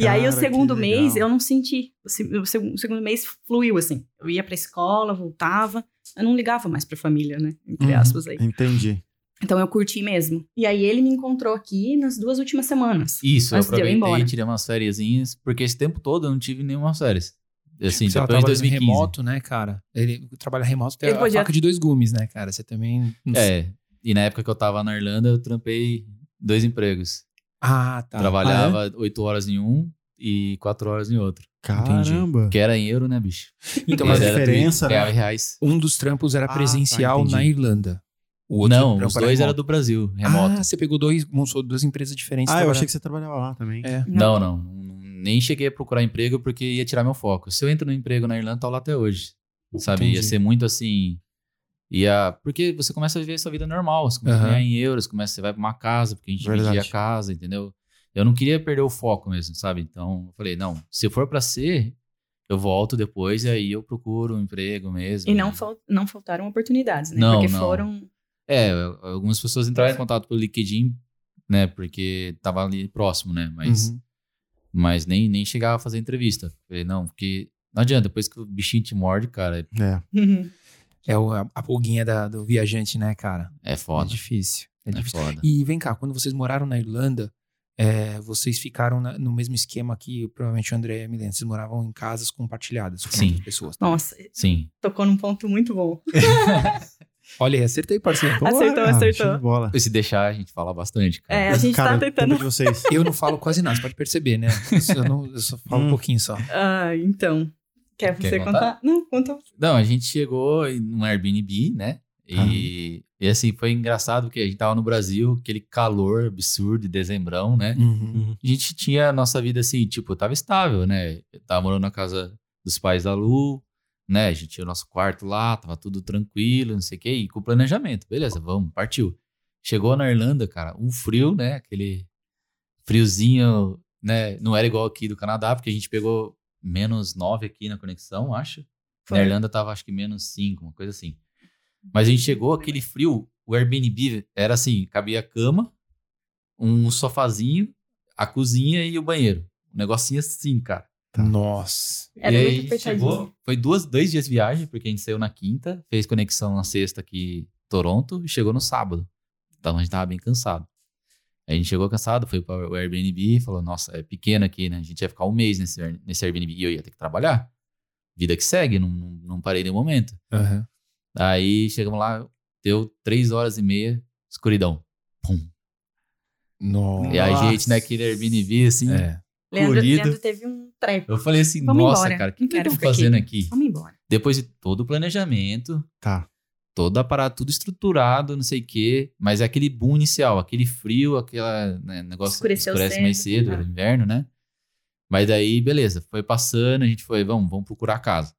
[SPEAKER 5] e aí
[SPEAKER 3] Cara,
[SPEAKER 5] o
[SPEAKER 3] que
[SPEAKER 5] segundo
[SPEAKER 3] legal.
[SPEAKER 5] mês eu não senti. O, se- o seg- o segundo mês fluiu assim. Eu ia pra escola, voltava, eu não ligava mais pra família, né? Entre
[SPEAKER 1] Uhum.
[SPEAKER 5] aspas aí.
[SPEAKER 3] Entendi.
[SPEAKER 5] Então eu curti mesmo. E aí ele me encontrou aqui nas duas últimas semanas.
[SPEAKER 4] Isso, eu
[SPEAKER 5] Antes de eu ir embora.
[SPEAKER 4] aproveitei, tirei umas férias, porque esse tempo todo eu não tive nenhuma férias. Assim,
[SPEAKER 1] Você
[SPEAKER 4] depois de 2015.
[SPEAKER 1] remoto, né, cara? Ele trabalha remoto, tem
[SPEAKER 5] Ele
[SPEAKER 1] a
[SPEAKER 5] podia-
[SPEAKER 1] faca de dois gumes, né, cara? Você também... não sei.
[SPEAKER 4] É, e na época que eu tava na Irlanda, eu trampei dois empregos.
[SPEAKER 1] Ah, tá.
[SPEAKER 4] Trabalhava oito horas em um e quatro horas em outro.
[SPEAKER 3] Caramba.
[SPEAKER 4] Que era em euro, né, bicho?
[SPEAKER 1] Ah, é? Então,
[SPEAKER 3] Mas
[SPEAKER 1] mas
[SPEAKER 3] a
[SPEAKER 4] era
[SPEAKER 3] diferença,
[SPEAKER 4] tweet,
[SPEAKER 3] né?
[SPEAKER 4] real e reais.
[SPEAKER 1] um dos trampos era
[SPEAKER 3] Ah, tá,
[SPEAKER 1] presencial
[SPEAKER 3] entendi.
[SPEAKER 1] na Irlanda. O outro
[SPEAKER 4] Não,
[SPEAKER 1] trampo
[SPEAKER 4] os dois eram
[SPEAKER 1] remoto.
[SPEAKER 4] do Brasil, remoto.
[SPEAKER 1] Ah, você pegou dois, montou duas empresas diferentes.
[SPEAKER 3] Ah, eu achei que você trabalhava lá também.
[SPEAKER 1] É.
[SPEAKER 4] Não, não. Nem cheguei a procurar emprego porque ia tirar meu foco. Se eu entro no emprego na Irlanda, tá lá até hoje. Sabe? Ia
[SPEAKER 1] Entendi.
[SPEAKER 4] ser muito assim. Ia... Porque você começa a viver sua vida normal. Você começa a
[SPEAKER 1] Aham.
[SPEAKER 4] ganhar em euros, começa, você vai pra uma casa, porque a gente
[SPEAKER 3] Verdade.
[SPEAKER 4] dividia a casa, entendeu? Eu não queria perder o foco mesmo, sabe? Então, eu falei, não, se for pra ser, eu volto depois e aí eu procuro um emprego mesmo.
[SPEAKER 5] E não, fal- não faltaram oportunidades, né?
[SPEAKER 4] Não,
[SPEAKER 5] Porque
[SPEAKER 4] não.
[SPEAKER 5] foram.
[SPEAKER 4] É, algumas pessoas entraram em contato pelo LinkedIn, né? Porque tava ali próximo, né? Mas
[SPEAKER 1] Uhum.
[SPEAKER 4] mas nem, nem chegava a fazer entrevista. Falei, não, porque não adianta, depois que o bichinho te morde, cara,
[SPEAKER 3] É.
[SPEAKER 1] É o- a, a pulguinha da- do viajante, né, cara?
[SPEAKER 4] é
[SPEAKER 1] É
[SPEAKER 4] foda.
[SPEAKER 1] difícil. É
[SPEAKER 4] É,
[SPEAKER 1] difícil.
[SPEAKER 4] foda.
[SPEAKER 1] E vem cá, quando vocês moraram na Irlanda, é, vocês ficaram na- no mesmo esquema que provavelmente o André e a Milena. Vocês moravam em casas compartilhadas com
[SPEAKER 4] Sim.
[SPEAKER 1] outras pessoas.
[SPEAKER 5] Nossa,
[SPEAKER 4] Sim.
[SPEAKER 5] tocou num ponto muito bom.
[SPEAKER 1] Olha, aí, acertei, parceiro.
[SPEAKER 5] Acertou,
[SPEAKER 3] Ah,
[SPEAKER 5] acertou.
[SPEAKER 3] show de bola.
[SPEAKER 4] E se deixar, a gente fala bastante, cara.
[SPEAKER 5] É, a gente
[SPEAKER 3] Cara,
[SPEAKER 5] tá
[SPEAKER 3] o
[SPEAKER 5] tentando.
[SPEAKER 3] tempo de vocês.
[SPEAKER 1] Eu não falo quase nada, você pode perceber, né? Eu só, não- eu só falo
[SPEAKER 3] Hum.
[SPEAKER 1] um pouquinho só.
[SPEAKER 5] Ah, então. Quer
[SPEAKER 4] Quer
[SPEAKER 5] você contar?
[SPEAKER 4] contar?
[SPEAKER 5] Não, conta.
[SPEAKER 4] Não, a gente chegou em um Airbnb, né? E, e assim, foi engraçado porque a gente tava no Brasil, aquele calor absurdo de dezembrão, né?
[SPEAKER 1] Uhum.
[SPEAKER 4] A gente tinha a nossa vida assim, tipo, tava estável, né? Eu tava morando na casa dos pais da Lu, né? A gente tinha o nosso quarto lá, tava tudo tranquilo, não sei o quê, e com planejamento. Beleza, vamos, partiu. Chegou na Irlanda, cara, um frio, né? Aquele friozinho, né? Não era igual aqui do Canadá, porque a gente pegou menos 9 aqui na conexão, acho.
[SPEAKER 5] Foi.
[SPEAKER 4] Na Irlanda tava, acho que menos 5, uma coisa assim. Mas a gente chegou, aquele frio, o Airbnb era assim, cabia a cama, um sofazinho, a cozinha e o banheiro. Um negocinho assim, cara.
[SPEAKER 1] Tá. Nossa.
[SPEAKER 5] Era
[SPEAKER 4] e
[SPEAKER 5] muito
[SPEAKER 4] aí
[SPEAKER 5] apertadinho.
[SPEAKER 4] chegou, foi duas, dois dias de viagem, porque a gente saiu na quinta, fez conexão na sexta aqui em Toronto e chegou no sábado. Então a gente tava bem cansado. A gente chegou cansado, foi para o Airbnb e falou, nossa, é pequeno aqui, né? A gente ia ficar um mês nesse, Air- nesse Airbnb e eu ia ter que trabalhar. Vida que segue, não, não, não parei nenhum momento.
[SPEAKER 1] Aham.
[SPEAKER 4] Aí chegamos lá, deu três horas e meia, escuridão.
[SPEAKER 1] Nossa.
[SPEAKER 4] E a gente naquele Airbnb, assim,
[SPEAKER 1] É.
[SPEAKER 5] Leandro,
[SPEAKER 4] Colhido.
[SPEAKER 5] Leandro teve um treco.
[SPEAKER 4] eu falei assim,
[SPEAKER 5] Vamos
[SPEAKER 4] nossa,
[SPEAKER 5] embora,
[SPEAKER 4] cara, o que,
[SPEAKER 5] não
[SPEAKER 4] que eu
[SPEAKER 5] quero
[SPEAKER 4] tô
[SPEAKER 5] ficar aqui."
[SPEAKER 4] fazendo aqui?
[SPEAKER 5] Vamos embora.
[SPEAKER 4] Depois de todo o planejamento,
[SPEAKER 3] Tá.
[SPEAKER 4] toda a parada, tudo estruturado, não sei o quê, mas é aquele boom inicial, aquele frio, aquela né, negócio
[SPEAKER 5] Escureceu
[SPEAKER 4] escurece
[SPEAKER 5] cedo.
[SPEAKER 4] mais cedo,
[SPEAKER 5] Ah.
[SPEAKER 4] era inverno, né? Mas daí, beleza, foi passando, a gente foi, vamos, vamos procurar casa.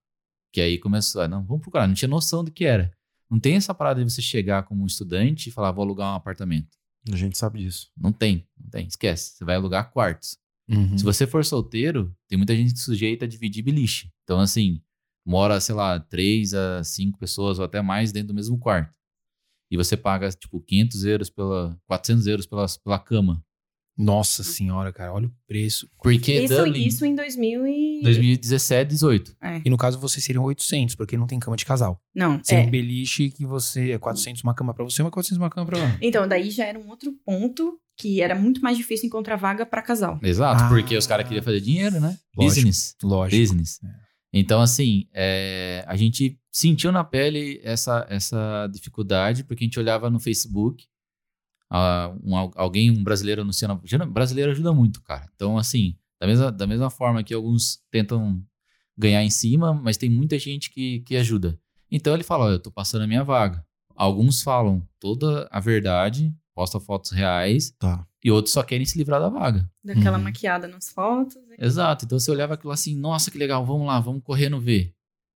[SPEAKER 4] Que aí começou, ah, não, vamos procurar, não tinha noção do que era. Não tem essa parada de você chegar como um estudante e falar, vou alugar um apartamento.
[SPEAKER 3] A gente sabe disso.
[SPEAKER 4] Não tem, não tem, esquece. Você vai alugar quartos.
[SPEAKER 1] Uhum.
[SPEAKER 4] Se você for solteiro, tem muita gente que sujeita a dividir beliche. Então, assim, mora, sei lá, três a cinco pessoas ou até mais dentro do mesmo quarto. E você paga, tipo, 500 euros pela... 400 euros pela, pela cama.
[SPEAKER 1] Nossa senhora, cara, olha o preço.
[SPEAKER 4] Porque
[SPEAKER 5] Isso,
[SPEAKER 4] Dublin,
[SPEAKER 5] isso em 2000 e...
[SPEAKER 4] 2017, 18.
[SPEAKER 5] É.
[SPEAKER 1] E no caso vocês seriam 800, porque não tem cama de casal.
[SPEAKER 5] Não,
[SPEAKER 1] Seria
[SPEAKER 5] é.
[SPEAKER 1] um beliche que você é 400 uma cama pra você, uma 400 uma cama pra lá.
[SPEAKER 5] Então, daí já era um outro ponto que era muito mais difícil encontrar vaga pra casal.
[SPEAKER 4] Exato,
[SPEAKER 1] Ah.
[SPEAKER 4] porque os caras queriam fazer dinheiro, né?
[SPEAKER 1] Lógico.
[SPEAKER 4] Business.
[SPEAKER 1] Lógico. É.
[SPEAKER 4] Business. Então, assim, é, a gente sentiu na pele essa, essa dificuldade, porque a gente olhava no Facebook, ah, um al- alguém, um brasileiro anunciando. gera- Brasileiro ajuda muito, cara. Então, assim, da mesma, da mesma forma que alguns tentam ganhar em cima, mas tem muita gente que, que ajuda. Então ele fala: ó, eu tô passando a minha vaga. Alguns falam toda a verdade, postam fotos reais,
[SPEAKER 3] Tá.
[SPEAKER 4] e outros só querem se livrar da vaga.
[SPEAKER 5] Daquela
[SPEAKER 1] Uhum.
[SPEAKER 5] maquiada nas fotos. né?
[SPEAKER 4] Exato. Então você olhava aquilo assim, nossa, que legal, vamos lá, vamos correndo ver.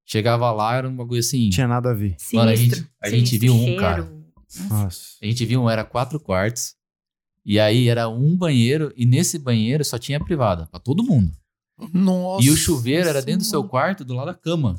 [SPEAKER 4] Chegava lá, era um bagulho assim.
[SPEAKER 3] Não tinha nada a ver.
[SPEAKER 5] Sinistro.
[SPEAKER 4] Mano, a gente- a gente
[SPEAKER 5] sinistro,
[SPEAKER 4] viu um,
[SPEAKER 5] cheiro.
[SPEAKER 4] cara.
[SPEAKER 3] Nossa.
[SPEAKER 4] A gente viu, era quatro quartos. E aí era um banheiro, e nesse banheiro só tinha privada, pra todo mundo.
[SPEAKER 1] Nossa.
[SPEAKER 4] e o chuveiro era
[SPEAKER 1] senhora.
[SPEAKER 4] dentro do seu quarto, do lado da cama.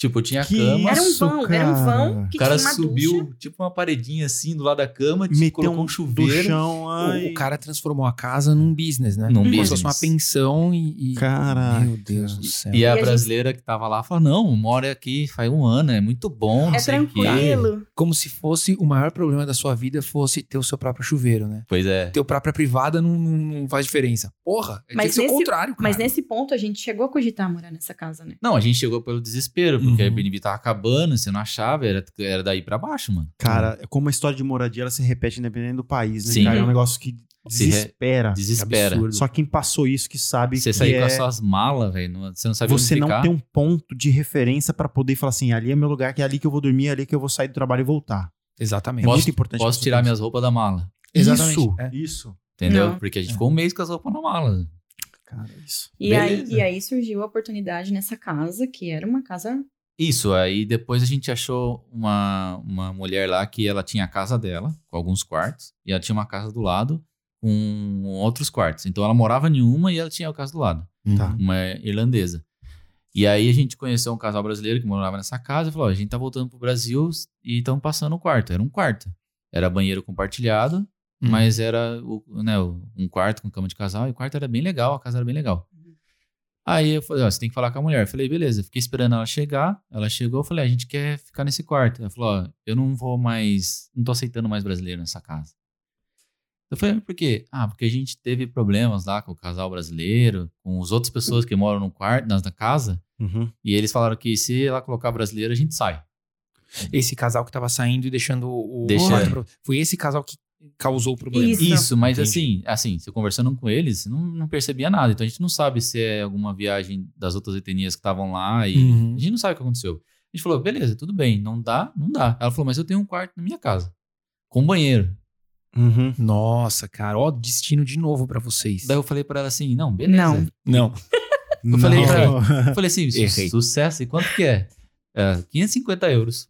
[SPEAKER 4] Tipo, tinha a
[SPEAKER 3] Que
[SPEAKER 4] cama.
[SPEAKER 5] Era um
[SPEAKER 3] Isso,
[SPEAKER 5] vão, era um
[SPEAKER 3] cara.
[SPEAKER 5] vão que
[SPEAKER 4] O cara
[SPEAKER 5] tinha uma
[SPEAKER 4] subiu,
[SPEAKER 5] ducha.
[SPEAKER 4] tipo, uma paredinha assim do lado da cama,
[SPEAKER 3] Meteu
[SPEAKER 4] te colocou
[SPEAKER 3] um
[SPEAKER 4] um
[SPEAKER 3] do
[SPEAKER 4] chuveiro.
[SPEAKER 3] chão, ai.
[SPEAKER 1] O, o cara transformou a casa num business, né?
[SPEAKER 4] Num
[SPEAKER 1] Como se
[SPEAKER 4] business.
[SPEAKER 1] fosse uma pensão e. e...
[SPEAKER 3] Caraca.
[SPEAKER 1] Meu Deus do céu.
[SPEAKER 4] E
[SPEAKER 5] a
[SPEAKER 4] a
[SPEAKER 5] gente-
[SPEAKER 4] brasileira que tava lá falou: não, mora aqui faz um ano, é muito bom. Não
[SPEAKER 5] É
[SPEAKER 4] sei o quê."
[SPEAKER 5] tranquilo.
[SPEAKER 1] Como se fosse o maior problema da sua vida fosse ter o seu próprio chuveiro, né?
[SPEAKER 4] Pois é.
[SPEAKER 1] Ter o própria privada não, não- não faz diferença. Porra, é tem
[SPEAKER 5] Mas
[SPEAKER 1] que ser o
[SPEAKER 5] nesse-
[SPEAKER 1] contrário, cara.
[SPEAKER 5] Mas nesse ponto a gente chegou a cogitar morar nessa casa, né?
[SPEAKER 4] Não, a gente chegou pelo desespero, porque
[SPEAKER 1] Uhum.
[SPEAKER 4] a Airbnb tava acabando, você não achava, era, era daí pra baixo, mano.
[SPEAKER 3] Cara, é como a história de moradia ela se repete independente do país, né?
[SPEAKER 4] Sim.
[SPEAKER 3] Cara, é um negócio que
[SPEAKER 4] Se re-
[SPEAKER 3] desespera.
[SPEAKER 4] Hum, Desespera.
[SPEAKER 1] absurdo.
[SPEAKER 3] Só quem passou isso que sabe
[SPEAKER 4] Você
[SPEAKER 3] que
[SPEAKER 4] saiu com
[SPEAKER 3] é...
[SPEAKER 4] as suas malas, velho, não- você não sabia
[SPEAKER 3] você
[SPEAKER 4] onde
[SPEAKER 3] não
[SPEAKER 4] ficar.
[SPEAKER 3] tem um ponto de referência pra poder falar assim, ali é meu lugar, que é ali que eu vou dormir, é ali que eu vou sair do trabalho e voltar. É
[SPEAKER 1] Exatamente.
[SPEAKER 4] Posso-
[SPEAKER 3] muito importante.
[SPEAKER 4] Posso
[SPEAKER 3] você
[SPEAKER 4] tirar
[SPEAKER 3] ter um
[SPEAKER 4] minhas roupas da mala,
[SPEAKER 3] isso.
[SPEAKER 1] Exatamente,
[SPEAKER 3] Isso,
[SPEAKER 1] é.
[SPEAKER 3] isso.
[SPEAKER 4] entendeu?
[SPEAKER 5] Não.
[SPEAKER 3] É.
[SPEAKER 4] Porque a gente ficou um mês com as roupas na mala.
[SPEAKER 3] Cara, isso.
[SPEAKER 5] E aí,
[SPEAKER 4] Beleza.
[SPEAKER 5] e aí surgiu a oportunidade nessa casa, que era uma casa.
[SPEAKER 4] Isso, aí depois a gente achou uma, uma mulher lá que ela tinha a casa dela, com alguns quartos, e ela tinha uma casa do lado com outros quartos. Então ela morava em uma e ela tinha a casa do lado,
[SPEAKER 3] Tá.
[SPEAKER 4] uma irlandesa. E aí a gente conheceu um casal brasileiro que morava nessa casa e falou: "Ó, a gente tá voltando pro Brasil e estamos passando o quarto. Era um quarto. Era banheiro compartilhado,
[SPEAKER 1] Hum.
[SPEAKER 4] mas era o- né, o- um quarto com cama de casal, e o quarto era bem legal, a casa era bem legal. Aí eu falei, ó, você tem que falar com a mulher. Eu falei, beleza, fiquei esperando ela chegar. Ela chegou, eu falei, a gente quer ficar nesse quarto. Ela falou, ó, eu não vou mais, não tô aceitando mais brasileiro nessa casa. Eu falei, por quê? Ah, porque a gente teve problemas lá com o casal brasileiro, com as outras pessoas que moram no quarto, na, na casa, e eles falaram que se ela colocar brasileiro, a gente sai.
[SPEAKER 1] Esse casal que tava saindo e deixando o.
[SPEAKER 4] Deixa-
[SPEAKER 1] quarto pro- Foi esse casal que causou o problema.
[SPEAKER 5] Isso.
[SPEAKER 4] Isso, mas
[SPEAKER 1] Entendi.
[SPEAKER 4] assim, assim, você conversando com eles, não, não percebia nada. Então a gente não sabe se é alguma viagem das outras etnias que estavam lá e
[SPEAKER 1] Uhum.
[SPEAKER 4] a gente não sabe o que aconteceu. A gente falou, beleza, tudo bem, não dá, não dá. Ela falou, mas eu tenho um quarto na minha casa com banheiro.
[SPEAKER 3] Uhum.
[SPEAKER 1] Nossa, cara, ó, destino de novo pra vocês.
[SPEAKER 4] Daí eu falei pra ela assim, não, beleza.
[SPEAKER 5] Não.
[SPEAKER 1] Não.
[SPEAKER 3] Eu
[SPEAKER 4] falei,
[SPEAKER 1] "Ah."
[SPEAKER 3] cara,
[SPEAKER 4] Eu falei assim, su-
[SPEAKER 1] Errei.
[SPEAKER 4] sucesso, e quanto que é? é 550 euros.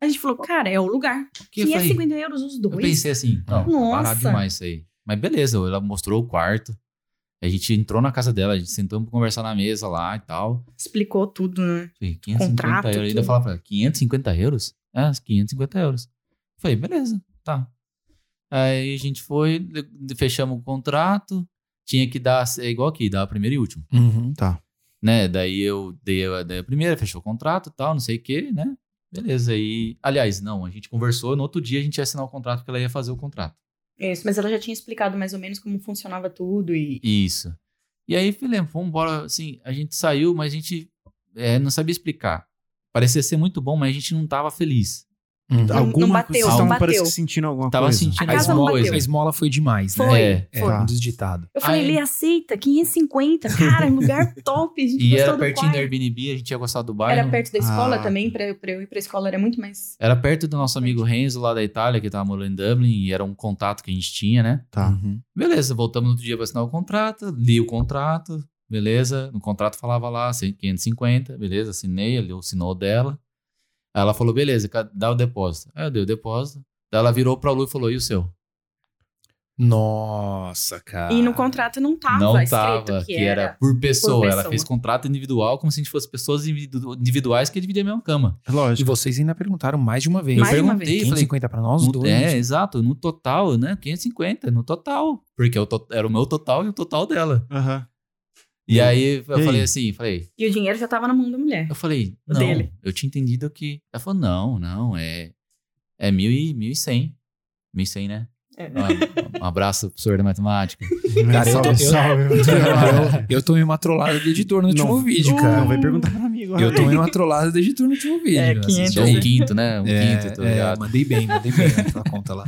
[SPEAKER 5] A gente falou, cara, é o lugar.
[SPEAKER 4] Que eu falei,
[SPEAKER 5] 550 euros os
[SPEAKER 4] Eu
[SPEAKER 5] dois.
[SPEAKER 4] pensei assim, não,
[SPEAKER 5] Nossa.
[SPEAKER 4] parado demais isso aí. Mas beleza, ela mostrou o quarto. A gente entrou na casa dela, a gente sentou pra conversar na mesa lá e tal.
[SPEAKER 5] Explicou tudo, né?
[SPEAKER 4] Falei, 550
[SPEAKER 5] Contrato,
[SPEAKER 4] euros. Ainda
[SPEAKER 5] tudo.
[SPEAKER 4] falava, pra ela, 550 euros? Ah, 550 euros. Falei, beleza, tá. Aí a gente foi, de- fechamos o contrato. Tinha que dar, é igual aqui, dar primeiro e último,
[SPEAKER 1] Uhum.
[SPEAKER 4] né? Daí eu dei, a- dei a primeira, fechou o contrato e tal, não sei o que, né? Beleza, aí... Aliás, não, a gente conversou, no outro dia a gente ia assinar o contrato, porque ela ia fazer o contrato.
[SPEAKER 5] Isso, mas ela já tinha explicado mais ou menos como funcionava tudo e.
[SPEAKER 4] Isso. E aí, Filé, vamos embora. Assim, a gente saiu, mas a gente é, não sabia explicar. Parecia ser muito bom, mas a gente não tava feliz.
[SPEAKER 1] Uhum.
[SPEAKER 5] Não- não bateu,
[SPEAKER 3] vocês
[SPEAKER 5] não
[SPEAKER 3] estavam,
[SPEAKER 5] bateu.
[SPEAKER 3] parece que sentindo alguma
[SPEAKER 4] Tava
[SPEAKER 3] coisa.
[SPEAKER 4] sentindo
[SPEAKER 5] A
[SPEAKER 1] A
[SPEAKER 4] alguma
[SPEAKER 5] casa não
[SPEAKER 1] esmola,
[SPEAKER 5] bateu.
[SPEAKER 1] a
[SPEAKER 4] coisa.
[SPEAKER 1] esmola foi demais, né?
[SPEAKER 5] Foi,
[SPEAKER 4] É,
[SPEAKER 1] É,
[SPEAKER 5] foi.
[SPEAKER 3] Tá.
[SPEAKER 1] um dos ditados.
[SPEAKER 5] Eu falei,
[SPEAKER 4] Aí-
[SPEAKER 5] Lê, aceita, 550, cara, lugar top. A gente
[SPEAKER 4] E
[SPEAKER 5] gostou
[SPEAKER 4] era
[SPEAKER 5] do
[SPEAKER 4] pertinho da
[SPEAKER 5] quarto.
[SPEAKER 4] Airbnb, a gente ia gostar do bairro.
[SPEAKER 5] Era perto da escola
[SPEAKER 3] Ah.
[SPEAKER 5] também, pra, pra eu ir pra escola era muito mais.
[SPEAKER 4] Era perto do nosso amigo Renzo, lá da Itália, que tava morando em Dublin, e era um contato que a gente tinha, né?
[SPEAKER 3] Tá.
[SPEAKER 1] Uhum.
[SPEAKER 4] Beleza, voltamos no outro dia pra assinar o contrato, li o contrato, beleza. No contrato falava lá, 550, beleza, assinei, ele assinou o dela. Aí ela falou, beleza, ca- dá o depósito. Aí eu dei o depósito. Daí ela virou pra Lu e falou, e o seu?
[SPEAKER 1] Nossa, cara.
[SPEAKER 5] E no contrato não tava
[SPEAKER 4] Ah. não
[SPEAKER 5] escrito
[SPEAKER 4] tava,
[SPEAKER 5] que era.
[SPEAKER 4] por pessoa.
[SPEAKER 5] por
[SPEAKER 4] Ela
[SPEAKER 5] pessoa.
[SPEAKER 4] fez contrato individual como se a gente fosse pessoas individu- individuais que dividiam a mesma cama.
[SPEAKER 3] Hum.
[SPEAKER 1] E
[SPEAKER 3] Lógico.
[SPEAKER 1] vocês ainda perguntaram mais de uma vez.
[SPEAKER 4] Eu
[SPEAKER 5] Mais de uma
[SPEAKER 4] perguntei,
[SPEAKER 1] Quem
[SPEAKER 4] falei,
[SPEAKER 1] 50 pra nós
[SPEAKER 4] no-
[SPEAKER 1] dois.
[SPEAKER 4] é,
[SPEAKER 3] né?
[SPEAKER 4] exato, no total, né? 550, no total. Porque é o to- era o meu total e o total dela.
[SPEAKER 3] Aham.
[SPEAKER 4] E,
[SPEAKER 3] E
[SPEAKER 4] aí eu
[SPEAKER 3] aí?
[SPEAKER 4] falei assim, falei,
[SPEAKER 5] E o dinheiro já tava na mão da mulher.
[SPEAKER 4] eu falei,
[SPEAKER 5] O
[SPEAKER 4] não,
[SPEAKER 5] dele.
[SPEAKER 4] eu tinha entendido que. Ela falou, não, não, é. É mil e mil e cem. Mil e cem, né?
[SPEAKER 5] É.
[SPEAKER 4] Um, um abraço pro senhor da matemática.
[SPEAKER 1] Cara, eu
[SPEAKER 3] salve,
[SPEAKER 1] tô-
[SPEAKER 3] salve.
[SPEAKER 1] Eu tomei uma trollada do editor no último
[SPEAKER 3] Não. uh,
[SPEAKER 1] vídeo,
[SPEAKER 3] Não
[SPEAKER 1] cara.
[SPEAKER 3] vai perguntar pra mim agora.
[SPEAKER 1] Eu tomei uma trollada do editor no último vídeo.
[SPEAKER 5] É,
[SPEAKER 1] né?
[SPEAKER 5] 500,
[SPEAKER 1] Assiste
[SPEAKER 4] É um
[SPEAKER 1] aí.
[SPEAKER 4] quinto, né? Um
[SPEAKER 1] É,
[SPEAKER 4] quinto, tá
[SPEAKER 1] é,
[SPEAKER 4] ligado?
[SPEAKER 1] mandei bem, mandei bem naquela conta lá.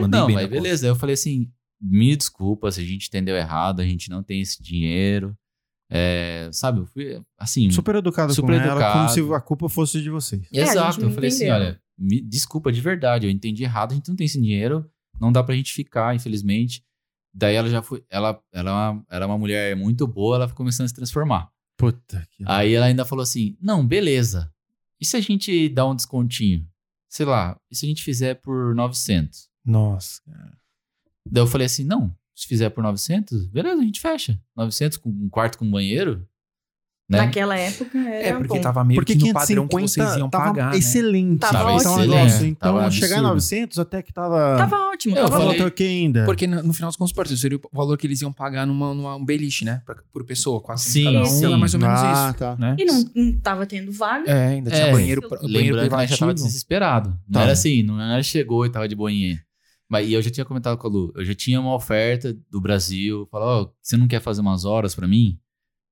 [SPEAKER 1] Mandei
[SPEAKER 4] não,
[SPEAKER 1] bem
[SPEAKER 4] mas
[SPEAKER 1] na conta.
[SPEAKER 4] beleza. Eu falei assim: me desculpa se a gente entendeu errado, a gente não tem esse dinheiro. É, sabe, eu fui assim.
[SPEAKER 3] Super educado
[SPEAKER 4] Super
[SPEAKER 3] com ela,
[SPEAKER 4] educado.
[SPEAKER 3] como se a culpa fosse de vocês.
[SPEAKER 5] É, a gente
[SPEAKER 4] exato.
[SPEAKER 5] não
[SPEAKER 4] Eu falei assim:
[SPEAKER 5] entendeu.
[SPEAKER 4] olha, me desculpa de verdade, eu entendi errado, a gente não tem esse dinheiro, não dá pra gente ficar, infelizmente. Daí ela já foi. Ela, ela é uma- era uma mulher muito boa, ela foi começando a se transformar.
[SPEAKER 3] Puta que.
[SPEAKER 4] Aí ela ainda falou assim: não, beleza. E se a gente dá um descontinho? Sei lá, e se a gente fizer por 900?
[SPEAKER 1] Nossa.
[SPEAKER 4] Daí eu falei assim, não, se fizer por 900, beleza, a gente fecha. 900 com um quarto com banheiro, Né?
[SPEAKER 5] Naquela época era
[SPEAKER 1] É, porque
[SPEAKER 5] um bom.
[SPEAKER 1] tava meio
[SPEAKER 3] Porque
[SPEAKER 1] que no padrão que
[SPEAKER 3] 550
[SPEAKER 1] vocês iam
[SPEAKER 3] tava
[SPEAKER 1] pagar, né?
[SPEAKER 3] excelente.
[SPEAKER 5] Tava
[SPEAKER 4] excelente,
[SPEAKER 3] negócio. Então,
[SPEAKER 4] tava
[SPEAKER 3] chegar em
[SPEAKER 4] absurdo.
[SPEAKER 3] 900 até que tava...
[SPEAKER 5] Tava ótimo.
[SPEAKER 4] Eu
[SPEAKER 5] tava
[SPEAKER 3] tava
[SPEAKER 4] falei-
[SPEAKER 5] ótimo.
[SPEAKER 3] ok ainda.
[SPEAKER 1] Porque no, no final dos contos parceiros seria o valor que eles iam pagar numa, numa um beliche, né? Pra- por pessoa, quase
[SPEAKER 4] Sim,
[SPEAKER 1] cada um,
[SPEAKER 4] sim.
[SPEAKER 1] era mais ou menos
[SPEAKER 3] ah,
[SPEAKER 1] isso.
[SPEAKER 3] tá.
[SPEAKER 1] Né?
[SPEAKER 5] E não, não tava tendo vaga.
[SPEAKER 1] É, ainda tinha
[SPEAKER 4] É,
[SPEAKER 1] banheiro, pra- banheiro
[SPEAKER 4] Lembrando que a gente já
[SPEAKER 1] privativo.
[SPEAKER 4] tava desesperado. Não
[SPEAKER 3] Tava.
[SPEAKER 4] era assim, não era chegou e tava de boinha. Mas e eu já tinha comentado com a Lu, eu já tinha uma oferta do Brasil, falou, ó, você não quer fazer umas horas pra mim?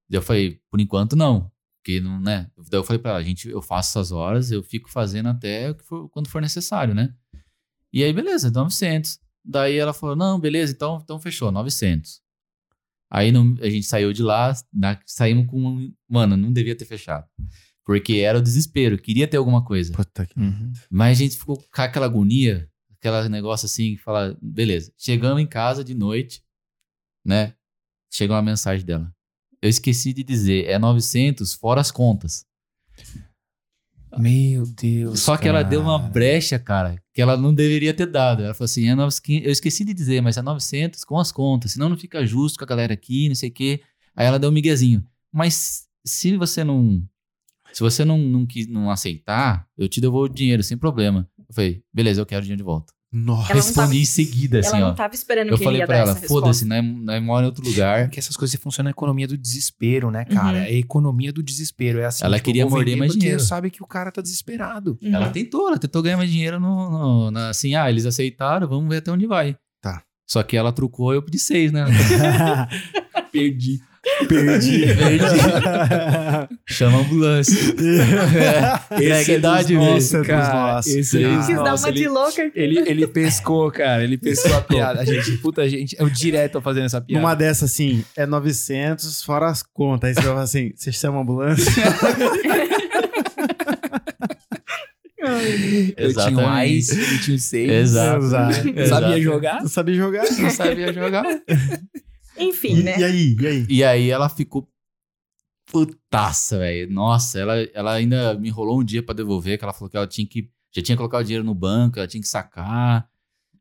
[SPEAKER 4] E eu falei, por enquanto não, porque não, né? Daí eu falei pra ela, gente, eu faço essas horas, eu fico fazendo até o que for- quando for necessário, né? E aí, beleza, 900. Daí ela falou, não, beleza, então, então fechou, 900. Aí não- a gente saiu de lá, na- saímos com, um- mano, não devia ter fechado. Porque era o desespero, queria ter alguma coisa.
[SPEAKER 3] Puta que...
[SPEAKER 1] Uhum.
[SPEAKER 4] Mas a gente ficou com aquela agonia, aquele negócio assim, que fala, beleza, chegamos em casa de noite, né? Chega uma mensagem dela. Eu esqueci de dizer, é 900 fora as contas.
[SPEAKER 1] Meu Deus.
[SPEAKER 4] Só que ela
[SPEAKER 1] cara.
[SPEAKER 4] deu uma brecha, cara, que ela não deveria ter dado. Ela falou assim, é 900, eu esqueci de dizer, mas é 900 com as contas, senão não fica justo com a galera aqui, não sei o quê. Aí ela deu um miguezinho. Mas se você não se você não, não, quis, não aceitar, eu te devolvo o dinheiro, sem problema. Eu falei, beleza, eu quero o dinheiro de volta.
[SPEAKER 3] Nossa.
[SPEAKER 5] Ela não
[SPEAKER 4] Respondi
[SPEAKER 5] tava-
[SPEAKER 4] em seguida, assim,
[SPEAKER 5] ela
[SPEAKER 4] ó.
[SPEAKER 5] não tava esperando
[SPEAKER 4] Eu
[SPEAKER 5] que ele
[SPEAKER 4] falei
[SPEAKER 5] ia
[SPEAKER 4] pra
[SPEAKER 5] dar
[SPEAKER 4] ela,
[SPEAKER 5] essa
[SPEAKER 4] foda-se,
[SPEAKER 5] resposta.
[SPEAKER 4] nós nós mora em outro lugar.
[SPEAKER 1] Porque essas coisas funcionam na economia do desespero, né, cara?
[SPEAKER 5] Uhum.
[SPEAKER 1] É a economia do desespero. É assim,
[SPEAKER 4] Ela
[SPEAKER 1] tipo,
[SPEAKER 4] queria
[SPEAKER 1] eu vou
[SPEAKER 4] morder
[SPEAKER 1] vender
[SPEAKER 4] mais
[SPEAKER 1] porque
[SPEAKER 4] dinheiro.
[SPEAKER 1] sabe que o cara tá desesperado.
[SPEAKER 5] Uhum.
[SPEAKER 4] Ela tentou, ela tentou ganhar mais dinheiro no, no- na- assim, ah, eles aceitaram, vamos ver até onde vai.
[SPEAKER 3] Tá.
[SPEAKER 4] Só que ela trucou eu pedi seis, né? Perdi.
[SPEAKER 3] Perdi.
[SPEAKER 4] Chama a
[SPEAKER 3] É.
[SPEAKER 4] ambulância.
[SPEAKER 1] Esse é
[SPEAKER 4] idade
[SPEAKER 1] dos
[SPEAKER 4] mesmo,
[SPEAKER 1] nossos,
[SPEAKER 3] cara.
[SPEAKER 1] Esse é
[SPEAKER 3] Ah.
[SPEAKER 1] dos
[SPEAKER 5] Quis dar
[SPEAKER 1] nossos.
[SPEAKER 5] uma de
[SPEAKER 1] ele,
[SPEAKER 5] louca.
[SPEAKER 1] ele, ele pescou, cara. Ele pescou a piada. A gente, puta, a gente, eu direto fazendo essa piada.
[SPEAKER 3] Numa dessas, assim, é 900 fora as contas. Aí você fala assim, você chama a ambulância?
[SPEAKER 1] eu tinha um
[SPEAKER 4] Exatamente.
[SPEAKER 1] ice, eu tinha um seis.
[SPEAKER 4] Exato.
[SPEAKER 3] Exato.
[SPEAKER 1] Eu Sabia
[SPEAKER 4] Exato.
[SPEAKER 1] jogar?
[SPEAKER 3] Não sabia jogar.
[SPEAKER 4] Não sabia jogar.
[SPEAKER 5] Enfim,
[SPEAKER 3] E,
[SPEAKER 5] né?
[SPEAKER 3] e aí? E aí?
[SPEAKER 4] E aí ela ficou putaça, velho. Nossa, ela, ela ainda me enrolou um dia pra devolver, que ela falou que ela tinha que. Já tinha colocado o dinheiro no banco, ela tinha que sacar.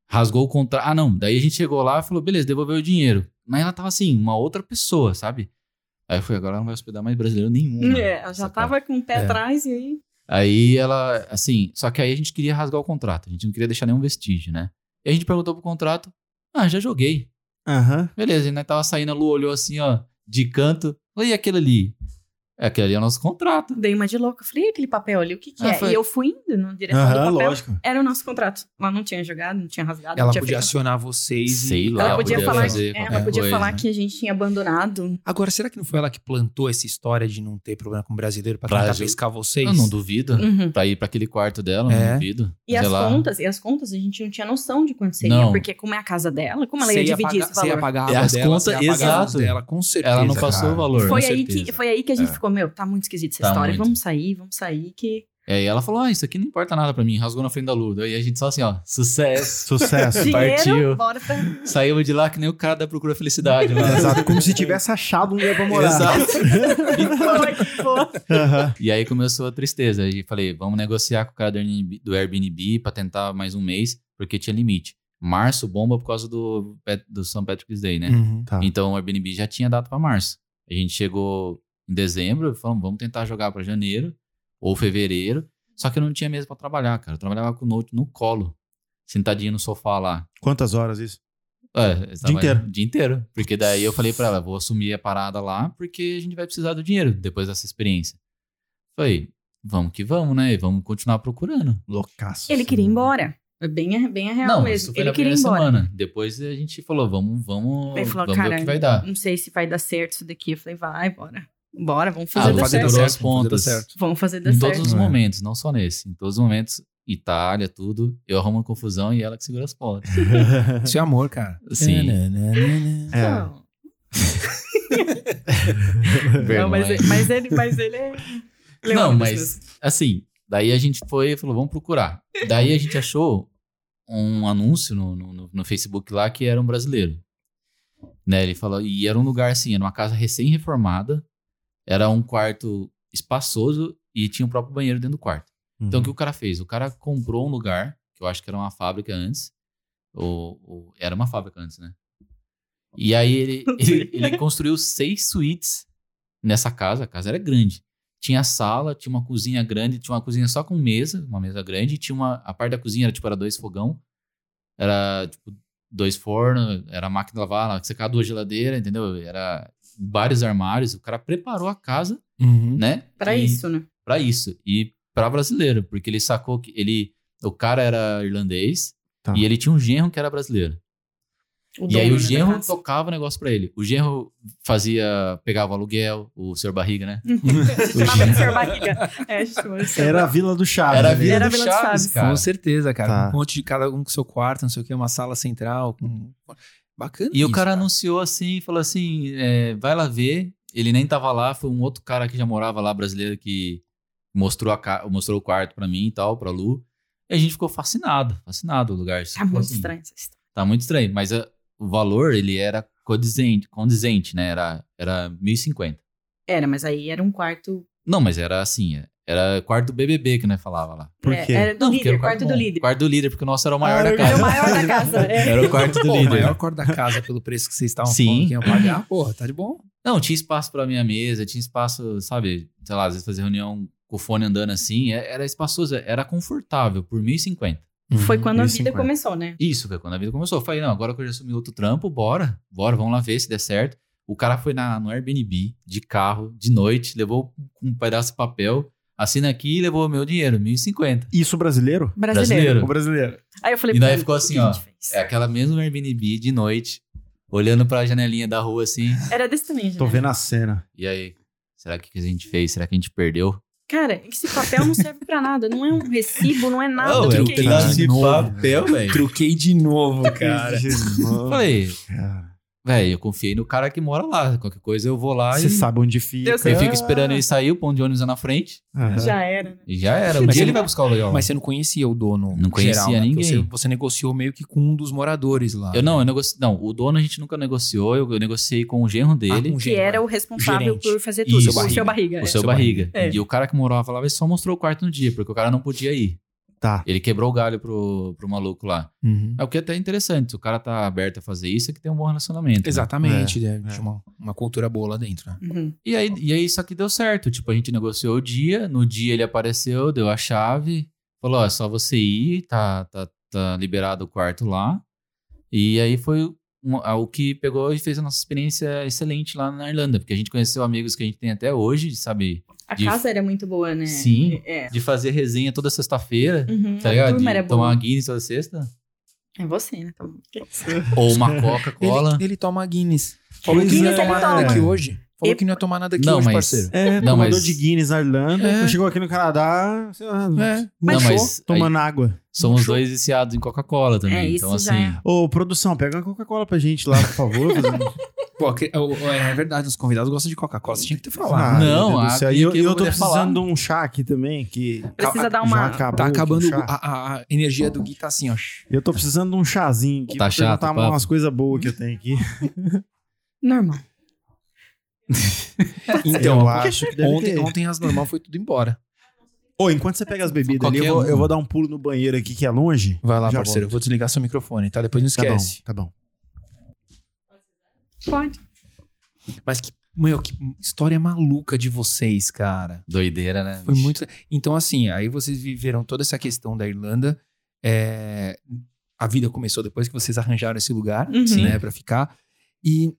[SPEAKER 4] Rasgou o contrato. Ah, não. Daí a gente chegou lá e falou, beleza, devolveu o dinheiro. Mas ela tava assim, uma outra pessoa, sabe? Aí eu falei, agora ela não vai hospedar mais brasileiro nenhum. né?
[SPEAKER 5] É, ela já
[SPEAKER 4] Sacou?
[SPEAKER 5] tava com o pé
[SPEAKER 4] É.
[SPEAKER 5] atrás e aí.
[SPEAKER 4] Aí ela, assim, só que aí a gente queria rasgar o contrato, a gente não queria deixar nenhum vestígio, né? E a gente perguntou pro contrato, ah, já joguei.
[SPEAKER 3] Aham.
[SPEAKER 4] Beleza, ainda tava saindo, a Lu olhou assim, ó, de canto. Falei, E aquele ali? É, aquele ali é o nosso contrato.
[SPEAKER 5] Dei uma de louca. Falei, "E aquele papel ali, o que que
[SPEAKER 4] Ah,
[SPEAKER 5] é?
[SPEAKER 4] foi-
[SPEAKER 5] E eu fui indo na direção é do
[SPEAKER 3] Aham,
[SPEAKER 5] papel.
[SPEAKER 3] lógico.
[SPEAKER 5] Era o nosso contrato. Ela não tinha jogado, não tinha rasgado,
[SPEAKER 1] Ela
[SPEAKER 5] não tinha
[SPEAKER 1] podia
[SPEAKER 5] feito
[SPEAKER 1] acionar vocês. e-
[SPEAKER 4] Sei lá,
[SPEAKER 5] nada. Ela podia
[SPEAKER 4] podia
[SPEAKER 5] falar,
[SPEAKER 4] fazer
[SPEAKER 5] é, ela
[SPEAKER 4] qualquer
[SPEAKER 5] podia
[SPEAKER 4] coisa,
[SPEAKER 5] falar
[SPEAKER 4] né?
[SPEAKER 5] que a gente tinha abandonado.
[SPEAKER 1] Agora, será que não foi ela que plantou essa história de não ter problema com o brasileiro pra tentar
[SPEAKER 4] Brasil.
[SPEAKER 1] pescar vocês?
[SPEAKER 4] Eu não duvido.
[SPEAKER 5] Uhum.
[SPEAKER 4] Pra ir pra aquele quarto dela,
[SPEAKER 1] É.
[SPEAKER 4] não duvido.
[SPEAKER 5] E
[SPEAKER 4] Sei
[SPEAKER 5] as
[SPEAKER 4] lá.
[SPEAKER 5] contas, e as contas a gente não tinha noção de quanto seria,
[SPEAKER 4] Não.
[SPEAKER 5] porque como é a casa dela, como ela
[SPEAKER 1] Você
[SPEAKER 5] ia dividir
[SPEAKER 1] pagar-
[SPEAKER 5] esse
[SPEAKER 1] Você ia
[SPEAKER 5] valor.
[SPEAKER 1] pagar a
[SPEAKER 4] É,
[SPEAKER 1] água
[SPEAKER 4] as
[SPEAKER 1] dela, você
[SPEAKER 4] contas-
[SPEAKER 1] ia pagar a luz
[SPEAKER 4] exato.
[SPEAKER 1] dela, com certeza.
[SPEAKER 4] Ela não passou
[SPEAKER 1] cara.
[SPEAKER 4] o valor.
[SPEAKER 5] Foi
[SPEAKER 4] com
[SPEAKER 5] aí,
[SPEAKER 4] certeza. É.
[SPEAKER 5] que, foi aí que a gente ficou, meu, tá muito esquisito essa
[SPEAKER 4] Tá
[SPEAKER 5] história.
[SPEAKER 4] muito.
[SPEAKER 5] Vamos sair, vamos sair, que.
[SPEAKER 4] E aí ela falou: ah, isso aqui não importa nada pra mim. Rasgou na frente da Lu. Daí a gente só assim, ó, sucesso.
[SPEAKER 3] Sucesso.
[SPEAKER 4] Sim.
[SPEAKER 5] Dinheiro,
[SPEAKER 4] É, Partiu.
[SPEAKER 5] bora pra.
[SPEAKER 4] Saímos de lá que nem o cara da Procura Felicidade. lá.
[SPEAKER 3] Exato, como se tivesse achado um lugar pra morar.
[SPEAKER 5] Foi, foi.
[SPEAKER 3] Aham.
[SPEAKER 4] E aí começou a tristeza. Aí falei, vamos negociar com o cara do Airbnb, do Airbnb pra tentar mais um mês, porque tinha limite. Março bomba por causa do, Pet- do St. Patrick's Day, né?
[SPEAKER 1] Uhum.
[SPEAKER 3] Tá.
[SPEAKER 4] Então o Airbnb já tinha data pra março. A gente chegou em dezembro, falamos, vamos tentar jogar pra janeiro ou fevereiro. Só que eu não tinha mesa pra trabalhar, cara. Eu trabalhava com o Note no colo, sentadinho no sofá lá.
[SPEAKER 3] Quantas horas isso?
[SPEAKER 4] É, eu tava-
[SPEAKER 3] inteiro.
[SPEAKER 4] Dia inteiro. Porque daí eu falei pra ela, vou assumir a parada lá, porque a gente vai precisar do dinheiro depois dessa experiência. Falei, vamos que vamos, né? E vamos continuar procurando.
[SPEAKER 3] Loucaço.
[SPEAKER 5] Ele queria ir embora. É Bem, a- bem a real
[SPEAKER 4] não,
[SPEAKER 5] mesmo.
[SPEAKER 4] isso foi
[SPEAKER 5] Ele
[SPEAKER 4] na
[SPEAKER 5] queria ir
[SPEAKER 4] primeira
[SPEAKER 5] embora.
[SPEAKER 4] semana. Depois a gente falou, vamos, vamos,
[SPEAKER 5] Ele falou,
[SPEAKER 4] vamos ver
[SPEAKER 5] cara,
[SPEAKER 4] o que vai dar.
[SPEAKER 5] Não sei se vai dar certo isso daqui. Eu falei, vai, bora. Bora, vamos
[SPEAKER 4] Ah,
[SPEAKER 5] fazer
[SPEAKER 4] vou
[SPEAKER 5] dar
[SPEAKER 4] fazer
[SPEAKER 5] certo.
[SPEAKER 4] durou
[SPEAKER 1] vamos
[SPEAKER 4] as
[SPEAKER 1] fazer dar
[SPEAKER 4] pontas.
[SPEAKER 1] certo.
[SPEAKER 5] Vamos fazer dar
[SPEAKER 4] Em todos
[SPEAKER 5] certo.
[SPEAKER 4] os
[SPEAKER 3] É.
[SPEAKER 4] momentos, não só nesse. Em todos os momentos, Itália, tudo, eu arrumo uma confusão e ela que segura as pontas.
[SPEAKER 1] Isso é amor, cara. Né,
[SPEAKER 4] Sim.
[SPEAKER 1] Nananana.
[SPEAKER 3] É.
[SPEAKER 5] Não. Não, mas, ele- mas ele, mas ele é.
[SPEAKER 4] Não,
[SPEAKER 5] Leônidas
[SPEAKER 4] mas
[SPEAKER 5] mesmo.
[SPEAKER 4] assim, daí a gente foi e falou, vamos procurar. Daí a gente achou um anúncio no, no- no- no Facebook lá que era um brasileiro. Né, ele falou, e era um lugar assim, era uma casa recém-reformada, era um quarto espaçoso e tinha o próprio banheiro dentro do quarto. Então, o
[SPEAKER 5] Uhum.
[SPEAKER 4] que o cara fez? O cara comprou um lugar, que eu acho que era uma fábrica antes. Ou, ou- era uma fábrica antes, né? E aí ele,
[SPEAKER 5] Não sei.
[SPEAKER 4] ele, ele construiu seis suítes nessa casa, a casa era grande. Tinha sala, tinha uma cozinha grande, tinha uma cozinha só com mesa, uma mesa grande, e tinha uma. A parte da cozinha era tipo, era dois fogão, era tipo, dois fornos, era máquina de lavar, secador, geladeira, entendeu? Era vários armários. O cara preparou a casa,
[SPEAKER 1] Uhum.
[SPEAKER 4] né?
[SPEAKER 5] Pra
[SPEAKER 4] E-
[SPEAKER 5] isso, né?
[SPEAKER 4] Pra isso. E pra brasileiro, porque ele sacou que ele. O cara era irlandês
[SPEAKER 3] Tá.
[SPEAKER 4] e ele tinha um genro que era brasileiro.
[SPEAKER 5] O
[SPEAKER 4] E aí o
[SPEAKER 5] dono, né, da
[SPEAKER 4] genro
[SPEAKER 5] casa.
[SPEAKER 4] tocava o negócio pra ele. O genro fazia, pegava o aluguel, o senhor barriga, né?
[SPEAKER 5] A gente chamava de Sr. Barriga. É, a gente chamava de Sr.
[SPEAKER 3] Era a Vila do Chaves.
[SPEAKER 4] Era a
[SPEAKER 3] né?
[SPEAKER 4] Vila
[SPEAKER 5] Era
[SPEAKER 4] do
[SPEAKER 5] a Vila dos
[SPEAKER 4] Chaves,
[SPEAKER 5] Chaves.
[SPEAKER 4] cara.
[SPEAKER 1] Com certeza, cara.
[SPEAKER 3] Tá.
[SPEAKER 1] Um monte de cada um com seu quarto, não sei o que, uma sala central. com- Bacana.
[SPEAKER 4] E o
[SPEAKER 1] isso,
[SPEAKER 4] cara anunciou assim, falou assim, é, vai lá ver. Ele nem tava lá, foi um outro cara que já morava lá, brasileiro, que mostrou, a ca- mostrou o quarto pra mim e tal, pra Lu. E a gente ficou fascinado, fascinado o lugar.
[SPEAKER 5] Tá muito
[SPEAKER 4] Assim,
[SPEAKER 5] estranho essa história.
[SPEAKER 4] Tá muito estranho, mas é, o valor, ele era condizente, condizente né? Era, era 1.050.
[SPEAKER 5] Era, mas aí era um quarto.
[SPEAKER 4] Não, mas era assim, é, era quarto do BBB que nós falava lá.
[SPEAKER 3] Por
[SPEAKER 5] é,
[SPEAKER 3] quê?
[SPEAKER 5] Era do
[SPEAKER 4] Não, porque
[SPEAKER 5] líder,
[SPEAKER 4] era
[SPEAKER 5] o quarto do
[SPEAKER 4] bom.
[SPEAKER 5] líder.
[SPEAKER 4] Quarto do líder, porque o nosso era o maior
[SPEAKER 3] Ah,
[SPEAKER 4] da
[SPEAKER 3] eu-
[SPEAKER 5] Era o
[SPEAKER 4] casa.
[SPEAKER 5] maior da casa. é.
[SPEAKER 4] Era o quarto do
[SPEAKER 1] Pô, o
[SPEAKER 4] líder.
[SPEAKER 1] maior corte da casa pelo preço que vocês estavam
[SPEAKER 4] Sim.
[SPEAKER 1] falando que iam pagar, porra, tá de bom.
[SPEAKER 4] Não, tinha espaço pra minha mesa, tinha espaço, sabe, sei lá, às vezes fazer reunião com o fone andando assim, é- era espaçoso, era confortável por 1.050.
[SPEAKER 5] Foi quando a vida
[SPEAKER 3] 1050.
[SPEAKER 5] começou, né?
[SPEAKER 4] Isso, foi quando a vida começou. Eu falei, não, agora que eu já assumi outro trampo, bora, bora, vamos lá ver se der certo. O cara foi na, no Airbnb, de carro, de noite, levou um pedaço de papel, assina aqui e levou o meu dinheiro, 1.050.
[SPEAKER 3] Isso brasileiro?
[SPEAKER 5] Brasileiro.
[SPEAKER 3] O brasileiro.
[SPEAKER 5] Aí eu falei,
[SPEAKER 4] E daí
[SPEAKER 5] "Pô,
[SPEAKER 4] ficou
[SPEAKER 5] o que
[SPEAKER 4] assim,
[SPEAKER 5] a
[SPEAKER 4] ó,
[SPEAKER 5] gente fez?"
[SPEAKER 4] É aquela mesma Airbnb, de noite, olhando pra janelinha da rua assim,
[SPEAKER 5] Era desse tamanho,
[SPEAKER 3] Tô
[SPEAKER 5] né?
[SPEAKER 3] vendo a cena.
[SPEAKER 4] e aí, será que o que a gente fez? Será que a gente perdeu?
[SPEAKER 5] Cara, esse papel não serve pra nada. Não é um recibo, não é nada.
[SPEAKER 4] Não,
[SPEAKER 5] do
[SPEAKER 4] era um
[SPEAKER 5] que é
[SPEAKER 3] pedaço
[SPEAKER 5] isso.
[SPEAKER 4] pedaço de
[SPEAKER 3] novo,
[SPEAKER 4] papel, velho.
[SPEAKER 1] Truquei de novo, cara.
[SPEAKER 3] Jesus,
[SPEAKER 4] Falei,
[SPEAKER 3] cara.
[SPEAKER 4] velho, eu confiei no cara que mora lá. Qualquer coisa eu vou lá
[SPEAKER 3] Você
[SPEAKER 4] e
[SPEAKER 3] sabe onde fica.
[SPEAKER 5] Eu sei.
[SPEAKER 4] eu fico esperando ele sair, o pão de ônibus é na frente.
[SPEAKER 3] Aham.
[SPEAKER 5] Já era. né?
[SPEAKER 4] E já era. Um
[SPEAKER 1] Mas
[SPEAKER 4] dia
[SPEAKER 1] ele-
[SPEAKER 4] ele vai buscar o legal.
[SPEAKER 1] Mas você não conhecia o dono
[SPEAKER 4] Não conhecia
[SPEAKER 1] geral, né? Porque
[SPEAKER 4] ninguém.
[SPEAKER 1] Você, você negociou meio que com um dos moradores lá.
[SPEAKER 4] Eu não, eu negociei. Não, o dono a gente nunca negociou. Eu, eu negociei com o genro dele,
[SPEAKER 1] Ah, com o
[SPEAKER 5] Que era o responsável
[SPEAKER 1] Gerente.
[SPEAKER 5] por fazer tudo.
[SPEAKER 4] Isso,
[SPEAKER 5] o
[SPEAKER 1] barriga.
[SPEAKER 5] seu barriga.
[SPEAKER 4] o seu
[SPEAKER 1] seu
[SPEAKER 4] barriga.
[SPEAKER 5] barriga. É.
[SPEAKER 4] E o cara que morava lá ele só mostrou o quarto no dia, porque o cara não podia ir.
[SPEAKER 3] Tá.
[SPEAKER 4] Ele quebrou o galho pro, pro maluco lá. É o que é até interessante. Se o cara tá aberto a fazer isso, é que tem um bom relacionamento. né?
[SPEAKER 1] Exatamente, né?
[SPEAKER 3] é.
[SPEAKER 1] Tinha uma, uma cultura boa lá dentro. né?
[SPEAKER 5] é. Uhum.
[SPEAKER 4] E aí, e aí isso aqui deu certo. Tipo, a gente negociou o dia, no dia ele apareceu, deu a chave, falou: ó, é só você ir, tá, tá, tá liberado o quarto lá. E aí foi um- ah, o que pegou e fez a nossa experiência excelente lá na Irlanda, porque a gente conheceu amigos que a gente tem até hoje, sabe?
[SPEAKER 5] A
[SPEAKER 4] De-
[SPEAKER 5] casa era muito boa, né?
[SPEAKER 4] Sim.
[SPEAKER 5] É.
[SPEAKER 4] De fazer resenha toda sexta-feira.
[SPEAKER 5] Uhum.
[SPEAKER 4] Tá
[SPEAKER 5] a
[SPEAKER 4] ligado?
[SPEAKER 5] turma
[SPEAKER 4] De
[SPEAKER 5] era
[SPEAKER 4] tomar uma
[SPEAKER 5] boa.
[SPEAKER 4] Guinness toda sexta.
[SPEAKER 5] É você, né? Tá bom.
[SPEAKER 4] Ou uma Coca-Cola.
[SPEAKER 1] Ele, ele toma Guinness.
[SPEAKER 3] Pois
[SPEAKER 1] Falou que não
[SPEAKER 5] é,
[SPEAKER 1] ia tomar nada
[SPEAKER 5] cara.
[SPEAKER 1] aqui hoje. Falou
[SPEAKER 5] E-
[SPEAKER 1] que não ia tomar nada aqui
[SPEAKER 4] Não,
[SPEAKER 1] hoje,
[SPEAKER 4] mas-
[SPEAKER 1] parceiro.
[SPEAKER 3] É,
[SPEAKER 4] Não,
[SPEAKER 3] tomador
[SPEAKER 4] mas-
[SPEAKER 3] de Guinness na Irlanda.
[SPEAKER 1] É.
[SPEAKER 3] Chegou aqui no Canadá, sei lá,
[SPEAKER 1] É.
[SPEAKER 4] Não,
[SPEAKER 1] Mas-
[SPEAKER 4] mas aí,
[SPEAKER 3] tomando água.
[SPEAKER 4] somos dois viciados em Coca-Cola também.
[SPEAKER 5] É,
[SPEAKER 4] então,
[SPEAKER 5] isso
[SPEAKER 4] assim.
[SPEAKER 5] já é.
[SPEAKER 3] Ô, produção, pega uma Coca-Cola pra gente lá, por favor. um
[SPEAKER 1] Pô, que- o- o- é verdade, os convidados gostam de Coca-Cola. Você tinha que ter
[SPEAKER 3] Ah,
[SPEAKER 1] falado.
[SPEAKER 4] Não,
[SPEAKER 3] meu Deus do
[SPEAKER 4] a-
[SPEAKER 3] céu.
[SPEAKER 4] e
[SPEAKER 3] E eu,
[SPEAKER 4] que eu
[SPEAKER 3] eu
[SPEAKER 4] vou
[SPEAKER 3] tô
[SPEAKER 4] poder
[SPEAKER 3] precisando
[SPEAKER 4] falar?
[SPEAKER 3] de um chá aqui também, que...
[SPEAKER 5] Precisa dar
[SPEAKER 3] Já
[SPEAKER 5] uma.
[SPEAKER 3] acabou
[SPEAKER 1] Tá
[SPEAKER 3] aqui o
[SPEAKER 1] acabando
[SPEAKER 3] chá.
[SPEAKER 1] a, a- a energia do Gui, tá assim, ó.
[SPEAKER 3] Eu tô precisando de um chazinho aqui
[SPEAKER 4] Tá
[SPEAKER 3] pra
[SPEAKER 4] chato,
[SPEAKER 3] perguntar
[SPEAKER 4] papo?
[SPEAKER 3] umas coisas boas que eu tenho aqui.
[SPEAKER 5] Normal.
[SPEAKER 1] Então,
[SPEAKER 3] eu
[SPEAKER 1] ó,
[SPEAKER 3] acho que deve
[SPEAKER 1] ontem,
[SPEAKER 3] ter.
[SPEAKER 1] ontem as normal foi tudo embora.
[SPEAKER 3] Ô, enquanto você pega as bebidas ali, eu
[SPEAKER 4] Qualquer
[SPEAKER 3] vou,
[SPEAKER 4] um.
[SPEAKER 3] eu vou dar um pulo no banheiro aqui, que é longe.
[SPEAKER 1] Vai lá,
[SPEAKER 3] Já
[SPEAKER 1] parceiro. Eu vou desligar seu microfone, tá? Depois não
[SPEAKER 3] Tá bom,
[SPEAKER 1] esquece.
[SPEAKER 3] tá bom.
[SPEAKER 5] Pode.
[SPEAKER 1] Mas que, meu, que história maluca de vocês, cara.
[SPEAKER 4] Doideira, né?
[SPEAKER 1] Foi muito. Então, assim, aí vocês viveram toda essa questão da Irlanda. é, A vida começou depois que vocês arranjaram esse lugar,
[SPEAKER 5] Uhum. Sim.
[SPEAKER 1] né, pra ficar. E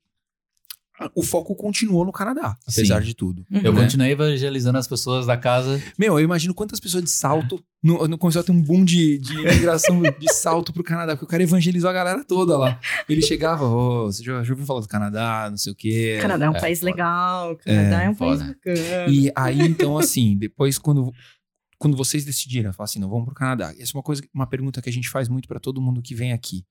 [SPEAKER 1] a- o foco continuou no Canadá, apesar de tudo.
[SPEAKER 4] Eu
[SPEAKER 1] né?
[SPEAKER 4] continuei evangelizando as pessoas da casa.
[SPEAKER 1] Meu, eu imagino quantas pessoas de salto. No, no, começou a ter um boom de, de imigração de salto pro Canadá, porque o cara evangelizou a galera toda lá. Ele chegava, ô, você já, já ouviu falar do Canadá, não sei o quê.
[SPEAKER 5] O Canadá é um
[SPEAKER 4] É,
[SPEAKER 5] país
[SPEAKER 4] foda.
[SPEAKER 5] legal. O Canadá é, um país
[SPEAKER 4] foda.
[SPEAKER 5] bacana.
[SPEAKER 1] E aí, então, assim, depois quando, quando vocês decidiram, falar assim, não, vamos pro Canadá. Essa é uma coisa, uma pergunta que a gente faz muito para todo mundo que vem aqui,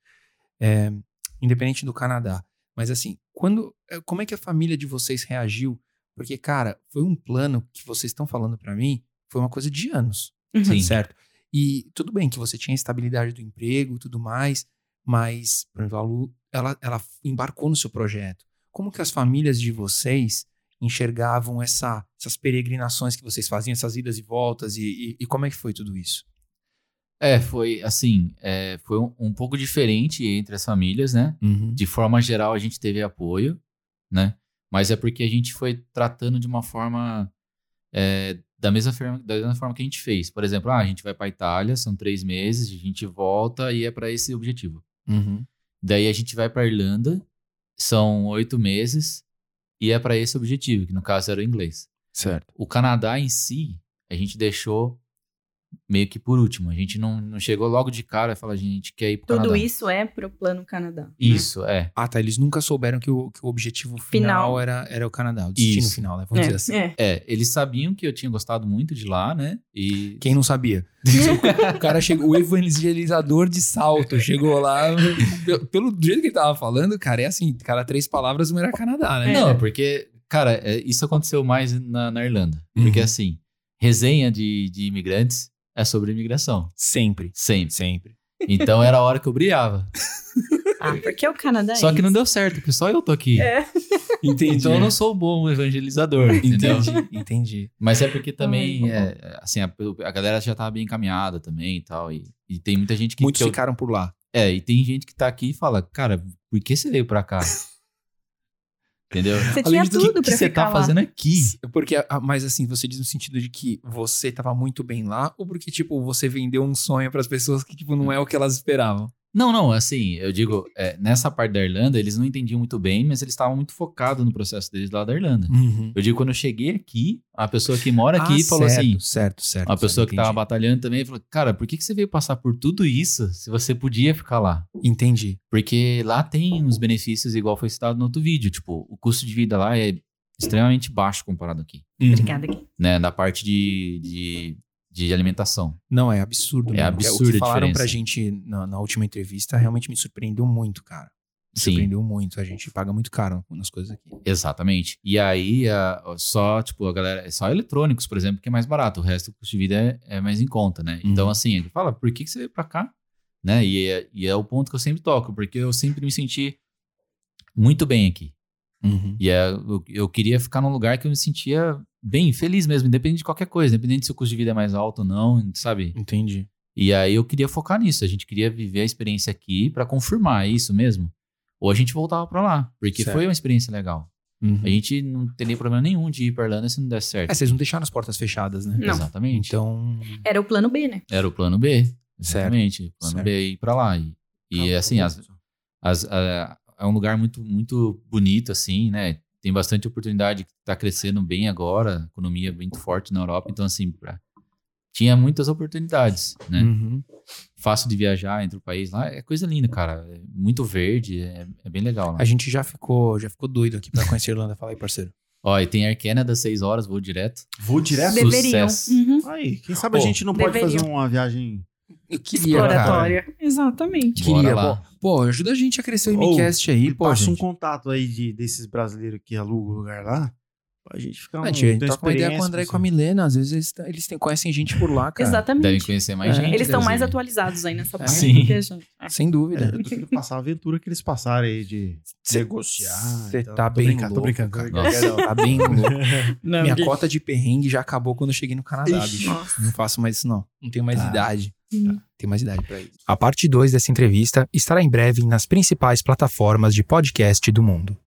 [SPEAKER 1] é, independente do Canadá. Mas assim, quando, eh, como é que a família de vocês reagiu? Porque, cara, foi um plano que vocês estão falando para mim, foi uma coisa de anos,
[SPEAKER 4] Sim.
[SPEAKER 1] certo? E tudo bem que você tinha estabilidade do emprego, e tudo mais, mas, por exemplo, a Lu, ela, ela embarcou no seu projeto. Como que as famílias de vocês enxergavam essa- essas peregrinações que vocês faziam, essas idas e voltas, e, e- e como é que foi tudo isso?
[SPEAKER 4] É, foi assim, é, foi um, um Uhum, pouco diferente entre as famílias, né? De forma geral, a gente teve apoio, né? Mas é porque a gente foi tratando de uma forma é, da, mesma forma, da mesma forma que a gente fez. Por exemplo, ah, a gente vai para Itália, são três meses, a gente volta e é para esse objetivo.
[SPEAKER 1] Uhum.
[SPEAKER 4] Daí a gente vai para Irlanda, são oito meses e é para esse objetivo, que no caso era o inglês.
[SPEAKER 1] Certo.
[SPEAKER 4] O Canadá em si, a gente deixou meio que por último. A gente não, não chegou logo de cara e falou, a gente quer ir pro
[SPEAKER 5] Tudo
[SPEAKER 4] Canadá.
[SPEAKER 5] isso é pro plano Canadá. né?
[SPEAKER 4] Isso, é.
[SPEAKER 1] Ah, tá. Eles nunca souberam que o, que o objetivo final,
[SPEAKER 5] Final.
[SPEAKER 1] Era, era o Canadá, o destino
[SPEAKER 4] Isso.
[SPEAKER 1] final, né? Vamos
[SPEAKER 5] É,
[SPEAKER 1] dizer assim.
[SPEAKER 5] é.
[SPEAKER 4] É, eles sabiam que eu tinha gostado muito de lá, né? E
[SPEAKER 1] Quem não sabia? o cara chegou, o evangelizador de salto chegou lá. Pelo- Pelo jeito que ele tava falando, cara, é assim, cada três palavras não era Canadá, né?
[SPEAKER 5] É.
[SPEAKER 4] Não, porque, cara, é, isso aconteceu mais na, na Irlanda. Porque,
[SPEAKER 1] Uhum.
[SPEAKER 4] assim, resenha de, de imigrantes é sobre imigração.
[SPEAKER 1] Sempre.
[SPEAKER 4] Sempre.
[SPEAKER 1] Sempre.
[SPEAKER 4] Então era a hora que eu brilhava.
[SPEAKER 5] Ah, porque o Canadá
[SPEAKER 4] Só
[SPEAKER 5] é
[SPEAKER 4] que não
[SPEAKER 5] isso.
[SPEAKER 4] deu certo, porque só eu tô aqui.
[SPEAKER 5] É.
[SPEAKER 1] Entendi.
[SPEAKER 4] Então eu não sou um bom evangelizador, entendeu?
[SPEAKER 1] Entendi, entendi.
[SPEAKER 4] Mas é porque também,
[SPEAKER 5] Ai.
[SPEAKER 4] é, assim, a, a galera já tava bem encaminhada também e tal. E, e tem muita gente que...
[SPEAKER 1] Muitos
[SPEAKER 4] que eu-
[SPEAKER 1] ficaram por lá.
[SPEAKER 4] É, e tem gente que tá aqui e fala, cara, por que você veio pra cá? Entendeu?
[SPEAKER 5] Você
[SPEAKER 1] Além
[SPEAKER 5] tinha
[SPEAKER 1] de tudo
[SPEAKER 5] tudo
[SPEAKER 4] O que
[SPEAKER 5] pra
[SPEAKER 4] você
[SPEAKER 5] ficar
[SPEAKER 4] tá
[SPEAKER 5] lá.
[SPEAKER 4] fazendo aqui?
[SPEAKER 1] Porque, ah, mas assim, você diz no sentido de que você tava muito bem lá, ou porque, tipo, você vendeu um sonho pras pessoas que, tipo, não é o que elas esperavam?
[SPEAKER 4] Não, não, assim, eu digo, é, nessa parte da Irlanda, eles não entendiam muito bem, mas eles estavam muito focados no processo deles lá da Irlanda.
[SPEAKER 1] Uhum.
[SPEAKER 4] Eu digo, quando eu cheguei aqui, a pessoa que mora aqui
[SPEAKER 1] Ah,
[SPEAKER 4] falou
[SPEAKER 1] certo,
[SPEAKER 4] assim,
[SPEAKER 1] Certo, certo.
[SPEAKER 4] a pessoa
[SPEAKER 1] certo,
[SPEAKER 4] que tava batalhando também, falou, cara, por que, que você veio passar por tudo isso se você podia ficar lá?
[SPEAKER 1] Entendi.
[SPEAKER 4] Porque lá tem uns benefícios, igual foi citado no outro vídeo, tipo, o custo de vida lá é extremamente baixo comparado aqui,
[SPEAKER 1] Uhum.
[SPEAKER 5] Obrigada, Gui.
[SPEAKER 4] né, na parte de- de, de alimentação.
[SPEAKER 1] Não, é absurdo.
[SPEAKER 4] É
[SPEAKER 1] mesmo.
[SPEAKER 4] absurda
[SPEAKER 1] O
[SPEAKER 4] a
[SPEAKER 1] que falaram
[SPEAKER 4] diferença.
[SPEAKER 1] pra gente na, na última entrevista realmente me surpreendeu muito, cara. Me
[SPEAKER 4] Sim.
[SPEAKER 1] surpreendeu muito. A gente paga muito caro nas coisas aqui.
[SPEAKER 4] Exatamente. E aí, a- só, tipo, a galera, só eletrônicos, por exemplo, que é mais barato. O resto, o custo de vida é, é mais em conta, né?
[SPEAKER 1] Uhum.
[SPEAKER 4] Então, assim, ele fala, por que, que você veio pra cá? Né? E, é, e é o ponto que eu sempre toco, porque eu sempre me senti muito bem aqui. E é, eu, eu queria ficar num lugar que eu me sentia bem, feliz mesmo, independente de qualquer coisa, independente se o custo de vida é mais alto ou não, sabe?
[SPEAKER 1] Entendi.
[SPEAKER 4] E aí eu queria focar nisso. A gente queria viver a experiência aqui pra confirmar, é isso mesmo? Ou a gente voltava pra lá, porque
[SPEAKER 1] Certo.
[SPEAKER 4] foi uma experiência legal. A gente não teria problema nenhum de ir pra Irlanda se não desse certo.
[SPEAKER 1] É, vocês não deixaram as portas fechadas, né?
[SPEAKER 5] Não.
[SPEAKER 4] Exatamente.
[SPEAKER 1] Então.
[SPEAKER 5] Era o plano B, né?
[SPEAKER 4] Era o plano B.
[SPEAKER 1] Certo.
[SPEAKER 4] Exatamente. O plano
[SPEAKER 1] Certo.
[SPEAKER 4] B é ir pra lá. E, e
[SPEAKER 1] tá
[SPEAKER 4] assim, as, as- a- é um lugar muito, muito bonito, assim, né? Tem bastante oportunidade, tá crescendo bem agora, a economia é muito forte na Europa. Então, assim, pra- tinha muitas oportunidades, né?
[SPEAKER 1] Uhum.
[SPEAKER 4] Fácil de viajar entre o país lá. É coisa linda, cara. É muito verde, é, é bem legal lá.
[SPEAKER 1] A gente já ficou, já ficou doido aqui pra conhecer a Irlanda. Fala aí, parceiro.
[SPEAKER 4] Ó, e tem Air Canada, 6 horas, vou direto.
[SPEAKER 3] Vou direto.
[SPEAKER 4] Sucesso.
[SPEAKER 5] Deveriam. Uhum.
[SPEAKER 3] Aí, quem sabe
[SPEAKER 1] Pô,
[SPEAKER 3] a gente não pode
[SPEAKER 5] deveriam.
[SPEAKER 3] fazer uma viagem.
[SPEAKER 1] Eu queria, cara.
[SPEAKER 5] Exploratória. Exatamente.
[SPEAKER 4] Bora
[SPEAKER 1] Queria,
[SPEAKER 4] lá.
[SPEAKER 1] pô. Pô, ajuda a gente a crescer o
[SPEAKER 3] Ou,
[SPEAKER 1] MCast aí, pô.
[SPEAKER 3] passa um
[SPEAKER 1] Gente.
[SPEAKER 3] contato aí de, desses brasileiros que alugam o lugar lá. Pra gente ficar um,
[SPEAKER 1] A Ah, gente
[SPEAKER 3] ter
[SPEAKER 1] troca uma ideia com o
[SPEAKER 3] experiência,
[SPEAKER 1] André e com a
[SPEAKER 3] assim.
[SPEAKER 1] Milena. Às vezes eles, tão- eles têm- conhecem gente por lá, cara.
[SPEAKER 5] Exatamente.
[SPEAKER 4] Devem conhecer mais
[SPEAKER 1] É.
[SPEAKER 4] gente. né?
[SPEAKER 5] Eles estão mais
[SPEAKER 4] inclusive.
[SPEAKER 5] atualizados aí nessa parte.
[SPEAKER 4] Sim.
[SPEAKER 5] do que a gente. É.
[SPEAKER 1] Sem dúvida.
[SPEAKER 3] É, eu prefiro passar a aventura que eles passaram aí de
[SPEAKER 1] Cê-
[SPEAKER 3] negociar.
[SPEAKER 1] cê
[SPEAKER 3] e tal.
[SPEAKER 1] tá
[SPEAKER 3] Tô
[SPEAKER 1] bem
[SPEAKER 3] brincando,
[SPEAKER 1] louco,
[SPEAKER 3] Tô brincando, tô
[SPEAKER 1] cara.
[SPEAKER 3] brincando.
[SPEAKER 1] Tá bem louco.
[SPEAKER 5] Não,
[SPEAKER 1] Minha
[SPEAKER 5] Gui.
[SPEAKER 1] cota de perrengue já acabou quando eu cheguei no Canadá, bicho.
[SPEAKER 5] Nossa.
[SPEAKER 1] Não faço mais isso, não. Não tenho mais
[SPEAKER 3] Tá.
[SPEAKER 1] idade.
[SPEAKER 5] Hum.
[SPEAKER 1] Não Tenho mais idade pra isso. A parte 2 dessa entrevista estará em breve nas principais plataformas de podcast do mundo.